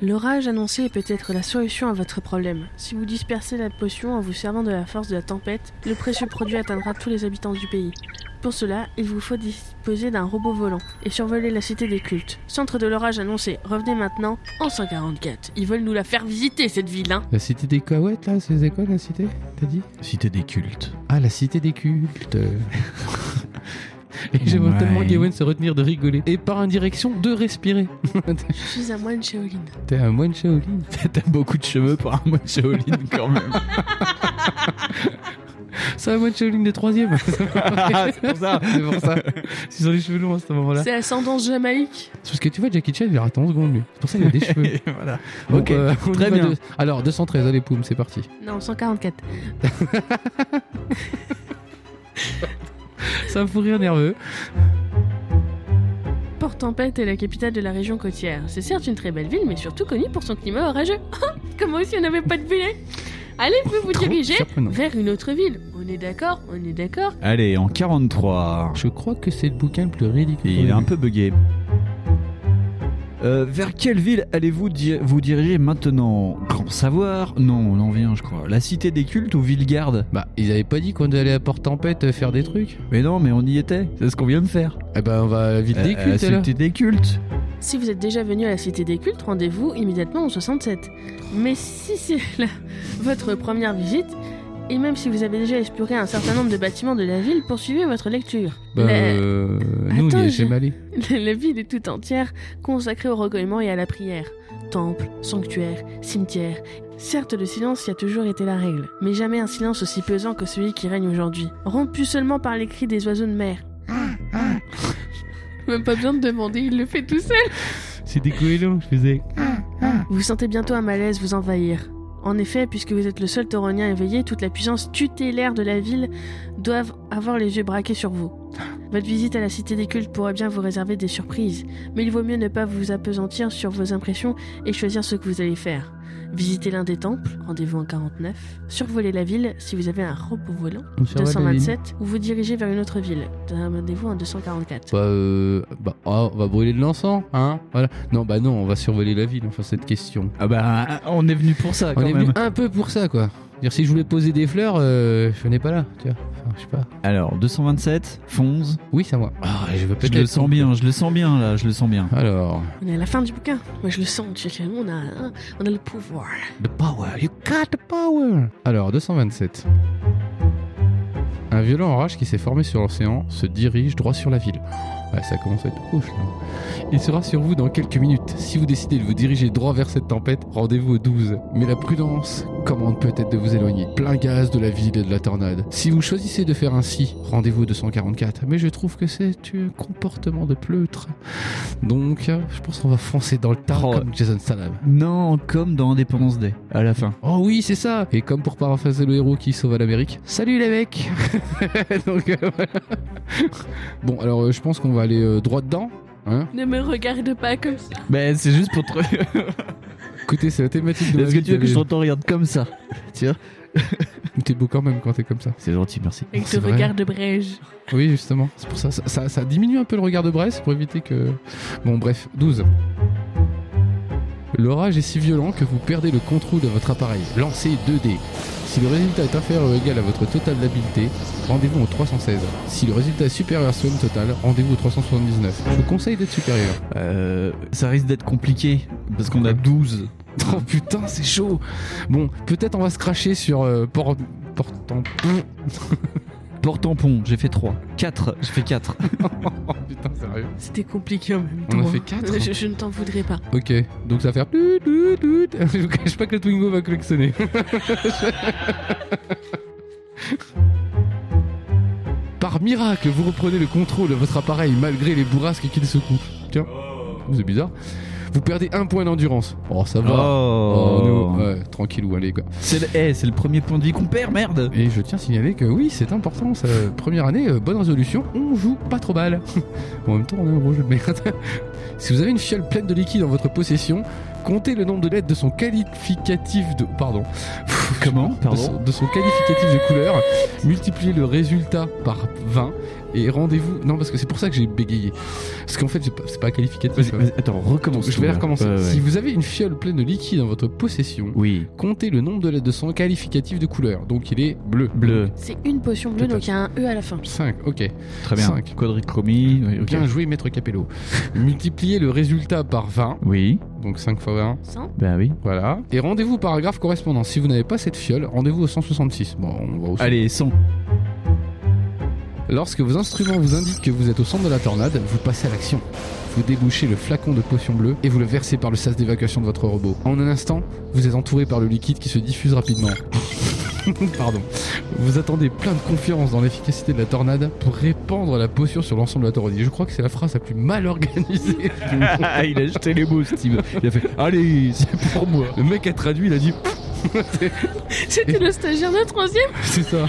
S1: L'orage annoncé est peut-être la solution à votre problème. Si vous dispersez la potion en vous servant de la force de la tempête, le précieux produit atteindra tous les habitants du pays. Pour cela, il vous faut disposer d'un robot volant et survoler la cité des cultes. Centre de l'orage annoncé, revenez maintenant en 144. Ils veulent nous la faire visiter cette ville, hein
S2: La cité des cahuètes, là, c'est c'est quoi la cité T'as dit
S5: Cité des cultes.
S2: Ah, la cité des cultes. Et j'aimerais
S5: Ouais.
S2: tellement Gawain se retenir de rigoler. Et par indirection, de respirer.
S1: Je suis un moine Shaolin.
S2: T'es un moine Shaolin.
S5: *laughs* T'as beaucoup de cheveux pour un moine Shaolin quand *laughs* même.
S2: C'est un moine Shaolin de troisième. *laughs*
S5: Ah, c'est pour ça.
S2: c'est pour ça. Ils ont les cheveux longs à ce moment-là.
S1: C'est ascendance jamaïque
S2: Parce que tu vois, Jackie Chan, il a 10 secondes, lui. C'est pour ça qu'il a des cheveux.
S5: voilà.
S2: Bon,
S5: *laughs* Ok,
S2: euh, on y
S5: *laughs* très
S2: va
S5: bien.
S2: de- Alors, 213, allez, poum, c'est parti.
S1: Non, 144.
S2: Ça me fout rire nerveux.
S1: Port-Tempête est la capitale de la région côtière. C'est certes une très belle ville, mais surtout connue pour son climat orageux. *laughs* Comme moi aussi, on n'avait pas de billet. Allez, vous vous
S2: Trop
S1: dirigez
S2: surprenant.
S1: vers une autre ville. On est d'accord, on est d'accord.
S5: Allez, en 43.
S2: Je crois que c'est le bouquin le plus ridicule.
S5: Et il est un peu bugué. Euh, vers quelle ville allez-vous di- vous diriger maintenant Grand savoir Non, on en vient, je crois. La cité des cultes ou Villegarde
S2: Bah, ils avaient pas dit qu'on allait à Port-Tempête faire des trucs
S5: Mais non, mais on y était. C'est ce qu'on vient de faire.
S2: Eh ben, on va à la ville des
S5: Euh, la
S2: cultes, là.
S5: cité des cultes.
S1: Si vous êêtes déjà venu à la Cité des Cultes, rendez-vous immédiatement au 67. Mais si c'est *laughs* la- votre première visite, et même si vous avez déjà exploré un certain nombre de bâtiments de la ville, poursuivez votre lecture.
S2: Bah,
S1: La-
S2: euh, nous, on
S1: Attends,
S2: y est
S1: je-
S2: jamais allés.
S1: *laughs* La ville est tout entière consacrée au recueillement et à la prière. Temples, sanctuaires, cimetières. Certes, le silence y a toujours été la règle, mais jamais un silence aussi pesant que celui qui règne aujourd'hui, rompu seulement par les cris des oiseaux de mer. Même pas besoin de demander, il le fait tout seul.
S2: C'est des goélands, je faisais.
S1: Vous sentez bientôt un malaise vous envahir. En effet, puisque vous êtes le seul tauronien éveillé, toute la puissance tutélaire de la ville doivent avoir les yeux braqués sur vous. Votre visite à la cité des cultes pourrait bien vous réserver des surprises, mais il vaut mieux ne pas vous appesantir sur vos impressions et choisir ce que vous allez faire. Visiter l'un des temples, rendez-vous en 49, survoler la ville si vous avez un robot volant, 227, ou vous diriger vers une autre ville, rendez-vous en 244.
S2: Bah, euh, bah, oh, on va brûler de l'encens, hein Voilà. Non, bah non, on va survoler la ville, enfin, cette question.
S5: Ah bah, on est venu pour ça quand
S2: on est
S5: même.
S2: venu un peu pour ça, quoi. Dire, si je voulais poser des fleurs, euh, je venais pas là, tu vois. Enfin, je sais pas.
S5: Alors, 227, Fonz.
S2: Oui, c'est à moi. Ah, je veux
S5: Je
S2: peut-être
S5: le sens bien, je le sens bien là, je le sens bien.
S2: Alors,
S1: On est à la fin du bouquin, moi je le sens, tu sais, on a, hein. on a le pouvoir.
S2: the power, you got the power. Alors, 227. Un violent orage qui s'est formé sur l'océan se dirige droit sur la ville. Ouais, ça commence à être ouf là. Il sera sur vous dans quelques minutes. Si vous décidez de vous diriger droit vers cette tempête, rendez-vous au 12. Mais la prudence commande peut-être de vous éloigner. Plein gaz de la ville et de la tornade. Si vous choisissez de faire ainsi, rendez-vous au 244. Mais je trouve que c'est un comportement de pleutre. Donc, euh, je pense qu'on va foncer dans le tas
S5: Oh.
S2: comme Jason Statham.
S5: Non, comme dans Independence Day, à la fin.
S2: Oh oui, c'est ça Et comme pour paraphraser le héros qui sauva l'Amérique, salut les mecs *laughs* Donc euh, voilà. Bon, alors euh, je pense qu'on va aller euh, droit dedans. Hein
S1: Ne me regarde pas comme ça.
S5: Ben, c'est juste
S2: *laughs*
S5: pour te.
S2: Écoutez, c'est la thématique de la
S5: Est-ce que
S2: vie
S5: tu veux que
S2: de-
S5: je t'entends regarde comme ça
S2: T'es beau quand même quand t'es comme ça.
S5: C'est gentil, merci.
S1: Et
S2: Oh,
S1: que
S2: c'est
S1: te
S2: vrai.
S1: regarde Brège.
S2: Oui, justement. C'est pour ça, ça, ça- ça diminue un peu le regard de Brest pour éviter que. Bon, bref, 12. L'orage est si violent que vous perdez le contrôle de votre appareil. Lancez 2 dés. Si le résultat est inférieur ou égal à votre total d'habilité, rendez-vous au 316. Si le résultat est supérieur à son total, rendez-vous au 379. Je vous conseille d'être supérieur.
S5: Euh, ça risque d'être compliqué, parce qu'on a 12.
S2: *laughs* Oh putain, c'est chaud Bon, peut-être on va se cracher sur euh, Port... Portant...
S5: Port-tampon, j'ai fait 3. 4, j'ai fait 4.
S2: Oh putain, sérieux
S1: C'était compliqué en même
S2: On
S1: temps.
S2: a fait
S1: hein.
S2: 4
S1: Je, je ne t'en voudrais pas.
S2: Ok, donc ça va faire. tout, tout, tout. *laughs* Je vous cache pas que le Twingo va klaxonner. *laughs* Par miracle, vous reprenez le contrôle de votre appareil malgré les bourrasques qui le secouent. Tiens, c'est bizarre. Vous perdez un point d'endurance. Oh, ça va.
S5: Oh,
S2: nous, ouais, tranquillou, allez, quoi.
S5: C'est le, eh, c'est le premier point de vie qu'on perd, merde
S2: Et je tiens à signaler que oui, c'est important. Ça. Première année, euh, bonne résolution, on joue pas trop mal. *laughs* en même temps, on a un gros jeu de merde. *laughs* si vous avez une fiole pleine de liquide en votre possession, comptez le nombre de lettres de son qualificatif de. Pardon. *laughs*
S5: Comment
S2: De son, de son qualificatif de couleur, multipliez le résultat par 20 et rendez-vous. Non, parce que c'est pour ça que j'ai bégayé. Parce qu'en fait, j'ai pas- c'est pas qualificatif.
S5: Vas-y, vas-y, attends, recommence.
S2: Je vais
S5: tout,
S2: la recommencer.
S5: là. Ouais, ouais.
S2: Si vous avez une fiole pleine de liquide en votre possession,
S5: Oui.
S2: comptez le nombre de lettres de son qualificatif de couleur. Donc il est bleu.
S5: Bleu.
S1: C'est une potion bleue,
S2: Tout à
S1: donc il y a un E à la fin.
S2: 5, ok.
S5: Très bien.
S2: Cinq.
S5: Quadricromie. Oui. ok.
S2: Bien joué, maître Capello. Multipliez le résultat par 20,
S5: Oui.
S2: donc 5 fois 20,
S1: 100
S5: Bah oui.
S2: voilà. Et rendez-vous au paragraphe correspondant. Si vous n'avez pas cette fiole, rendez-vous au 166. Bon, on va aussi.
S5: Allez, *laughs* 100.
S2: Lorsque vos instruments vous indiquent que vous êtes au centre de la tornade, vous passez à l'action. Vous débouchez le flacon de potion bleue et vous le versez par le sas d'évacuation de votre robot. En un instant, vous êtes entouré par le liquide qui se diffuse rapidement. *laughs* Pardon. Vous attendez plein de confiance dans l'efficacité de la tornade pour répandre la potion sur l'ensemble de la tornade. Et Je crois que c'est la phrase la plus mal organisée *laughs* du monde.
S5: Ah, il a jeté les mots, Steve. Il a fait Allez, c'est pour moi.
S2: Le mec a traduit, il a dit
S1: *laughs* C'était le stagiaire de troisième
S2: *laughs* C'est ça.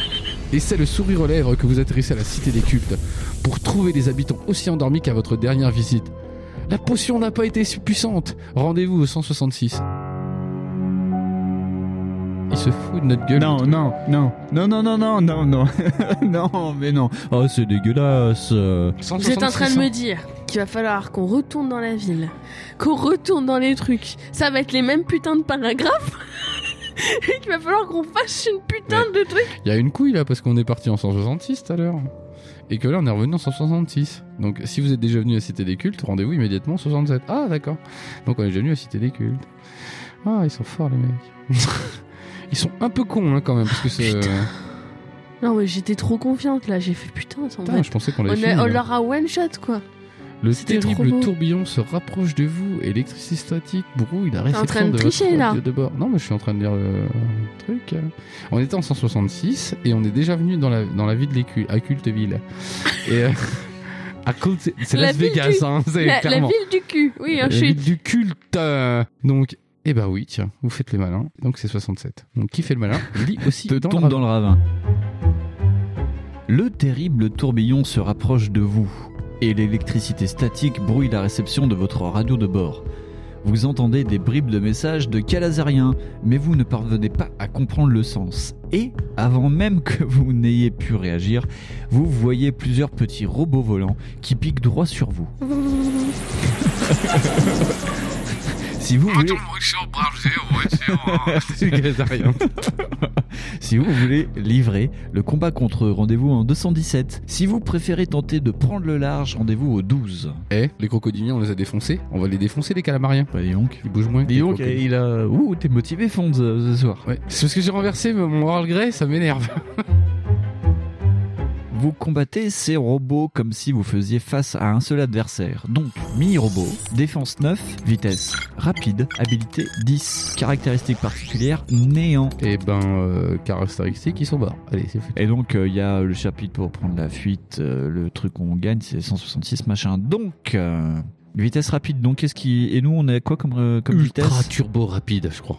S2: Et c'est le sourire aux lèvres que vous atterrissez à la Cité des Cultes pour trouver des habitants aussi endormis qu'à votre dernière visite. La potion n'a pas été si puissante. Rendez-vous au 166. Il se fout de notre
S5: *laughs*
S2: gueule.
S5: Non, non, non, non, non, non, non, non, non, *laughs* non, mais non. Oh, c'est dégueulasse. Euh,
S1: Vous êtes en train de me dire qu'il va falloir qu'on retourne dans la ville, qu'on retourne dans les trucs. Ça va être les mêmes putains de paragraphes *laughs* et qu'il va falloir qu'on fasse une putain de truc.
S2: Il y a une couille là parce qu'on est parti en 166 tout à l'heure. Et que là on est revenu en 166. Donc si vous êtes déjà venu à la Cité des Cultes, rendez-vous immédiatement au 67. Ah d'accord. Donc on est déjà venu à la Cité des Cultes. Ah ils sont forts les mecs. *laughs* ils sont un peu cons hein, quand même parce que c'est...
S1: Non, mais j'étais trop confiante là, j'ai fait putain, ça en
S2: Putain,
S1: vrai.
S2: je pensais qu'on
S1: On,
S2: l'avait fini.
S1: a- on
S2: là.
S1: leur a one shot quoi.
S2: Le
S1: c'était trop
S2: terrible
S1: beau.
S2: tourbillon se rapproche de vous, électricité statique, brouille la réception
S1: en train de
S2: votre
S1: tricher, là.
S2: radio de bord. Non, mais je suis en train de lire le truc. On était en 166 et on est déjà venu dans la, dans la ville de l'écu, à
S1: *laughs*
S2: Culteville. Et euh, à Culte- c'est
S1: La
S2: Las
S1: ville
S2: Vegas,
S1: du-
S2: hein, c'est
S1: La, la
S2: clairement.
S1: ville du cul, oui,
S2: La
S1: hein, je suis-
S2: ville du culte. euh. Donc, eh ben oui, tiens, vous faites les malins. Donc c'est 67. Donc qui fait le malin lit aussi
S5: te
S2: dans
S5: tombe
S2: la-
S5: dans le ravin. Le terrible tourbillon se rapproche de vous et l'électricité statique brouille la réception de votre radio de bord. Vous entendez des bribes de messages de calazariens, mais vous ne parvenez pas à comprendre le sens. Et avant même que vous n'ayez pu réagir, vous voyez plusieurs petits robots volants qui piquent droit sur vous. si vous voulez hein.
S2: *laughs*
S5: *laughs* Si vous voulez livrer le combat contre eux, rendez-vous en 217. Si vous préférez tenter de prendre le large, rendez-vous au 12.
S2: Eh, les crocodiliens, on les a défoncés. On va les défoncer, les calamariens.
S5: Bah dis donc.
S2: Ils bougent moins que les crocodiles.
S5: il a. Ouh, t'es motivé, Fonz, euh, ce soir.
S2: Ouais. C'est parce que j'ai renversé mon Earl Grey, ça m'énerve.
S5: Vous combattez ces robots comme si vous faisiez face à un seul adversaire. Donc, mini-robot, défense 9, vitesse rapide, habilité 10, caractéristiques particulières, néant.
S2: Et ben, euh, caractéristiques, ils sont barres. Allez, c'est foutu.
S5: Et donc, euh, il y a le chapitre pour prendre la fuite, euh, le truc qu'on gagne, c'est 166 machin. Donc, euh, vitesse rapide. Donc, qu'est-ce qui. Et nous, on a quoi comme, euh, comme
S3: Ah,
S5: vitesse
S2: turbo rapide, je crois.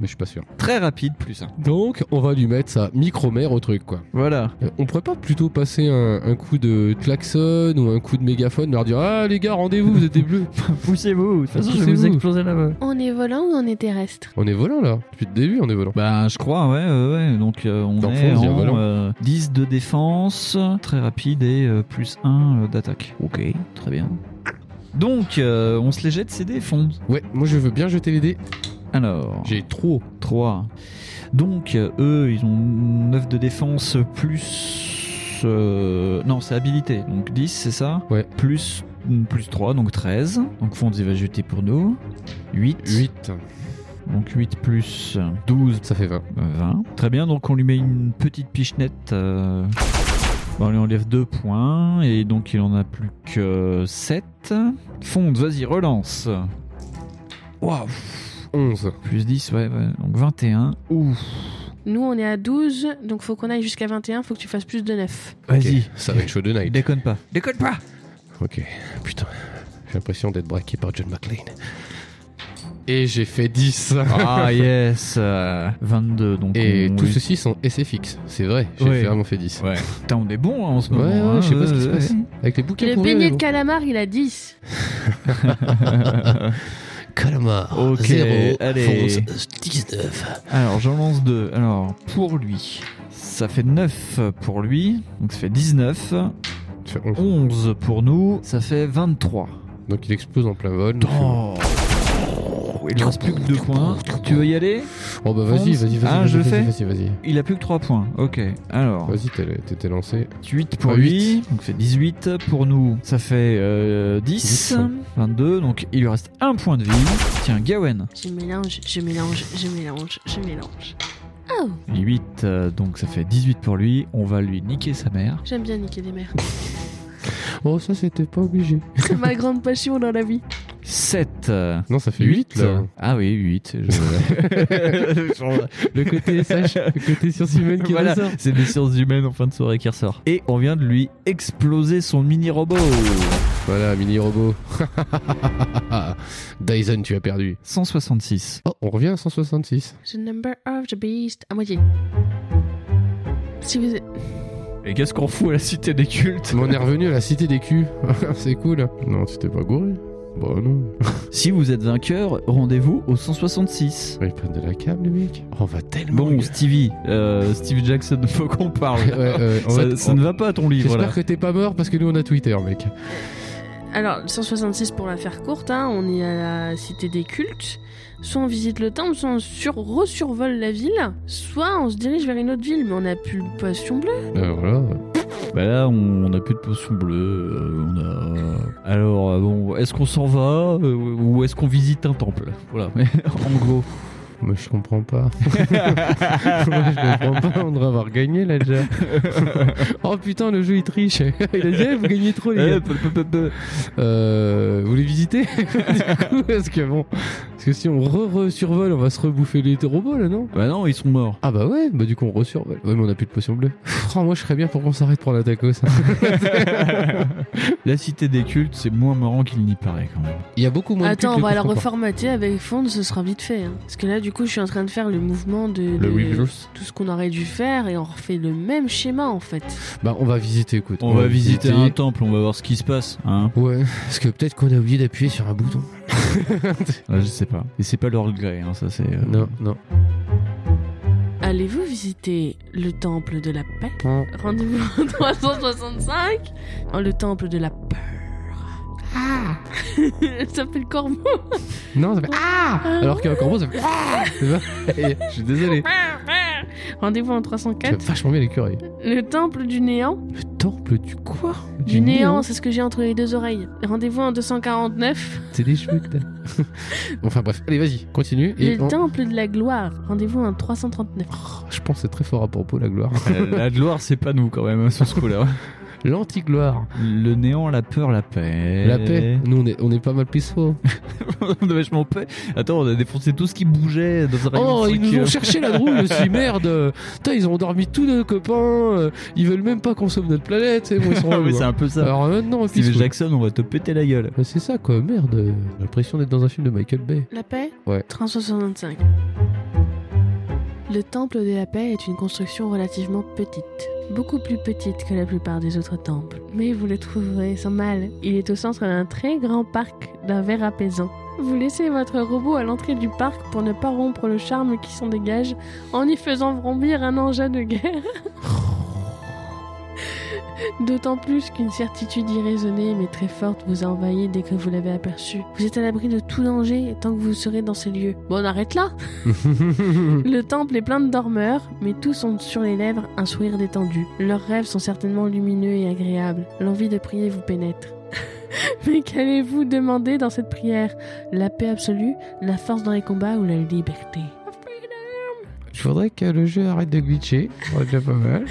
S2: Mais je suis pas sûr.
S5: Très rapide, plus 1.
S2: Donc, on va lui mettre sa micro-mère au truc, quoi.
S5: Voilà.
S2: Euh, On pourrait pas plutôt passer un, un coup de klaxon ou un coup de mégaphone, leur dire Ah les gars, rendez-vous, vous êtes des bleus. *laughs*
S5: Poussez-vous. De toute
S2: façon, je vais vous
S5: exploser là-bas.
S1: On est volant ou on est terrestre
S2: On est volant là. Depuis le début, on est volant.
S5: Bah, je crois, ouais, ouais, ouais. Donc, euh, on
S2: Dans le
S5: est
S2: fond, on dit,
S5: en,
S2: voilà.
S5: euh, 10 de défense, très rapide et euh, plus 1 d'attaque. Ok, très bien. Donc, euh, on se les jette, c'est des fonds.
S2: Ouais, moi je veux bien jeter les dés.
S5: Alors.
S2: J'ai trop.
S5: 3. Donc, euh, eux, ils ont 9 de défense plus. euh, non, c'est habilité. Donc 10, c'est ça
S2: Ouais.
S5: Plus, plus 3, donc 13. Donc Fonds, il va jeter pour nous. 8.
S2: 8.
S5: Donc 8 plus 12,
S2: Ça fait 20.
S5: euh, 20. Très bien, donc on lui met une petite pichenette. euh, bon, on lui enlève 2 points. Et donc il en a plus que 7. Fonds, vas-y, relance. Waouh
S2: 11.
S5: Plus 10, ouais, ouais. Donc 21. Ouf
S1: Nous, on est à 12, donc faut qu'on aille jusqu'à 21, faut que tu fasses plus de 9.
S5: Vas-y.
S2: Ok, Ça va être chaud de night.
S5: Déconne pas. Déconne pas
S2: Ok. Putain.
S3: J'ai l'impression d'être braqué par John McClane. Et j'ai fait 10.
S5: Ah yes euh, 22 donc.
S3: Et
S5: on-
S3: tout
S5: oui.
S3: ceci sont SFX, c'est vrai, j'ai
S5: Ouais.
S3: vraiment fait 10.
S5: Ouais. Putain, on est bon hein, en ce
S3: Ouais,
S5: moment.
S3: ouais,
S5: hein,
S3: je sais pas ce qui se
S5: ouais,
S3: passe. Avec les bouquins
S1: Le
S3: pour
S1: beignet
S3: rire,
S1: de calamar, il a 10.
S5: euh,
S3: Calamar.
S5: Ok,
S3: Zéro,
S5: allez.
S3: fonce, 19.
S5: *laughs* Alors, j'en lance deux. Alors, pour lui, ça fait 9 pour lui, donc ça fait 19.
S3: Ça fait 11.
S5: 11 pour nous, ça fait 23.
S3: Donc il explose en plein vol.
S5: Oh Il ne reste plus que 2 points. Tu veux y aller
S3: Oh bah vas-y, vas-y, vas-y.
S5: Ah,
S3: vas-y,
S5: je le
S3: vas-y, Vas-y,
S5: fais
S3: vas-y.
S5: Il a plus que 3 points. Ok, alors.
S3: Vas-y, t'es- t'étais lancé.
S5: 8 pour
S3: Ah,
S5: lui,
S3: huit.
S5: donc ça fait 18. Pour nous, ça fait euh, 10.
S3: Dix.
S5: 22, donc il lui reste 1 point de vie. Tiens, Gawen.
S1: Je mélange, je mélange, je mélange, je mélange.
S5: 8, euh, donc ça fait 18 pour lui. On va lui niquer sa mère.
S1: J'aime bien niquer des mères.
S3: Oh, ça c'était pas obligé.
S1: C'est *laughs* ma grande passion dans la vie.
S5: 7.
S3: Non, ça fait 8,
S5: euh, Huit.
S3: là.
S5: Ah oui, 8. *laughs*
S2: Le côté sage, le côté science humaine qui
S5: voilà,
S2: ressort.
S5: c'est des sciences humaines en fin de soirée qui ressort. Et on vient de lui exploser son mini-robot.
S3: Voilà, mini robot. *laughs* Dyson, tu as perdu.
S5: 166.
S3: Oh, on revient à 166.
S1: The number of the beast. À moitié. Si vous...
S5: Et qu'est-ce qu'on fout à la cité des cultes
S3: Mais on est revenu à la cité des
S2: *laughs*
S3: culs. c'est cool. Non, tu t'es pas gouré.
S2: Bah,
S3: Bon, non.
S5: Si vous êtes vainqueur, rendez-vous au 166.
S3: Ils prennent de la câble, les mecs. Oh, on va tellement.
S2: *laughs*
S5: Bon, Stevie, euh, Steve Jackson, *laughs* faut qu'on
S3: Ouais,
S5: parle.
S3: euh, on
S5: ça
S3: va-
S5: ça ne va pas à ton livre
S3: J'espère
S5: là.
S3: que t'es pas mort parce que nous on a Twitter, mec.
S1: Alors, 166 pour la faire courte, hein, on est à la cité des cultes. Soit on visite le temple, soit on sur resurvole la ville, soit on se dirige vers une autre ville, mais on n'a plus de passion bleue.
S3: Euh, voilà.
S5: Bah là, on n'a plus de potion bleue. euh, on a... Alors, euh, bon, est-ce qu'on s'en va euh, ou est-ce qu'on visite un temple Voilà, *laughs* en gros.
S3: Moi je comprends pas. *laughs* Moi je comprends pas, on devrait avoir gagné là *laughs* déjà. oh putain, le jeu il triche. il a dit, eh, vous gagnez trop les
S5: Eh,
S3: gars.
S5: peu, peu, peu, peu.
S3: Euh, vous les visitez *laughs* Du coup, parce que bon. Parce que si on re-survole, on va se rebouffer les robots là, non
S5: Bah non, ils sont
S2: *laughs*
S5: morts.
S3: ah bah ouais, bah du coup on resurvole. Ouais mais on a plus de potion bleue. Oh moi je serais bien pour qu'on s'arrête pour la tacos. hein.
S5: La cité des cultes, c'est moins marrant qu'il n'y paraît quand même.
S3: Il y a beaucoup moins de
S1: Attends,
S3: culte
S1: on va
S3: que
S1: la
S3: qu'on croit.
S1: reformater avec Fond, ce sera vite fait. hein. Parce que là, du coup, je suis en train de faire le mouvement de, de- tout ce qu'on aurait dû faire et on refait le même schéma en fait.
S3: Bah on va visiter, écoute.
S5: On va visiter Euh, un temple, on va voir ce qui se passe. Hein
S3: Ouais, parce que peut-être qu'on a oublié d'appuyer sur un bouton.
S5: Ah, je sais pas. Et c'est pas leur gré, hein, ça c'est. euh,
S3: Non, non.
S1: Allez-vous visiter le temple de la paix Rendez-vous en *laughs* 365 en le temple de la peur. Ah *laughs* Ça fait le corbeau
S3: Non, ça fait Ah Alors qu'un corbeau, ça fait Ah *laughs* C'est pas- Je suis désolé.
S1: Rendez-vous en
S3: Tu fais
S1: 304.
S3: vachement bien l'écureuil.
S1: Le temple du néant.
S3: Le temple du quoi
S1: Du, néant, c'est ce que j'ai entre les deux oreilles. Rendez-vous en 249.
S3: C'est des cheveux que t'as. *laughs* enfin bref, allez, vas-y, continue. Et
S1: Le
S3: on-
S1: temple de la gloire. Rendez-vous en 339.
S3: Oh, Je pense que c'est très fort à propos, la gloire.
S5: La gloire, c'est pas nous quand même, hein, sur ce coup-là.
S3: L'anti-gloire.
S5: Le néant, la peur, la paix.
S3: La paix. Nous, on est, on est Eh. pas mal peaceful.
S5: *laughs* on a vachement paix. Attends, on a défoncé tout ce qui bougeait dans un rayon
S3: Oh,
S5: de
S3: ils
S5: trucs,
S3: nous
S5: euh,
S3: ont cherché la drouille aussi, merde. Putain, ils ont endormi tous nos copains. euh, Ils veulent même pas qu'on sauve notre planète. c'est Bon, *laughs* ils sont
S5: *laughs* ouais,
S3: relous,
S5: c'est
S3: hein.
S5: un peu ça.
S3: Alors maintenant,
S5: Steve
S3: peaceful.
S5: Jackson, on va te péter la gueule.
S3: Mais Bah, C'est ça quoi, merde. euh, J'ai l'impression d'être dans un film de Michael *laughs* Bay.
S1: La paix
S3: Ouais.
S1: 365. Le temple de la paix est une construction relativement petite, beaucoup plus petite que la plupart des autres temples. Mais vous le trouverez sans mal. Il est au centre d'un très grand parc d'un vert apaisant. Vous laissez votre robot à l'entrée du parc pour ne pas rompre le charme qui s'en dégage en y faisant vrombir un engin de guerre. *laughs* D'autant plus qu'une certitude irraisonnée mais très forte vous a envahi dès que vous l'avez aperçu. Vous êtes à l'abri de tout danger tant que vous serez dans ces lieux. Bon, on arrête là Le temple est plein de dormeurs, mais tous ont sur les lèvres un sourire détendu. Leurs rêves sont certainement lumineux et agréables. L'envie de prier vous pénètre. *laughs* mais qu'allez-vous demander dans cette prière La paix absolue, la force dans les combats ou la liberté
S3: Je voudrais que le jeu arrête de glitcher. On est déjà pas mal.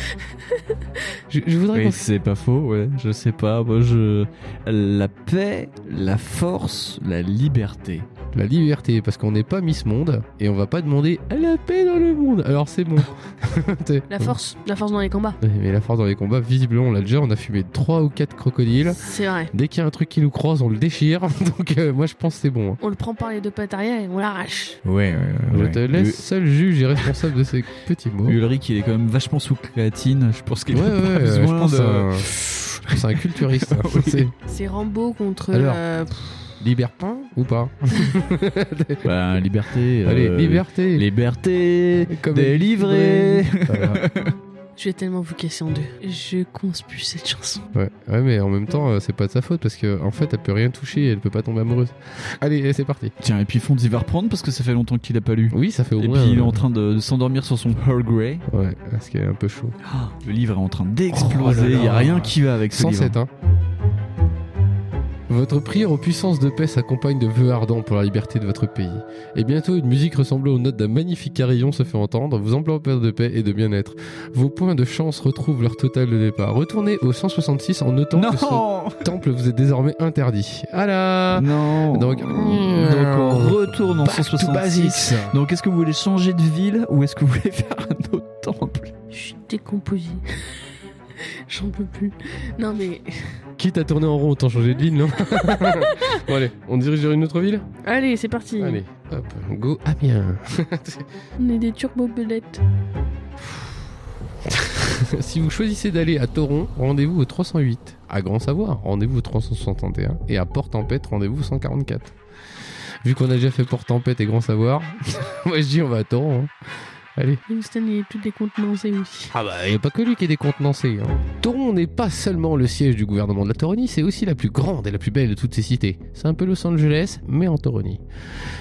S3: Je, je voudrais
S5: Oui, c'est pas faux, ouais. Je sais pas, moi je. La paix, la force, la liberté.
S2: La liberté, parce qu'on n'est pas Miss Monde et on va pas demander à la paix dans le monde. Alors c'est bon. T'es-
S1: *laughs* La force, la force dans les combats.
S2: Ouais, *laughs* Mais la force dans les combats, visiblement, on l'a déjà. On a fumé 3 ou 4 crocodiles.
S1: C'est vrai.
S2: Dès qu'il y a un truc qui nous croise, on le déchire. *laughs* Donc euh, moi, je pense que c'est bon. hein.
S1: On le prend par les deux pattes arrière et on l'arrache.
S5: Ouais, ouais,
S2: Je
S5: ouais. Euh,
S2: te laisse seul juge et responsable de ces petits mots.
S5: U- Ulrich, il est quand même vachement sous créatine. Je pense qu'il *laughs*
S2: Ouais,
S5: a pas
S2: ouais, euh, je
S5: besoin
S2: pense
S5: de.
S2: à un- je pense à un culturiste. hein.
S5: *laughs* Oui.
S2: C'est
S1: C'est Rambo contre.
S2: Alors.
S1: euh, pff,
S2: Libertin ou pas
S5: Bah, liberté. euh,
S2: Allez, liberté
S5: Liberté.
S2: Comme-
S5: Délivrée. *laughs*
S2: Voilà.
S1: je vais tellement vous casser en deux. Je conspue cette chanson.
S2: Ouais. ouais, mais en même temps, euh, c'est pas de sa faute parce que en fait, elle peut rien toucher et elle peut pas tomber amoureuse. Allez, c'est parti.
S5: Tiens, et puis Fonds, il va reprendre parce que ça fait longtemps qu'il a pas lu.
S2: Oui, ça fait au
S5: Et
S2: moins.
S5: puis il est
S2: euh,
S5: en train de, de s'endormir sur son Earl Grey.
S2: Ouais, parce qu'elle est un peu chaud.
S5: Le livre est en train d'exploser.
S2: Oh là
S5: Il
S2: là.
S5: y a rien qui va avec ce livre.
S2: 107, hein. Votre prière aux puissances de paix s'accompagne de vœux ardents pour la liberté de votre pays. Et bientôt, une musique ressemblant aux notes d'un magnifique carillon se fait entendre, vous enveloppant de paix et de bien-être. Vos points de chance retrouvent leur total de départ. Retournez au 166 en notant que ce
S5: Non.
S2: temple vous est désormais interdit. Ah là
S5: Non.
S2: Donc-
S5: Donc euh, on retourne en
S2: Back to
S5: 166.
S2: basics.
S5: Donc est-ce que vous voulez changer de ville ou est-ce que vous voulez *laughs* faire un autre temple
S1: Je suis décomposée. *laughs* J'en peux plus. Non mais.
S2: Quitte à tourner en rond, autant changer de ville, non Bon allez, on dirige vers une autre ville
S1: Allez, c'est parti.
S2: Allez, hop, go Amiens
S1: On est des turbobelettes.
S2: *laughs* Si vous choisissez d'aller à Toron, rendez-vous au 308. À Grand Savoie, rendez-vous au 361. Et à Port-Tempête, rendez-vous au 144. Vu qu'on a déjà fait Port-Tempête et Grand Savoir, *laughs* moi je dis on va à Toron. hein. Allez.
S1: Winston, il est tout décontenancé aussi.
S2: Ah bah, il n'y a pas que lui qui est décontenancé. hein. Toron n'est pas seulement le siège du gouvernement de la Tauronie, c'est aussi la plus grande et la plus belle de toutes ces cités. C'est un peu Los Angeles, mais en Tauronie.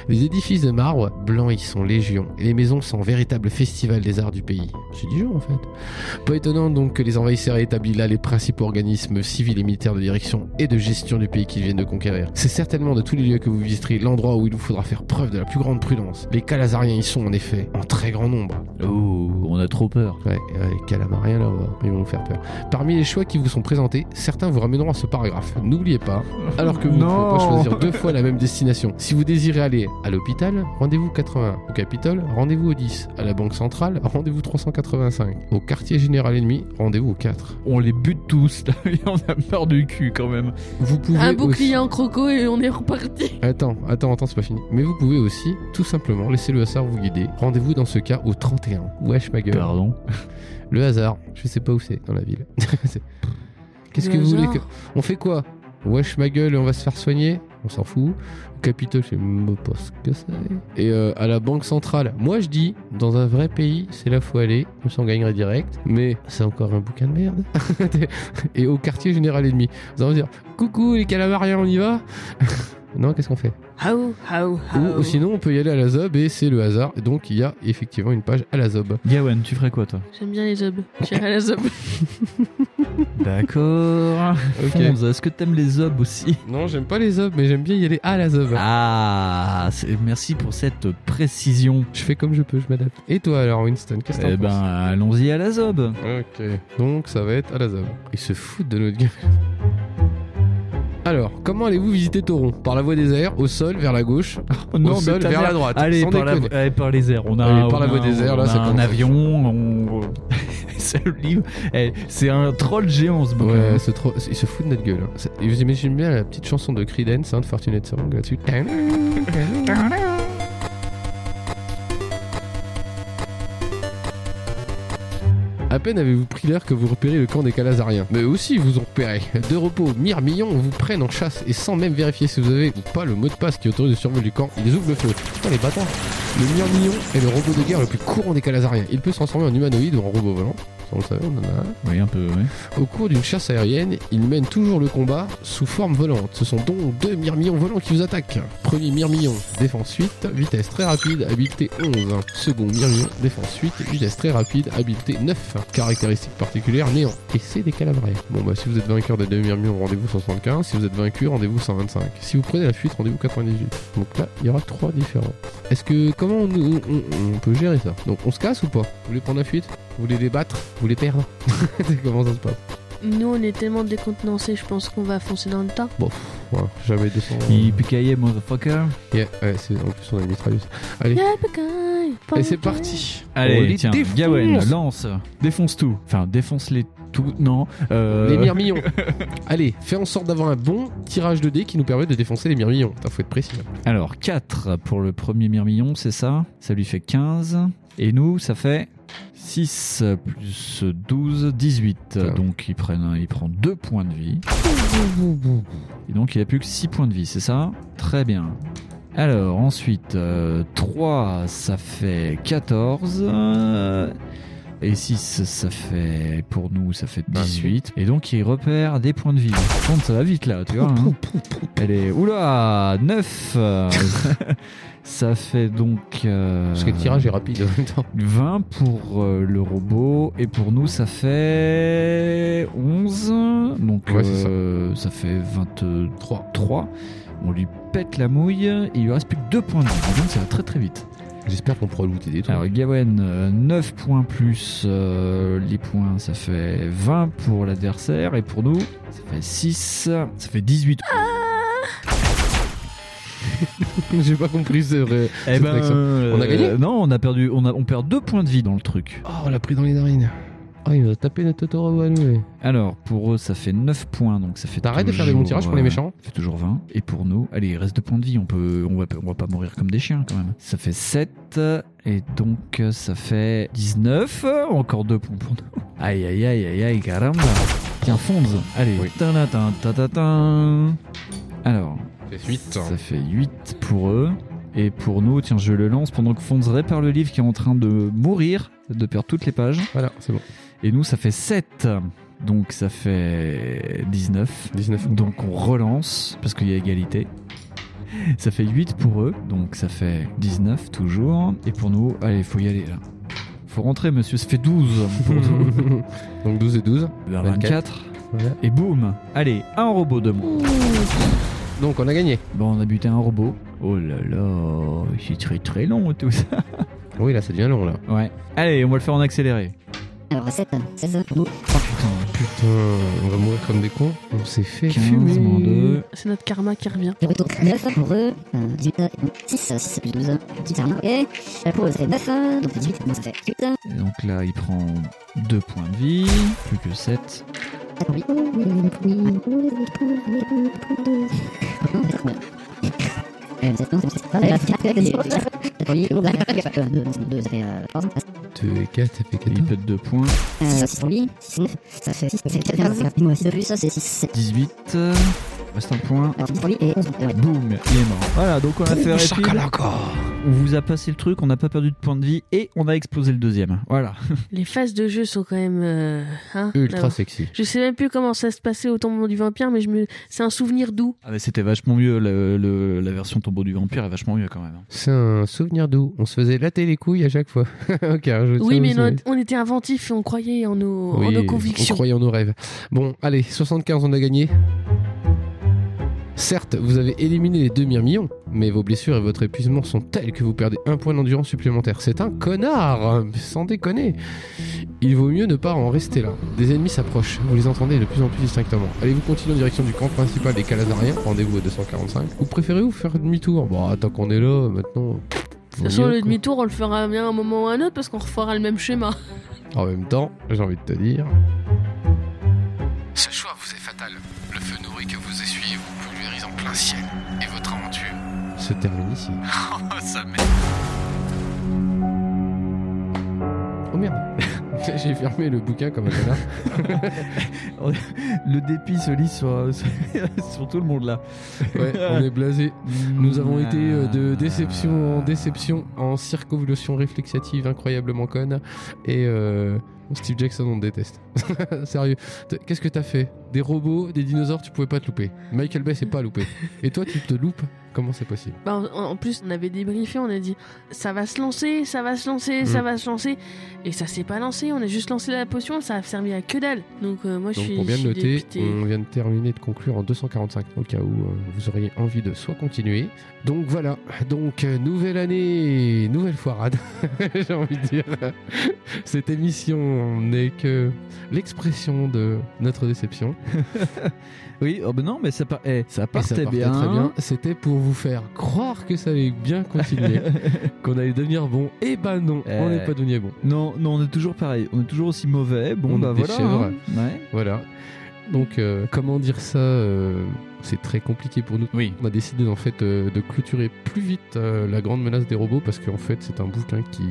S2: Les édifices de marbre, blancs, ils sont légion, et les maisons sont un véritable festival des arts du pays. C'est Dijon, en fait. Pas étonnant donc que les envahisseurs aient établi là les principaux organismes civils et militaires de direction et de gestion du pays qu'ils viennent de conquérir. C'est certainement de tous les lieux que vous visiterez l'endroit où il vous faudra faire preuve de la plus grande prudence. Les Calazariens y sont, en effet, en très grand nombre.
S5: Oh, on a trop peur.
S2: Ouais, ouais, les calamarien là, ouais, ils vont vous faire peur. Parmi les choix qui vous sont présentés, certains vous ramèneront à ce paragraphe. N'oubliez pas, alors que vous ne pouvez
S5: Non.
S2: pas choisir deux fois la même destination. Si vous désirez aller à l'hôpital, rendez-vous 81. Au Capitole, rendez-vous au 10. À la Banque Centrale, rendez-vous 385. Au quartier général ennemi, rendez-vous au 4.
S5: On les bute tous, *laughs* là. Il en a peur du cul quand même.
S2: Vous pouvez
S1: Un
S2: aussi-
S1: bouclier en croco et on est reparti.
S2: Attends, attends, attends, c'est pas fini. Mais vous pouvez aussi, tout simplement, laisser le hasard vous guider. Rendez-vous dans ce cas au 31. Wesh ma gueule.
S5: Pardon.
S2: Le hasard, je sais pas où c'est dans la ville. *laughs* C'est- Qu'est-ce que
S1: Le
S2: vous voulez
S1: genre.
S2: que... On fait quoi Wesh ma gueule, on va se faire soigner On s'en fout. Capitole, je sais même pas ce que c'est. Et euh, à la Banque Centrale, moi je dis, dans un vrai pays, c'est là faut aller, comme ça on gagnerait direct. Mais c'est encore un bouquin de merde. *laughs* Et au quartier général ennemi, vous allez me dire, coucou les calamariens, on y va *laughs* Non, qu'est-ce qu'on fait
S1: How, how,
S2: Ou-
S5: Ah
S1: how.
S2: ou sinon, on peut y aller à la ZOB et c'est le hasard. Donc, il y a effectivement une page à la ZOB.
S5: Gawen, tu ferais quoi toi
S1: J'aime bien les zobes. J'irai à la zob.
S5: *laughs* D'accord.
S2: Ok.
S5: Fonz, est-ce que t'aimes les obs aussi
S2: Non, j'aime pas les ZOB, mais j'aime bien y aller à la ZOB.
S5: Ah, c'est- merci pour cette précision.
S2: Je fais comme je peux, je m'adapte. Et toi alors, Winston, qu'est-ce que t'en
S5: Eh ben, allons-y à la zob.
S2: penses Ok. Donc ça va être à la ZAB. Ils se foutent de notre gueule. Alors, comment allez-vous visiter Toron Par la voie des airs, au sol, vers la gauche non, mais sol, ta vers mère- la droite,
S5: Allez,
S2: sans
S5: par la,
S2: déconner.
S5: allez, par les airs. On a,
S2: Allez,
S5: on
S2: par la
S5: a-
S2: voie des airs, là,
S5: on a
S2: ça
S5: un
S2: commence.
S5: avion. on- *laughs* c'est le livre. Eh, c'est un troll géant ce bouquin.
S2: Ouais, c'est trop... ils se foutent de notre gueule. hein. C'est- Et vous imaginez bien la petite chanson de Creedence, hein, de Fortunate Song là-dessus. À peine avez-vous pris l'air que vous repérez le camp des Calazariens. Mais eux aussi, ils vous ont repéré. De repos, mirmillon, vous prennent en chasse et sans même vérifier si vous avez ou pas le mot de passe qui autorise le survol du camp, ils ouvrent le feu. Putain, les bâtards Le mirmillon est le robot de guerre le plus courant des Calazariens. Il peut se transformer en humanoïde ou en robot volant. Ça, on le savait, on en a un.
S5: Oui, un peu, ouais.
S2: Au cours d'une chasse aérienne, ils mènent toujours le combat sous forme volante. Ce sont donc deux mirmillons volants qui vous attaquent. Premier mirmillon, défense 8, vitesse très rapide, habileté 11. Second mirmillon, défense 8, vitesse très rapide, habileté 9. Caractéristique particulière, néant. Et c'est des calabrais. Bon bah si vous êtes vainqueur des deux mirmillons, rendez-vous 175. Si vous êtes vaincu, rendez-vous 125. Si vous prenez la fuite, rendez-vous 98. Donc là, il y aura trois différents. Est-ce que comment on, on- on- on peut gérer ça Donc on se casse ou pas Vous voulez prendre la fuite Vous voulez débattre Vous voulez perdre *laughs* Comment ça se passe
S1: Nous, on est tellement décontenancés, je pense qu'on va foncer dans le tas.
S2: Bon, pff,
S3: Ouais, jamais 200.
S5: Yippee-ki-yay, motherfucker.
S3: Yeah, ouais, c'est- en plus, on a une mitrailleuse. Allez, et c'est parti.
S2: Oh,
S3: On
S5: Allez,
S3: les
S5: tiens,
S3: défonce.
S5: Gawain, lance. Défonce tout. Enfin, défonce les tout. Non. Euh...
S3: Les
S5: *laughs*
S3: mirmillons. Allez, fais en sorte d'avoir un bon tirage de dés qui nous permet de défoncer les mirmillons. Putain, faut être précis. là.
S5: Alors, 4 pour le premier mirmillon, c'est ça Ça lui fait 15. Et nous, ça fait 6 plus 12, 18.
S2: Ah
S3: Putain.
S5: Donc, il, prennent un- il prend 2 points de vie. Et donc, il a plus que 6 points de vie, c'est ça Très bien. Alors, ensuite, 3, ça fait 14. euh, et 6, ça fait, pour nous, ça fait 18. Et donc, il repère des points de vie. Par contre, ça va vite, là, tu vois. hein.
S3: *laughs*
S5: Elle est. Oula 9 Ça fait donc. euh,
S3: Parce que le tirage est rapide en même temps. *laughs*
S5: 20 pour euh, le robot et pour nous ça fait 11 donc
S3: Ouais, c'est
S5: euh, ça. fait 23 3 on lui pète la mouille et il lui reste plus que 2 points de vie donc ça va très très vite
S3: J'espère qu'on pourra looter des trucs.
S5: alors Gawen 9 points plus euh, les points ça fait 20 pour l'adversaire et pour nous ça fait 6 ça fait 18
S3: J'ai pas compris ce vrai.
S5: Eh
S3: cette
S5: ben,
S3: réaction.
S5: euh,
S3: On a gagné
S5: Non, on a perdu, on, a, on perd deux points de vie dans le truc.
S3: Oh, on l'a pris dans les narines. Oh, il nous a tapé notre Totoro à nous. eh.
S5: Alors, pour eux, ça fait 9 points, donc ça fait.
S3: T'arrêtes de faire des
S5: toujours,
S3: bons tirages pour les
S5: euh,
S3: méchants
S5: Ça fait toujours 20. Et pour nous, allez, il reste deux points de vie, on, peut, on, va, on va pas mourir comme des chiens quand même. Ça fait 7, et donc euh, ça fait 19. euh, Encore deux points pour nous. Aïe aïe aïe aïe aïe, caramba. Tiens, Fonz, allez.
S3: Oui.
S5: Tanatin, tatatin. Alors,
S3: C'est 8.
S5: ça fait 8 pour eux. Et pour nous, tiens, je le lance pendant que Fonz répare le livre qui est en train de mourir, de perdre toutes les pages.
S3: Voilà, c'est bon.
S5: Et nous, ça fait 7. Donc ça fait 19.
S3: 19.
S5: Donc on relance, parce qu'il y a égalité. Ça fait 8 pour eux, donc ça fait 19 toujours. Et pour nous, allez, faut y aller là. Faut rentrer, monsieur, ça fait 12 pour
S2: *laughs*
S5: nous.
S3: Donc 12 et 12.
S5: Ben,
S3: 24.
S5: 24.
S3: Voilà.
S5: Et boum Allez, un robot de moins.
S3: Donc on a gagné.
S5: Bon, on a buté un robot. Oh là là, c'est très très long tout ça.
S3: Oui, là, ça devient long, là.
S5: Ouais. Allez, on va le faire en accéléré.
S7: Alors 7, 16, nous,
S3: Putain, on va mourir comme des cons. On s'est fait
S5: 15 moins 2.
S1: C'est notre karma qui revient.
S7: et retour 9 pour eux, euh, 18, 6, 6 plus 12, 18, ça revient, et euh, pour eux ça fait 9, euh, donc 18, donc ça fait 8, euh,
S5: Et donc là, il prend 2 points de vie. Plus que 7.
S7: ça pour lui. Euh, sept, non, c'est bon, c'est bon. Ah, là, c'est quatre, c'est bon. Ça pour lui, oh, là, euh, deux, non, c'est deux, ça fait, euh, quatorze.
S3: 2 et 4, ça fait 4.
S5: Il pète 2 points.
S7: Euh, six pour lui, six, neuf, ça fait six, ça fait quatorze. Moi, six de plus, ça, c'est six, sept.
S5: 18. euh, Reste un point.
S7: Alors, dix pour lui et onze, euh, ouais.
S5: Boum, il est mort. Voilà, donc on a fait rapide. On vous a passé le truc, on n'a pas perdu de points de vie et on a explosé le deuxième. Voilà.
S1: Les phases de jeu sont quand même. euh, hein,
S3: *laughs* Ultra
S1: d'avoir-
S3: sexy.
S1: Je sais même plus comment ça se passait au tombeau du vampire, mais je me... c'est un souvenir doux.
S5: Ah, mais c'était vachement mieux. le- le- la version Tombeau du Vampire est vachement mieux quand même. hein.
S3: C'est un souvenir d'où on se faisait latter les couilles à chaque fois. *laughs* ok, hein, un jeu de
S1: Oui,
S3: ça
S1: mais Oh,
S3: aussi,
S1: non, on était inventifs et on croyait en nos, en
S3: Oui,
S1: nos
S3: On
S1: convictions.
S3: croyait en nos rêves. Bon, allez, 75, on a gagné. Certes, vous avez éliminé les deux mirmillons, mais vos blessures et votre épuisement sont tels que vous perdez un point d'endurance supplémentaire. C'est un connard, hein, sans déconner. Il vaut mieux ne pas en rester là. Des ennemis s'approchent, vous les entendez de plus en plus distinctement. Allez-vous continuer en direction du camp principal des Calazariens Rendez-vous à 245. Ou préférez-vous faire demi-tour Bon, tant qu'on est là, maintenant.
S1: De toute façon, le demi-tour, on le fera bien à un moment ou à un autre parce qu'on refera le même schéma.
S3: En même temps, j'ai envie de te dire. Ce choix vous est fatal. Le feu nourri que vous essuyez vous pulvérise en plein ciel. Et votre aventure se termine *laughs* ici. Oh merde *laughs* J'ai fermé le bouquin comme un connard.
S5: Le dépit se lit sur, *laughs* sur tout le monde là.
S3: Ouais, on est blasé. Nous avons été euh,
S5: Ah.
S3: de déception en déception, en circonvolution réflexiative incroyablement conne. Et euh, Steve Jackson, on te déteste. *laughs* Sérieux. T- Qu'est-ce que t'as fait Des robots, des dinosaures, tu pouvais pas te louper. Michael Bay, c'est pas loupé. Et toi, tu te loupes Comment c'est possible
S1: Bah, en, en plus, on avait débriefé, on a dit ça va se lancer, ça va se lancer, ça
S3: Mm.
S1: va se lancer. Et ça s'est pas lancé, on a juste lancé la potion, ça a servi à que dalle. Donc euh, moi je
S3: Donc
S1: suis.
S3: pour bien
S1: je
S3: le
S1: suis
S3: noter,
S1: dépitée.
S3: on vient de terminer de conclure en 245, au cas où euh, vous auriez envie de soit continuer. Donc voilà, donc euh, nouvelle année, nouvelle foirade, *laughs* j'ai envie de dire. Cette émission n'est que l'expression de notre déception.
S5: Oui, oh ben non, mais ça, par- eh, ça
S3: Et ça
S5: partait
S3: partait
S5: bien.
S3: très bien. C'était pour vous faire croire que ça allait bien
S5: *laughs*
S3: continuer, qu'on allait devenir bon. Eh ben non, on
S5: Euh,
S3: n'est pas devenu bon.
S5: non, non, on est toujours pareil. On est toujours aussi mauvais. Bon,
S3: On
S5: bah
S3: est des
S5: voilà.
S3: chèvres.
S5: hein. Ouais.
S3: Voilà. Donc euh, comment dire ça euh, C'est très compliqué pour nous.
S5: Oui.
S3: On a décidé en fait euh, de clôturer plus vite euh, la grande menace des robots parce qu'en fait c'est un bouquin qui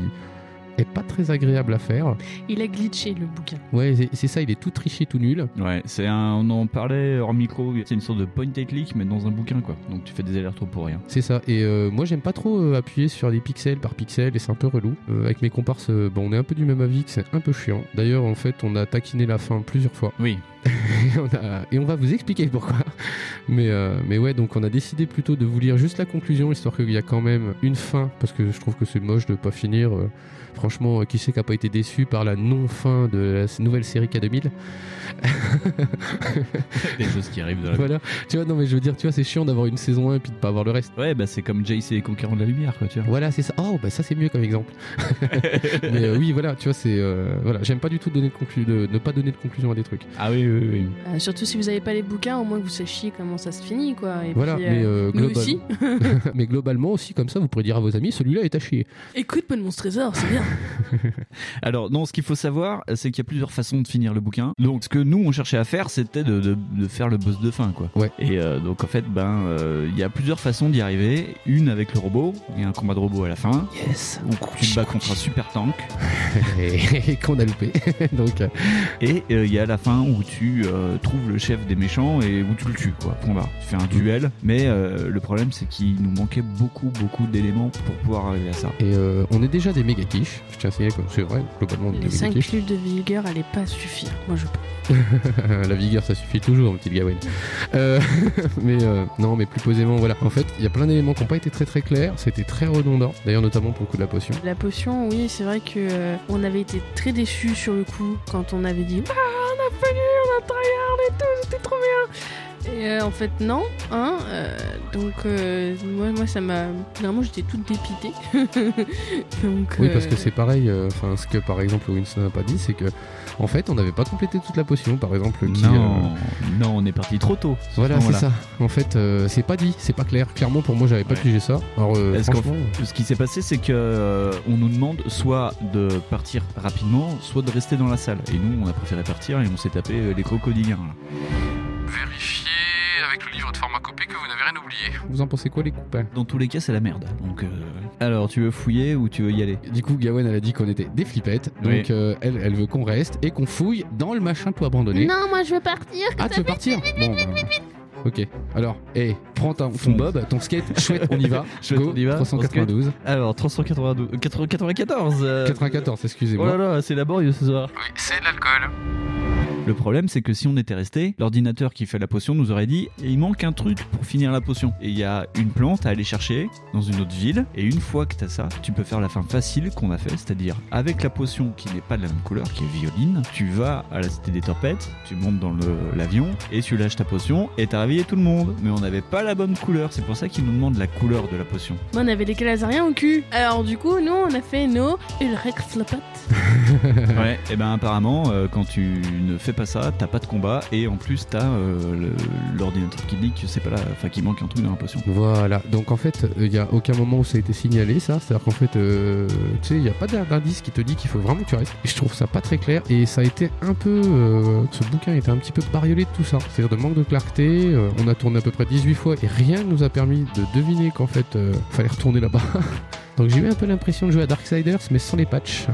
S3: est pas très agréable à faire.
S1: Il a glitché le bouquin.
S3: Ouais, c'est- c'est ça, il est tout triché, tout nul.
S5: Ouais, c'est un, on en parlait hors micro. C'est une sorte de point and click, mais dans un bouquin, quoi. Donc tu fais des allers-retours pour rien.
S3: C'est ça. Et euh, moi j'aime pas trop euh, appuyer sur les pixels par pixel et c'est un peu relou. Euh, avec mes comparses, euh, bon, on est un peu du même avis que c'est un peu chiant. D'ailleurs en fait on a taquiné la fin plusieurs fois.
S5: Oui.
S3: Et *laughs* on, a- et on va vous expliquer pourquoi. Mais, euh, mais ouais, donc on a décidé plutôt de vous lire juste la conclusion, histoire qu'il y a quand même une fin, parce que je trouve que c'est moche de pas finir. euh, franchement, euh, qui c'est qui a pas été déçu par la non-fin de la s- nouvelle série K2000
S5: *laughs* Des choses qui arrivent dans
S3: Voilà, tu vois, non mais je veux dire, tu vois, c'est chiant d'avoir une saison 1 et puis de pas avoir le reste.
S5: Ouais, bah c'est comme Jace et les conquérants de la lumière, quoi, tu vois.
S3: Voilà, c'est ça. Oh, bah ça c'est mieux comme exemple. mais euh, oui, voilà, tu vois, c'est... euh, voilà, j'aime pas du tout donner de conclu- de, ne pas donner de conclusion à des trucs.
S5: Ah oui, oui, oui.
S1: Euh, surtout si vous n'avez pas les bouquins, au moins que vous sachiez comment ça se finit, quoi. Et
S3: Voilà,
S1: puis, euh,
S3: mais, euh,
S1: nous
S3: globalement-
S1: aussi.
S3: *laughs* mais globalement aussi, comme ça, vous pourrez dire à vos amis, celui-là est à chier.
S1: Écoute, pas de mon trésor, c'est bien.
S5: Alors, non, ce qu'il faut savoir, c'est qu'il y a plusieurs façons de finir le bouquin. Donc, ce que nous, on cherchait à faire, c'était de, de- de faire le boss de fin, quoi.
S3: Ouais.
S5: Et euh, donc, en fait, ben, euh, il y a plusieurs façons d'y arriver. Une avec le robot, il y a un combat de robot à la fin.
S3: *laughs* Yes
S5: Où tu te bats contre un super tank.
S3: et *laughs* qu'on a loupé. Donc, euh,
S5: Et euh, il y a la fin où tu euh, trouves le chef des méchants et où tu le tues, quoi. Combat. Tu fais un duel. Mais euh, le problème, c'est qu'il nous manquait beaucoup, beaucoup d'éléments pour pouvoir arriver à ça.
S3: et euh, on est déjà des méga quiches. Je tiens à signaler que c'est vrai, globalement, on est
S1: Les
S3: des méga
S1: 5
S3: quiches.
S1: pilules de vigueur allaient pas suffire, moi je pense.
S3: Euh, La vigueur, ça suffit toujours, petite Gawain. Euh, *laughs* mais euh, non, mais plus posément, voilà. En fait, il y a plein d'éléments qui n'ont pas été très très clairs. C'était très redondant. D'ailleurs, notamment pour le coup de la potion.
S1: La potion, oui, c'est vrai que euh, on avait été très déçus sur le coup quand on avait dit Ah, on a fallu, on a tryhard et tout, c'était trop bien. Et euh, en fait, non, hein. euh, donc, euh, moi, moi, ça m'a. Vraiment, j'étais toute dépitée. *laughs* donc,
S3: Oui, parce
S1: euh,
S3: que c'est pareil. euh, Enfin, ce que par exemple Winston n'a pas dit, c'est que en fait, on n'avait pas complété toute la potion, par exemple. Qui, euh,
S5: Non, non, on est parti trop tôt.
S3: Voilà, c'est
S5: Voilà.
S3: ça. En fait, euh, c'est pas dit, c'est pas clair. Clairement, pour moi, j'avais pas
S5: Ouais.
S3: pigé ça. Alors, euh,
S5: Est-ce qu'en-
S3: franchement,
S5: Ce qui s'est passé, c'est que euh, on nous demande soit de partir rapidement, soit de rester dans la salle. Et nous, on a préféré partir et on s'est tapé euh, les crocodiliens. là.
S3: euh,
S6: Vérifiez avec le livre de pharmacopée que vous n'avez rien oublié.
S3: vous en pensez quoi, les copains
S5: Dans tous les cas, c'est la merde. Donc, euh, alors, tu veux fouiller ou tu veux y aller
S3: Du coup, Gawen, elle a dit qu'on était des flippettes. Donc,
S5: Oui.
S3: euh, elle, elle veut qu'on reste et qu'on fouille dans le machin tout abandonné.
S1: Non, moi, je veux partir.
S3: ah, tu veux partir Bon. bah, Ok. Alors, hé, prends ta- ton
S5: Fonce.
S3: bob, ton skate, chouette, on y va.
S5: *laughs* Chouette,
S3: Go,
S5: on y va,
S3: 392.
S5: Alors, 392, euh, 80, 94. euh,
S3: 94,
S5: Oh là
S3: excusez-moi.
S5: là, c'est laborieux ce soir.
S6: Oui, c'est de l'alcool.
S5: Le problème, c'est que si on était resté, l'ordinateur qui fait la potion nous aurait dit il manque un truc pour finir la potion. Et il y a une plante à aller chercher dans une autre ville. Et une fois que t'as ça, tu peux faire la fin facile qu'on a fait, c'est-à-dire avec la potion qui n'est pas de la même couleur, qui est violine, tu vas à la cité des torpettes, tu montes dans le- l'avion et tu lâches ta potion et t'as réveillé tout le monde. Mais on n'avait pas la bonne couleur, c'est pour ça qu'ils nous demandent la couleur de la potion.
S1: Moi, on avait des calazariens au cul. Alors, du coup, nous, on a fait nos Ulrich
S3: *laughs*
S1: Flopat.
S5: Ouais, et ben apparemment, euh, quand tu ne fais pas ça, t'as pas de combat et en plus t'as euh, le- l'ordinateur qui dit que c'est pas là, enfin qu'il manque un truc dans la potion.
S3: Voilà. Donc, en fait, il n'y a aucun moment où ça a été signalé, ça. C'est-à-dire qu'en fait, euh, tu sais, il n'y a pas d'indice qui te dit qu'il faut vraiment que tu restes. Et je trouve ça pas très clair. Et ça a été un peu. euh, ce bouquin était un petit peu bariolé de tout ça. C'est-à-dire de manque de clarté. euh, on a tourné à peu près 18 fois et rien ne nous a permis de deviner qu'en fait, euh, fallait retourner là-bas. *laughs* Donc, j'ai eu un peu l'impression de jouer à Darksiders, mais sans les patchs.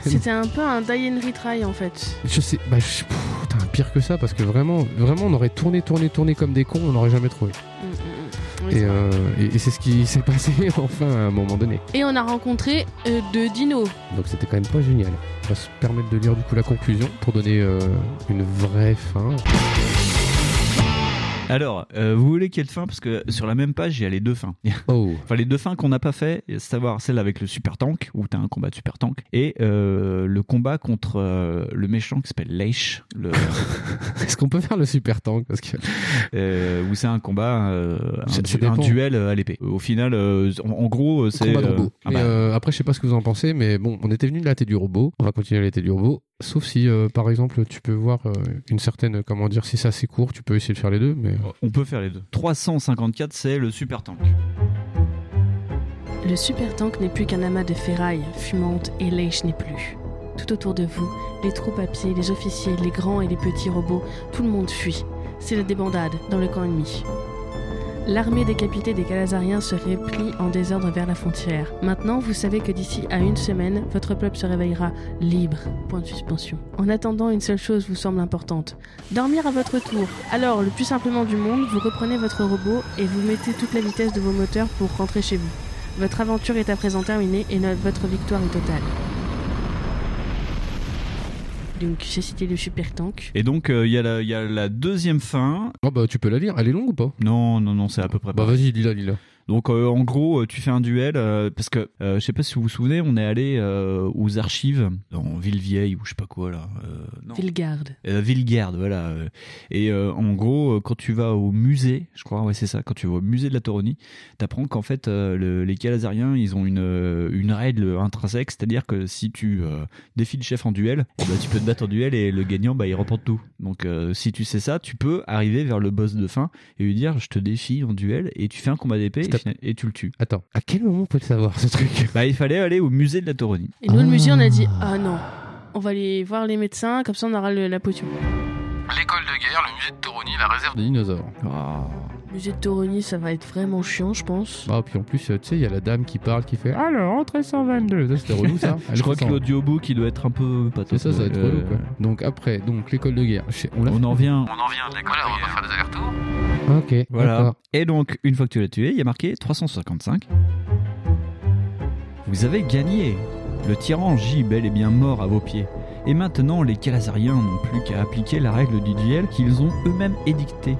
S1: C'était un peu un die and retry, en fait.
S3: Je sais, bah, je, pff, putain, pire que ça parce que vraiment, vraiment, on aurait tourné, tourné, tourné comme des cons, on n'aurait jamais trouvé.
S1: Mm, mm, mm. Oui,
S3: Et,
S1: c'est vrai.
S3: euh, et- et c'est ce qui s'est *laughs* passé enfin à un moment donné.
S1: Et on a rencontré euh, deux dinos.
S3: Donc c'était quand même pas génial. On va se permettre de lire du coup la conclusion pour donner euh, une vraie fin.
S5: Alors, euh, vous voulez quelle fin Parce que sur la même page, il y a les deux fins. *laughs*
S3: Oh.
S5: Enfin, les deux fins qu'on n'a pas fait, à savoir celle avec le super tank, où t'as un combat de super tank, et euh, le combat contre euh, le méchant qui s'appelle Leish,
S3: *laughs*
S5: le,
S3: Est-ce qu'on peut faire le super tank Parce que
S5: euh, où c'est un combat, euh,
S3: Ça-
S5: un,
S3: ça
S5: du- un
S3: dépend.
S5: duel euh, à l'épée. Au final, euh, en, en gros, euh, c'est.
S3: combat de
S5: euh,
S3: robot.
S5: ah bah,
S3: après, je sais pas ce que vous en pensez, mais bon, on était venu de la tête du robot. On va continuer à la tête du robot. Sauf si, euh, par exemple, tu peux voir euh, une certaine, comment dire, si ça c'est court, tu peux essayer de faire les deux, mais.
S5: on peut faire les deux. 354, c'est le super tank.
S1: Le super tank n'est plus qu'un amas de ferraille fumante et Leish n'est plus. Tout autour de vous, les troupes à pied, les officiers, les grands et les petits robots, tout le monde fuit. C'est la débandade dans le camp ennemi. L'armée décapitée des Calazariens se replie en désordre vers la frontière. Maintenant, vous savez que d'ici à une semaine, votre peuple se réveillera libre. Point de suspension. En attendant, une seule chose vous semble importante. Dormir à votre tour. Alors, le plus simplement du monde, vous reprenez votre robot et vous mettez toute la vitesse de vos moteurs pour rentrer chez vous. Votre aventure est à présent terminée et no- votre victoire est totale. Donc j'ai cité le super tank.
S5: Et donc, euh, il y, a la- il y a la deuxième fin.
S3: Oh bah, tu peux la lire. Elle est longue ou pas
S5: Non, non, non, c'est à peu près
S3: Bah,
S5: pareil.
S3: vas-y, lis-la, lis-la.
S5: Donc euh, en gros, euh, tu fais un duel euh, parce que euh, je sais pas si vous vous souvenez, on est allé euh, aux archives dans Villevieille ou je sais pas quoi là. euh, non.
S1: Vilgarde.
S5: Euh, Villegarde, voilà. euh. Et euh, en gros, euh, quand tu vas au musée, je crois, ouais, c'est ça, quand tu vas au musée de la Tauronie, t'apprends qu'en fait, euh, le- les Calazariens, ils ont une, euh, une règle intrinsèque, c'est-à-dire que si tu euh, défies le chef en duel, eh ben, tu peux te battre en duel et le gagnant, bah, il remporte tout. Donc, euh, si tu sais ça, tu peux arriver vers le boss de fin et lui dire, je te défie en duel et tu fais un combat d'épée et
S3: Stop.
S5: fina- et, tu le tues.
S3: Attends, à quel moment on peut le savoir ce truc
S5: Bah, il fallait aller au musée de la Tauronie.
S1: Et nous, le
S3: Ah.
S1: musée, on a dit Ah non, on va aller voir les médecins, comme ça on aura le- la potion.
S6: L'école de guerre, le musée de Toroni, la réserve.
S3: Des dinosaures. Ah,
S1: Le musée de Toroni, ça va être vraiment chiant, je pense.
S3: Bah, puis en plus, euh, tu sais, il y a la dame qui parle, qui fait Alors, entrée 122. Ça, C'était relou, ça
S5: Je crois que l'audiobook, il doit être un peu pas
S3: C'est ça, ça va être relou, quoi. Donc, après, donc, l'école de guerre. Je sais- On l'a
S5: On en vient
S6: On en vient de l'école. Voilà, on va faire des allers-retours.
S3: Ok,
S5: Voilà.
S3: d'accord.
S5: Et donc, une fois que tu l'as tué, il y a marqué 355. Vous avez gagné. Le tyran gît bel et bien mort à vos pieds. Et maintenant, les Calazariens n'ont plus qu'à appliquer la règle du duel qu'ils ont eux-mêmes édictée.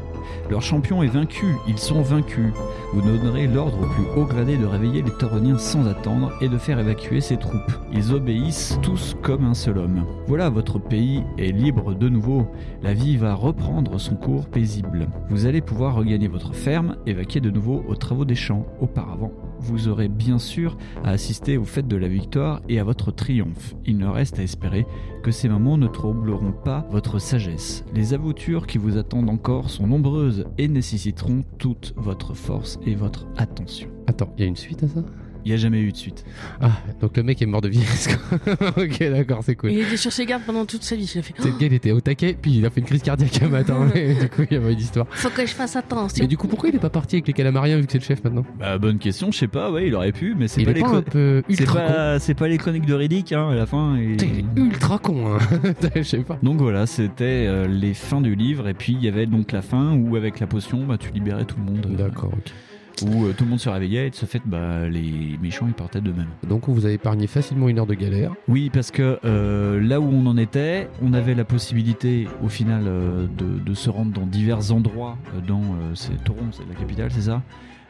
S5: Leur champion est vaincu, ils sont vaincus. Vous donnerez l'ordre au plus haut gradé de réveiller les Tauroniens sans attendre et de faire évacuer ses troupes. Ils obéissent tous comme un seul homme. Voilà, votre pays est libre de nouveau. La vie va reprendre son cours paisible. Vous allez pouvoir regagner votre ferme et vaquer de nouveau aux travaux des champs. Auparavant, vous aurez bien sûr à assister aux fêtes de la victoire et à votre triomphe. Il ne reste à espérer que ces moments ne troubleront pas votre sagesse. Les aventures qui vous attendent encore sont nombreuses et nécessiteront toute votre force et votre attention.
S3: Attends, il y a une suite à ça
S5: Il n'y a jamais eu de suite.
S3: Oh. Ah, donc le mec est mort de vieillesse. quoi. *laughs* ok, d'accord, c'est *gasps* cool.
S1: Il était sur ses gardes pendant toute sa vie. Il a fait
S3: Peut-être le gars, il était au taquet, puis il a fait une crise cardiaque un matin, et du coup, il y avait une histoire.
S1: oh, Faut que je fasse attention.
S3: Mais du coup, pourquoi il est pas parti avec les calamariens vu que c'est le chef maintenant
S5: Bah, bonne question, je sais pas, ouais, il aurait pu, mais c'est
S3: Il
S5: pas
S3: est
S5: les
S3: pas un
S5: co-
S3: peu
S5: c'est
S3: ultra con
S5: pas, c'est pas les chroniques de Riddick, hein, à la fin. et-
S3: Putain, il est ultra con, hein. *laughs* Je sais pas.
S5: Donc voilà, c'était euh, les fins du livre, et puis il y avait donc la fin où avec la potion, bah, tu libérais tout le monde, euh,
S3: D'accord, ok.
S5: où euh, tout le monde se réveillait, et de ce fait, bah, les méchants, ils partaient d'eux-mêmes.
S3: Donc, on vous a épargné facilement une heure de galère.
S5: Oui, parce que euh, là où on en était, on avait la possibilité, au final, euh, de, de se rendre dans divers endroits, euh, dans euh, c'est Toron, c'est la capitale, c'est ça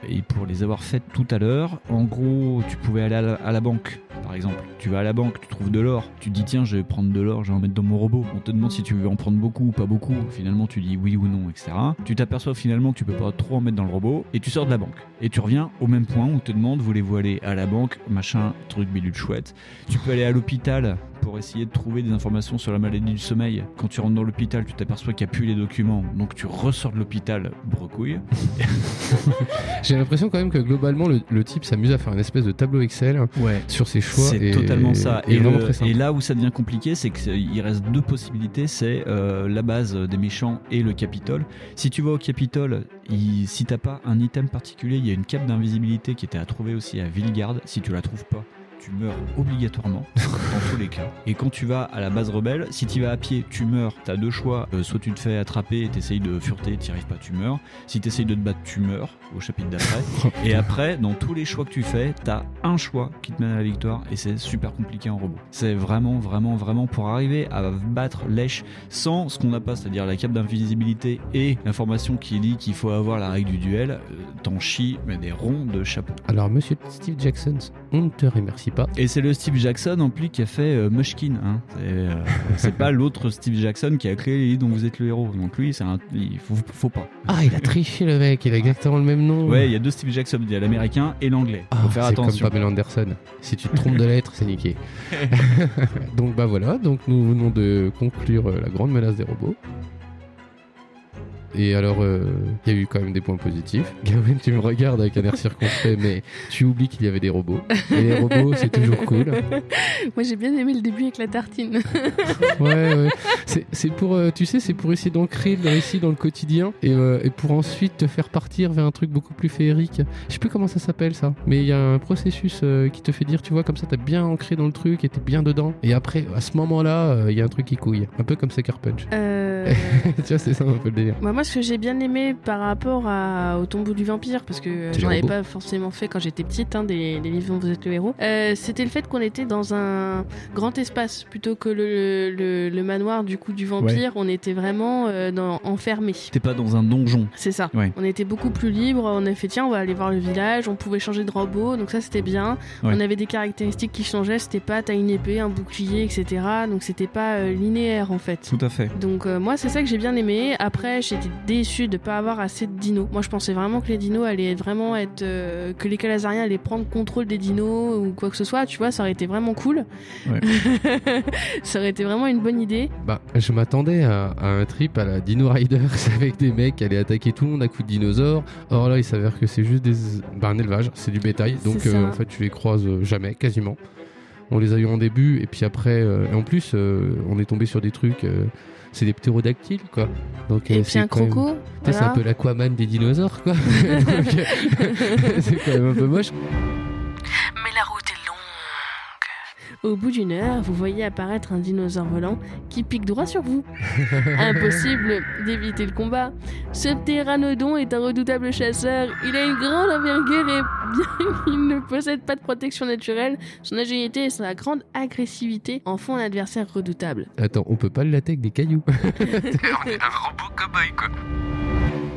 S5: et pour les avoir faites tout à l'heure, en gros, tu pouvais aller à la, à la banque, par exemple. Tu vas à la banque, tu trouves de l'or. Tu te dis, tiens, je vais prendre de l'or, je vais en mettre dans mon robot. On te demande si tu veux en prendre beaucoup ou pas beaucoup. Finalement, tu dis oui ou non, etc. Tu t'aperçois finalement que tu peux pas trop en mettre dans le robot et tu sors de la banque. Et tu reviens au même point où on te demande, voulez-vous aller à la banque, machin, truc bidule chouette. Tu peux aller à l'hôpital pour essayer de trouver des informations sur la maladie du sommeil. Quand tu rentres dans l'hôpital, tu t'aperçois qu'il n'y a plus les documents. Donc tu ressors de l'hôpital, brecouille.
S3: J'ai l'impression quand même que globalement, le, le type s'amuse à faire une espèce de tableau Excel
S5: Ouais.
S3: sur ses choix.
S5: C'est
S3: et-
S5: totalement ça.
S3: Et,
S5: Et,
S3: vraiment
S5: le-
S3: très simple.
S5: et là où ça devient compliqué, c'est qu'il reste deux possibilités. C'est euh, la base des méchants et le Capitole. Si tu vas au Capitole, il- si t'as pas un item particulier, il y a une cape d'invisibilité qui était à trouver aussi à Villegarde. Si tu la trouves pas, tu tu meurs obligatoirement,
S3: *laughs*
S5: dans tous les cas. Et quand tu vas à la base rebelle, si tu vas à pied, tu meurs. T'as deux choix. Euh, soit tu te fais attraper, t'essayes de fureter, t'y arrives pas, tu meurs. Si t'essayes de te battre, tu meurs au chapitre d'après. et après, dans tous les choix que tu fais, t'as un choix qui te mène à la victoire et c'est super compliqué en robot. C'est vraiment, vraiment, vraiment pour arriver à battre Lèche sans ce qu'on n'a pas, c'est-à-dire la cape d'invisibilité et l'information qui dit qu'il faut avoir la règle du duel, euh, t'en chies, mais des ronds de chapeau.
S3: Alors, monsieur Steve Jackson, on ne te remercie pas.
S5: Et c'est le Steve Jackson en plus qui a fait euh, Mushkin. hein. C'est, euh, c'est pas l'autre Steve Jackson qui a créé les livres dont vous êtes le héros. Donc lui, c'est un, il faut, faut pas.
S3: Ah, il a triché le mec, il a exactement le même nom.
S5: Ouais, il y a deux Steve Jackson, il y a l'américain et l'anglais.
S3: Oh. Ah,
S5: Faut faire
S3: c'est comme
S5: attention.
S3: Pamela Anderson. Si tu te trompes de lettre, c'est niqué.
S5: *laughs*
S3: donc bah voilà, donc nous venons de conclure euh, la grande menace des robots. Et alors, euh, il y a eu quand même des points
S5: *laughs*
S3: positifs. Gawain, tu me regardes avec un air circonspect, mais tu oublies qu'il y avait des robots. Et les robots, c'est toujours
S5: *laughs*
S3: cool.
S1: *laughs* Moi j'ai bien aimé le début avec la tartine.
S3: Ouais, *laughs* ouais. C'est- C'est pour, euh, tu sais, c'est pour essayer d'ancrer le récit dans le quotidien et, euh, et pour ensuite te faire partir vers un truc beaucoup plus féerique. Je sais plus comment ça s'appelle ça, mais il y a un processus euh, qui te fait dire, tu vois, comme ça, t'as bien ancré dans le truc et t'es bien dedans. Et après, à ce moment-là, euh, il y a un truc qui couille. Un peu comme Sucker Punch. *laughs*
S1: Euh,
S3: tu vois, c'est ça un peu le délire.
S1: bah, moi ce que j'ai bien aimé par rapport à, au tombeau du vampire, parce que euh,
S3: C'est
S1: j'en
S3: les
S1: avais
S3: robots.
S1: pas forcément fait quand j'étais petite, hein, des, des livres dont vous êtes le héros, euh, c'était le fait qu'on était dans un grand espace plutôt que le, le, le manoir du coup du vampire, on était vraiment euh, dans, enfermé.
S5: T'es pas dans un donjon.
S1: C'est ça.
S5: Ouais.
S1: On était beaucoup plus libre. On a fait tiens, on va aller voir le village. On pouvait changer de robot, donc ça c'était bien.
S5: Ouais.
S1: On avait des caractéristiques qui changeaient. C'était pas t'as une épée, un bouclier, etc. Donc c'était pas euh, linéaire en fait.
S5: Tout à fait.
S1: Donc euh, moi c'est ça que j'ai bien aimé. Après j'étais déçue de pas avoir assez de dinos. Moi je pensais vraiment que les dinos allaient vraiment être euh, que les Calazariens allaient prendre contrôle des dinos ou quoi que ce soit. Tu vois ça aurait été vraiment cool.
S5: Ouais.
S1: *laughs* ça aurait été vraiment une bonne idée.
S3: Bah, je m'attendais à, à un trip à la Dino Riders *laughs* avec des mecs qui allaient attaquer tout le monde à coups de dinosaures. Or là, il s'avère que c'est juste des, bah, un élevage, c'est du bétail,
S1: C'est
S3: donc
S1: ça.
S3: euh, en fait, tu les croises euh, jamais, quasiment. On les a eu en début, et puis après, euh, et en plus, euh, on est tombé sur des trucs, euh, c'est des ptérodactyles, quoi. Donc,
S1: Et,
S3: euh,
S1: puis
S3: c'est
S1: un
S3: quand même-
S1: croco.
S3: Tu sais, C'est
S1: voilà.
S3: un peu l'Aquaman des dinosaures, quoi. *laughs* Donc, euh, c'est quand même un peu moche.
S8: Mais la route est longue.
S1: Au bout d'une heure, vous voyez apparaître un dinosaure volant qui pique droit sur *laughs* vous. Impossible d'éviter le combat. Ce pteranodon est un redoutable chasseur. Il a une grande envergure et bien *laughs* qu'il ne possède pas de protection naturelle, son agilité et sa grande agressivité en font un adversaire redoutable.
S3: Attends, on peut pas le latter avec des cailloux. *laughs*
S6: On est un robot cow-boy, quoi.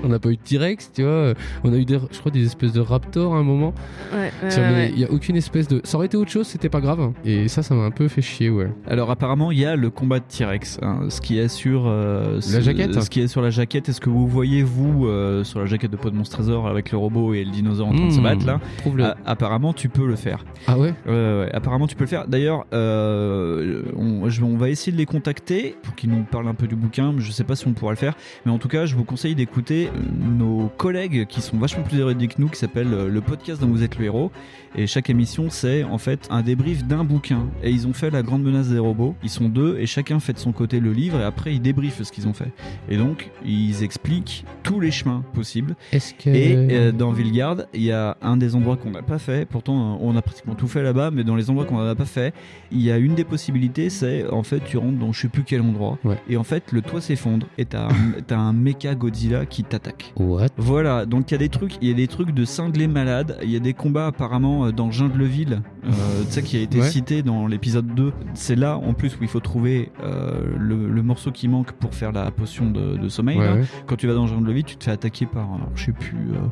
S3: on n'a pas eu de T-Rex, tu vois. euh, On a eu, des, je crois, des espèces de raptors à un moment.
S1: Ouais, ouais,
S3: Tiens, mais
S1: ouais.
S3: il y a aucune espèce de. Ça aurait été autre chose, c'était pas grave. Et ça, ça m'a un peu fait chier, ouais.
S5: Alors apparemment, il y a le combat de T-Rex, hein, ce qui est sur euh, ce-
S3: La jaquette
S5: ce qui est sur la jaquette, est-ce que vous voyez vous euh, sur la jaquette de Pot de Monstre Trésor avec le robot et le dinosaure en train de se
S3: Mmh.
S5: battre là
S3: Prouve-le.
S5: Ah, Apparemment, tu peux le faire.
S3: Ah ouais
S5: Ouais, ouais, ouais, apparemment, tu peux le faire. D'ailleurs, euh, on, je- on va essayer de les contacter pour qu'ils nous parlent un peu du bouquin. Je sais pas si on pourra le faire, mais en tout cas, je vous conseille d'écouter euh, nos collègues qui sont vachement plus érudits que nous, qui s'appelle euh, le podcast dont vous êtes le héros. Et chaque émission, c'est en fait un débrief d'un bouquin. Et ils ont fait la grande menace des robots. Ils sont deux et chacun fait de son côté le livre et après ils débriefent ce qu'ils ont fait. Et donc, ils expliquent tous les chemins possibles.
S3: Est-ce que.
S5: Et euh, dans Villegarde, il y a un des endroits qu'on n'a pas fait. Pourtant, euh, on a pratiquement tout fait là-bas, mais dans les endroits qu'on n'a pas fait, il y a une des possibilités, c'est en fait tu rentres dans je sais plus quel endroit,
S3: Ouais.
S5: et en fait le toit s'effondre et
S3: *laughs*
S5: t'as un, t'as un méca Godzilla qui t'attaque.
S3: What
S5: Voilà, donc il y a des trucs, il y a des trucs de cinglés malades, il y a des combats apparemment euh, dans Jungleville, euh, tu sais qui a été
S3: Ouais.
S5: cité dans l'épisode 2. C'est là en plus où il faut trouver euh, le, le morceau qui manque pour faire la potion de, de sommeil. là
S3: Ouais, ouais.
S5: quand tu vas dans Jungle tu te fais attaquer par, euh, je sais plus, euh,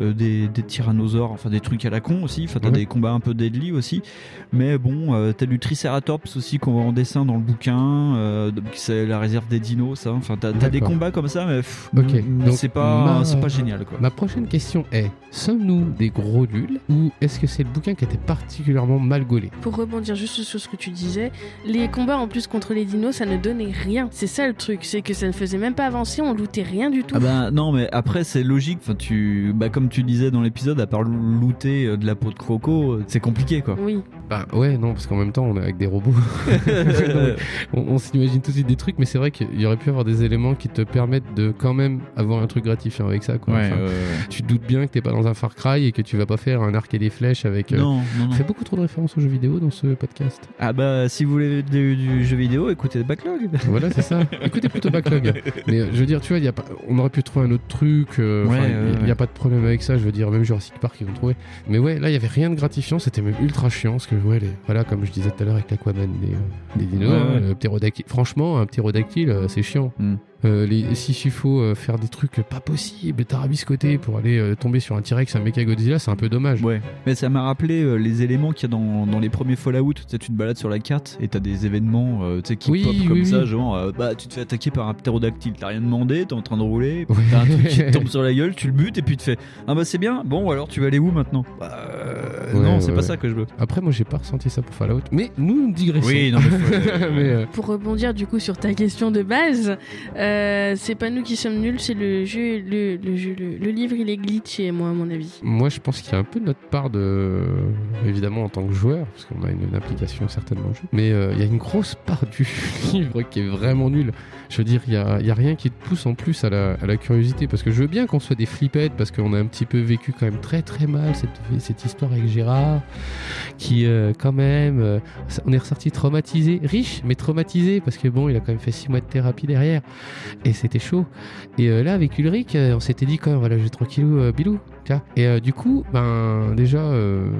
S5: euh, des, des tyrannosaures, enfin des trucs à la con aussi. Enfin, t'as
S3: Ouais.
S5: des combats un peu deadly aussi. Mais bon, euh, t'as du Triceratops aussi qu'on voit en dessin dans le bouquin. euh, donc c'est la réserve des dinos, ça. Enfin, t'as t'as des
S3: D'accord.
S5: combats comme ça, mais pff,
S3: Ok,
S5: mm,
S3: donc
S5: c'est pas,
S3: ma- Ah bah.
S5: c'est pas génial quoi.
S3: Ma prochaine question est sommes-nous des gros nuls ou est-ce que c'est le bouquin qui était particulièrement mal gaulé
S1: Pour rebondir juste sur ce que tu disais, les combats en plus contre les dinos, ça ne donnait rien. C'est ça le truc, c'est que ça ne faisait même pas avancer, on lootait rien du tout.
S5: Ah bah non mais après c'est logique,
S1: *laughs*
S5: enfin, tu, bah, comme tu disais dans l'épisode, à part looter euh, de la peau de croco, euh, c'est compliqué quoi.
S1: Oui,
S2: Bah ouais, non, parce qu'en même temps, on est avec
S3: *laughs*
S2: des robots. Donc, on, on s'imagine tout de suite des trucs, mais c'est vrai qu'il y aurait pu avoir des éléments qui te permettent de quand même avoir un truc gratifiant avec ça. Quoi.
S5: Ouais,
S2: Enfin,
S5: ouais, ouais.
S2: Tu te doutes bien que t'es pas dans un Far Cry et que tu vas pas faire un arc et des flèches avec. euh,
S5: Non, non,
S2: On
S5: non.
S2: fait beaucoup trop de références aux jeux vidéo dans ce podcast.
S5: Ah bah, si vous voulez du, du jeu vidéo, écoutez le backlog.
S2: Voilà, c'est ça. Écoutez plutôt Backlog. Mais euh, je veux dire, tu vois, il y a pas... on aurait pu trouver un autre truc. euh,
S5: Ouais,
S2: enfin,
S5: ouais,
S2: il n'y
S5: ouais.
S2: a pas de problème avec ça. Je veux dire, même Jurassic Park, ils ont trouvé. Mais ouais, là, il y avait rien de gratifiant. C'était même ultra chiant. Parce que, ouais, les... voilà, comme je disais tout à l'heure avec l'Aquaman, les, euh, les dinos,
S5: Ouais,
S2: hein,
S5: ouais.
S2: le ptérodactyle. Franchement, un ptérodactyle, euh, c'est chiant.
S5: Mm.
S2: Euh, les... Si il faut euh, faire des trucs pas possibles, tarabiscoter pour aller euh, tomber sur un T-Rex, un Mechagodzilla, c'est un peu dommage.
S5: Ouais, mais ça m'a rappelé euh, les éléments qu'il y a dans, dans les premiers Fallout. Tu sais, tu te balades sur la carte et t'as des événements euh, tu sais, qui
S2: Oui,
S5: popent comme
S2: oui,
S5: ça,
S2: oui.
S5: genre euh, bah tu te fais attaquer par un ptérodactyle, t'as rien demandé, t'es en train de
S2: *laughs*
S5: rouler,
S2: Ouais.
S5: t'as un truc qui te tombe sur la gueule, tu le butes et puis tu fais ah bah c'est bien, bon alors tu vas aller où maintenant Bah, euh,
S2: Ouais,
S5: Non, c'est
S2: ouais,
S5: pas
S2: ouais.
S5: ça que je veux.
S2: Après, moi, j'ai pas ressenti ça pour Fallout. Mais nous, nous digressons.
S5: non mais
S2: *laughs* mais euh,
S1: Pour rebondir du coup sur ta question de base, euh, c'est pas nous qui sommes nuls, c'est le jeu, le, le jeu, le, le livre il est glitché moi à mon avis.
S2: Moi, je pense qu'il y a un peu de notre part de. Évidemment, en tant que joueur, parce qu'on a une, une application certainement au jeu. Mais euh, il y a une grosse part du *laughs* livre qui est vraiment nulle. Je veux dire, il n'y a, il y a rien qui te pousse en plus à la, à la curiosité. Parce que je veux bien qu'on soit des flippettes, parce qu'on a un petit peu vécu quand même très très mal cette, cette histoire avec Gérard, qui euh, quand même. euh, on est ressorti traumatisé, riche, mais traumatisé, parce que bon, il a quand même fait six mois de thérapie derrière. Et c'était chaud. Et euh, là, avec Ulrich, euh, on s'était dit quand même, voilà, je vais tranquillou, euh, bilou. tu vois. Et euh, du coup, ben, déjà, euh,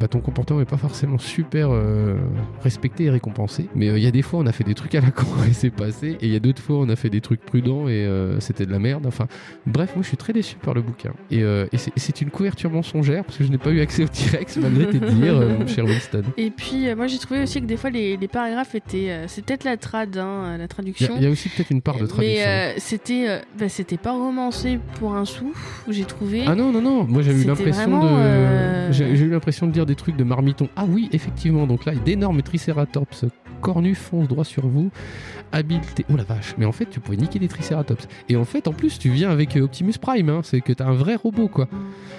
S2: bah, ton comportement n'est pas forcément super euh, respecté et récompensé. Mais euh, il y a des fois, on a fait des trucs à la con *laughs* et c'est passé. Et il y a d'autres fois, on a fait des trucs prudents et euh, c'était de la merde. Enfin, bref, moi, je suis très déçu par le bouquin. Et, euh, et c'est- c'est une couverture mensongère parce que je n'ai pas eu accès au T-Rex, malgré tes dires, euh, mon cher Winston.
S1: Et puis euh, moi j'ai trouvé aussi que des fois les, les paragraphes étaient, euh, c'est peut-être la trad, hein, la
S2: Il y,
S1: traduction.
S2: a- il y a aussi peut-être une part de traduction.
S1: Mais euh, c'était, euh, bah, c'était pas romancé pour un sou. J'ai trouvé.
S2: Ah non, non, non, moi j'ai eu
S1: C'était
S2: l'impression de.
S1: vraiment, euh,
S2: J'ai j'ai eu l'impression de dire des trucs de marmiton. Ah oui, effectivement, donc là, d'énormes tricératops cornus foncent droit sur vous, habilité. Oh la vache, mais en fait, tu pouvais niquer des tricératops. Et en fait, en plus, tu viens avec euh, Optimus Prime, hein, c'est que t'as un vrai robot, quoi.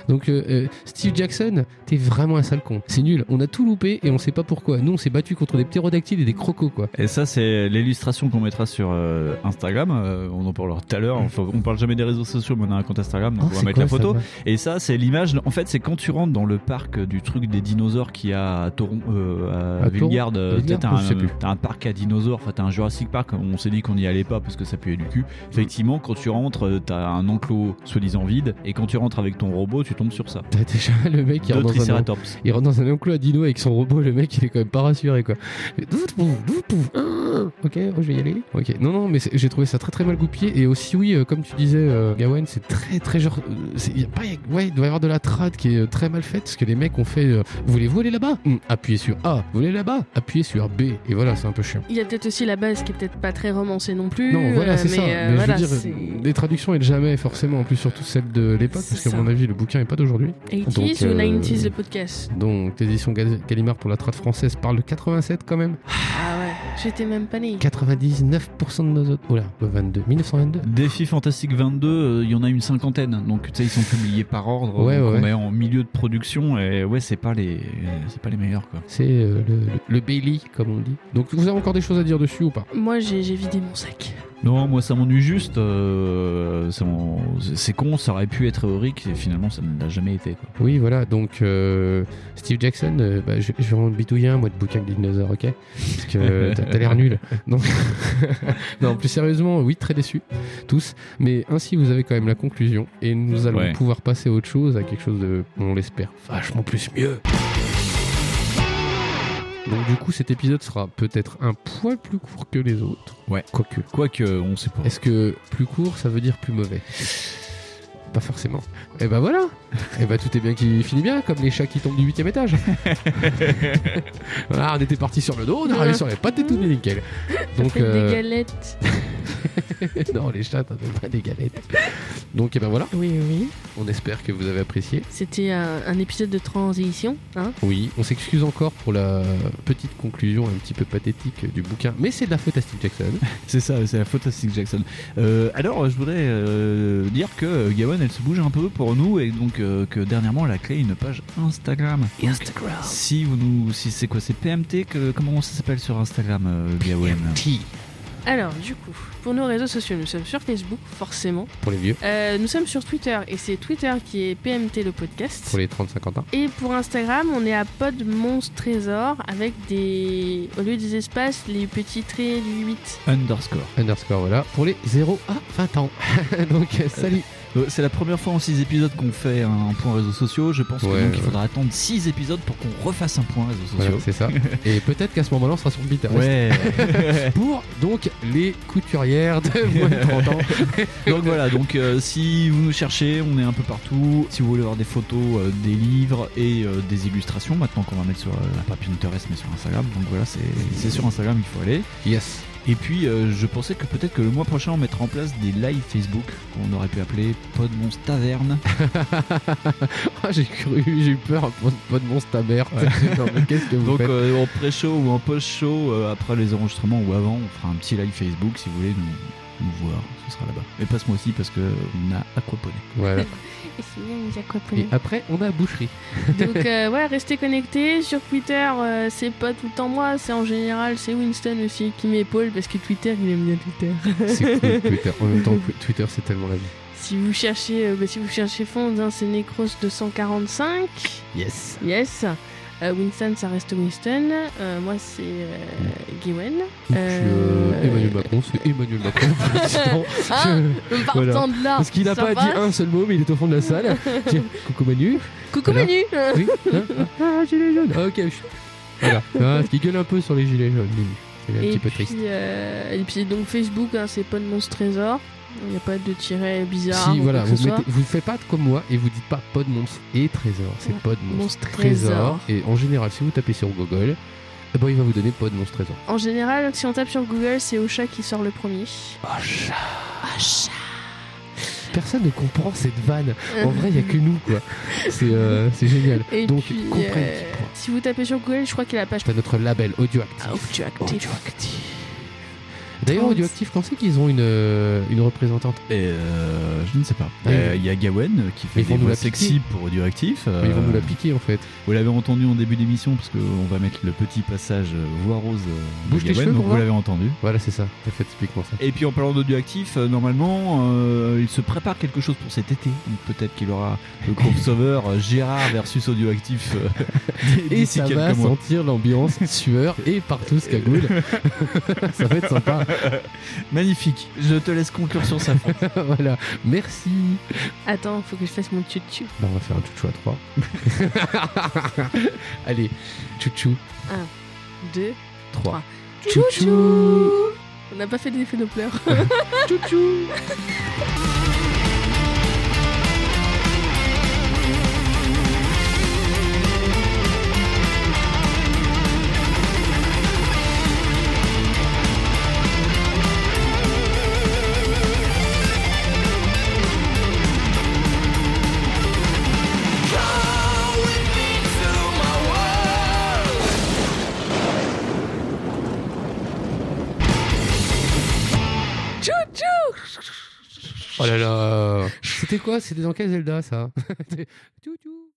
S2: Donc, euh, euh, Steve Jackson, t'es vraiment un sale con. C'est nul, on a tout loupé et on sait pas pourquoi. Nous, on s'est battu contre des ptérodactyles et des crocos, quoi.
S5: Et ça, c'est l'illustration qu'on mettra sur euh, Instagram. Euh, on en parlera tout à l'heure. Enfin, on parle jamais des réseaux sociaux, mais on a un compte Instagram, donc
S2: Mm. Oh,
S5: on va
S2: c'est
S5: mettre
S2: quoi,
S5: la
S2: ça,
S5: photo.
S2: va
S5: Et ça, c'est l'image. En fait, c'est quand tu rentres dans le parc du truc des dinosaures qu'il y a à Toron, euh, à,
S2: À
S5: Villegarde. euh,
S2: Villegarde,
S5: T'as un,
S2: je sais plus.
S5: t'as un parc à dinosaures. Enfin, t'as un Jurassic Park. On s'est dit qu'on n'y allait pas parce que ça puait du
S2: Mm.
S5: cul. Effectivement, quand tu rentres, euh, t'as un enclos soi-disant vide. Et quand tu rentres avec ton robot, tu tombes sur ça.
S2: T'as déjà *laughs* le mec qui
S5: Deux
S2: rentre dans un
S5: Triceratops.
S2: Il rentre dans un enclos à dino avec son robot, le mec il est quand même pas rassuré quoi. Et douf, pouf, douf, pouf. Ah, Ok, oh, je vais y aller. Ok, non, non, mais c'est- j'ai trouvé ça très très mal goupillé. Et aussi, oui, euh, comme tu disais, euh, Gawain, c'est très très genre. euh, c'est- y a pas, ouais, il doit y avoir de la trad qui est euh, très mal faite parce que les mecs ont fait. euh, Voulez-vous aller là-bas Hmm, Appuyez sur A. Vous voulez là-bas Appuyez sur B. Et voilà, c'est un peu chiant.
S1: Il y a peut-être aussi la base qui est peut-être pas très romancée non plus.
S2: Non, voilà,
S1: euh,
S2: c'est ça.
S1: Mais, euh,
S2: mais
S1: voilà,
S2: je veux
S1: c'est-
S2: dire, les traductions, elles jamais, forcément, en plus, surtout celle de l'époque,
S1: C'est
S2: parce qu'à
S1: ça.
S2: mon avis, le bouquin est pas d'aujourd'hui.
S1: 80s
S2: Donc, euh,
S1: ou 90s le podcast.
S2: Donc, l'édition Gal- Gallimard pour la trad française parle de 87 quand même.
S1: Ah ouais, j'étais même pas née.
S2: 99% de nos autres. Oula, le 22, 1922.
S5: Défi Fantastique 22, euh, il y en a une cinquantaine, donc tu sais ils sont publiés par ordre,
S2: Ouais,
S5: donc
S2: ouais.
S5: on est en milieu de production et ouais c'est pas les c'est pas les meilleurs quoi.
S2: C'est euh, le, le, le Bailey, comme on dit. Donc, vous avez encore des choses à dire dessus ou pas
S1: Moi j'ai j'ai vidé mon sac.
S5: Non moi ça m'ennuie juste, euh, ça m'en- c'est c'est con, ça aurait pu être Auric et finalement ça ne l'a jamais été quoi.
S2: Oui, voilà. Donc, euh, Steve Jackson, euh, bah, je, je vais en bidouiller un, moi, de bouquin de dinosaures, ok Parce que euh, t'as t'as
S5: *laughs*
S2: l'air nul. Donc, *laughs* non, plus sérieusement, oui, très déçu, tous. Mais ainsi, vous avez quand même la conclusion. Et nous allons
S5: Ouais.
S2: pouvoir passer à autre chose, à quelque chose de, on l'espère, vachement plus mieux. Donc, du coup, cet épisode sera peut-être un poil plus court que les autres.
S5: Ouais.
S2: Quoique.
S5: Quoique euh, on sait pas.
S2: Est-ce que plus court, ça veut dire plus mauvais Pas forcément.
S3: Eh
S2: Et ben voilà Et ben tout est bien qui finit bien, comme les chats qui tombent du huitième étage. voilà, on était parti sur le dos, on est arrivé sur les pattes et tout est nickel.
S1: Ça
S2: Donc,
S1: fait
S2: euh, *laughs*
S1: des galettes.
S2: non, les chats, t'en fais pas des galettes.
S3: Donc, et ben voilà,
S1: Oui, oui.
S3: on espère que vous avez apprécié.
S1: C'était un, un épisode de transition, hein
S3: Oui, on s'excuse encore pour la petite conclusion un petit peu pathétique du bouquin, mais c'est de la faute à Steve Jackson.
S5: *laughs* C'est ça, c'est la faute à Steve Jackson. Euh, alors, je voudrais euh, dire que Gawen, elle se bouge un peu pour nous et donc euh, que dernièrement, elle a créé une page Instagram.
S1: Instagram.
S5: Si vous nous, si c'est quoi, c'est PMT que comment ça s'appelle sur Instagram, euh, Gawen
S1: Alors, du coup, pour nos réseaux sociaux, nous sommes sur Facebook, forcément.
S3: Pour les vieux,
S1: Euh, nous sommes sur Twitter, et c'est Twitter qui est PMT le podcast.
S3: pour les 30-50 ans.
S1: Et pour Instagram, on est à Pod Monstre Trésor avec des. Au lieu des espaces, les petits traits du 8.
S5: Underscore.
S3: Underscore, voilà. Pour les 0 à 20 ans. *laughs* Donc, euh, salut.
S5: Euh, C'est la première fois en 6 épisodes qu'on fait un point réseaux sociaux. Je pense que
S3: Ouais,
S5: donc il
S3: ouais.
S5: faudra attendre 6 épisodes pour qu'on refasse un point réseaux
S3: Voilà,
S5: sociaux.
S3: c'est
S5: *laughs*
S3: ça. Et peut-être qu'à ce moment-là, on sera sur Pinterest.
S5: Ouais. *laughs*
S3: Pour donc les couturières de moins de 30 ans.
S5: donc voilà, donc euh, si vous nous cherchez, on est un peu partout. Si vous voulez voir des photos, euh, des livres et euh, des illustrations, maintenant qu'on va mettre sur, euh, pas Pinterest, mais sur Instagram. Donc voilà, c'est c'est sur Instagram qu'il faut aller.
S3: Yes. *laughs*
S5: Et puis, euh, je pensais que peut-être que le mois prochain, on mettra en place des lives Facebook qu'on aurait pu appeler Podmons Taverne.
S3: Ah, j'ai cru, j'ai eu peur pour pas de monstre ta mère. *laughs* Non, mais qu'est-ce que vous
S5: Donc,
S3: faites
S5: euh, en pré-show ou en post-show, euh, après les enregistrements ou avant, on fera un petit live Facebook si vous voulez nous, nous voir. Ce sera là-bas. Mais passe-moi aussi parce que on a aquaponé.
S3: Voilà.
S1: Et c'est bien, les
S3: Et
S1: aquaponie.
S3: après, on a boucherie.
S1: *laughs* Donc, euh, ouais, restez connectés. Sur Twitter, euh, c'est pas tout le temps moi, c'est en général, c'est Winston aussi qui m'épaule parce que Twitter, il aime bien Twitter.
S3: C'est cool,
S1: *laughs*
S3: Twitter. En même temps, Twitter, c'est tellement la vie.
S1: Si vous cherchez, euh, bah, si vous cherchez Fonds, hein, c'est Necros 245.
S3: Yes.
S1: Yes. Euh, Winston, ça reste Winston. Euh, moi, c'est euh, Gwen.
S3: Et puis, euh,
S1: Euh,
S3: Emmanuel Macron, c'est Emmanuel Macron.
S1: *laughs*
S3: pour l'instant.
S1: Ah,
S3: Je-
S1: partant
S3: Voilà.
S1: de là.
S3: Parce qu'il n'a
S1: ça
S3: pas
S1: va
S3: dit un seul mot, mais il est au fond de la salle. Tiens, coucou Manu.
S1: Coucou
S3: Voilà.
S1: Manu
S3: Oui. hein, ah, gilet jaune. Ah, ok. je-
S5: *laughs*
S3: Voilà. Ah, parce qu'il gueule un peu sur les gilets jaunes. Manu. C'est un
S1: et,
S3: petit peu
S1: puis,
S3: triste.
S1: euh, et puis donc Facebook, hein, c'est pas de monstre trésor. Il n'y a pas de tiret bizarre.
S3: Si
S1: ou
S3: voilà,
S1: quoi que
S3: vous
S1: ce soit.
S3: mettez, vous ne faites pas comme moi et vous dites pas pod monstre et trésor, c'est
S1: Ouais.
S3: pod monstre
S1: Monstre Trésor.
S3: trésor. Et en général, si vous tapez sur Google, eh ben, il va vous donner pod monstre trésor.
S1: En général, si on tape sur Google, c'est Ocha qui sort le premier.
S3: Ah. Personne ne comprend cette vanne. En vrai, il y a que nous quoi.
S1: *laughs*
S3: C'est euh, c'est génial.
S1: Et
S3: Donc
S1: puis,
S3: comprenez.
S1: euh, Ah, si vous tapez sur Google, je crois qu'il y a la page
S3: T'as notre label audioactif. oh,
S1: Audioactif.
S3: Audioactif. D'ailleurs,
S1: Trans.
S3: Audioactif, quand c'est qu'ils ont une, euh, une représentante
S5: Et euh, je ne sais pas.
S3: Ah,
S5: Euh, Il y a Gawen qui fait
S3: Ils vont
S5: des
S3: nous
S5: voix
S3: la
S5: sexy pour Audioactif.
S3: Ils vont nous la
S5: Euh,
S3: piquer en fait.
S5: Vous l'avez entendu en début d'émission parce qu'on va mettre le petit passage euh, voix rose euh, de
S3: Bouge tes
S5: Gawen,
S3: cheveux
S5: donc
S3: pour
S5: vous
S3: voir.
S5: l'avez entendu.
S3: Voilà, c'est ça. En fait, explique-moi ça.
S5: Et puis en parlant d'audioactif, euh, normalement, euh, il se prépare quelque chose pour cet été. Donc peut-être qu'il aura le crossover euh, Gérard versus audioactif euh, *laughs*
S3: Et
S5: d'ici
S3: ça va
S5: quelques mois.
S3: sentir l'ambiance sueur et partout ce cagoule. ça va être sympa. *laughs*
S5: Magnifique. Je te laisse conclure sur ça. Franck.
S3: voilà, merci.
S1: Attends, faut que je fasse mon tutu.
S3: Bah, on va faire un chouchou à 3. Allez, chouchou
S1: 2,
S3: 3.
S1: Trois. On n'a pas fait d'effet Doppler.
S3: Chouchou *laughs* Oh là là C'était quoi C'était dans quel Zelda ça Chouchou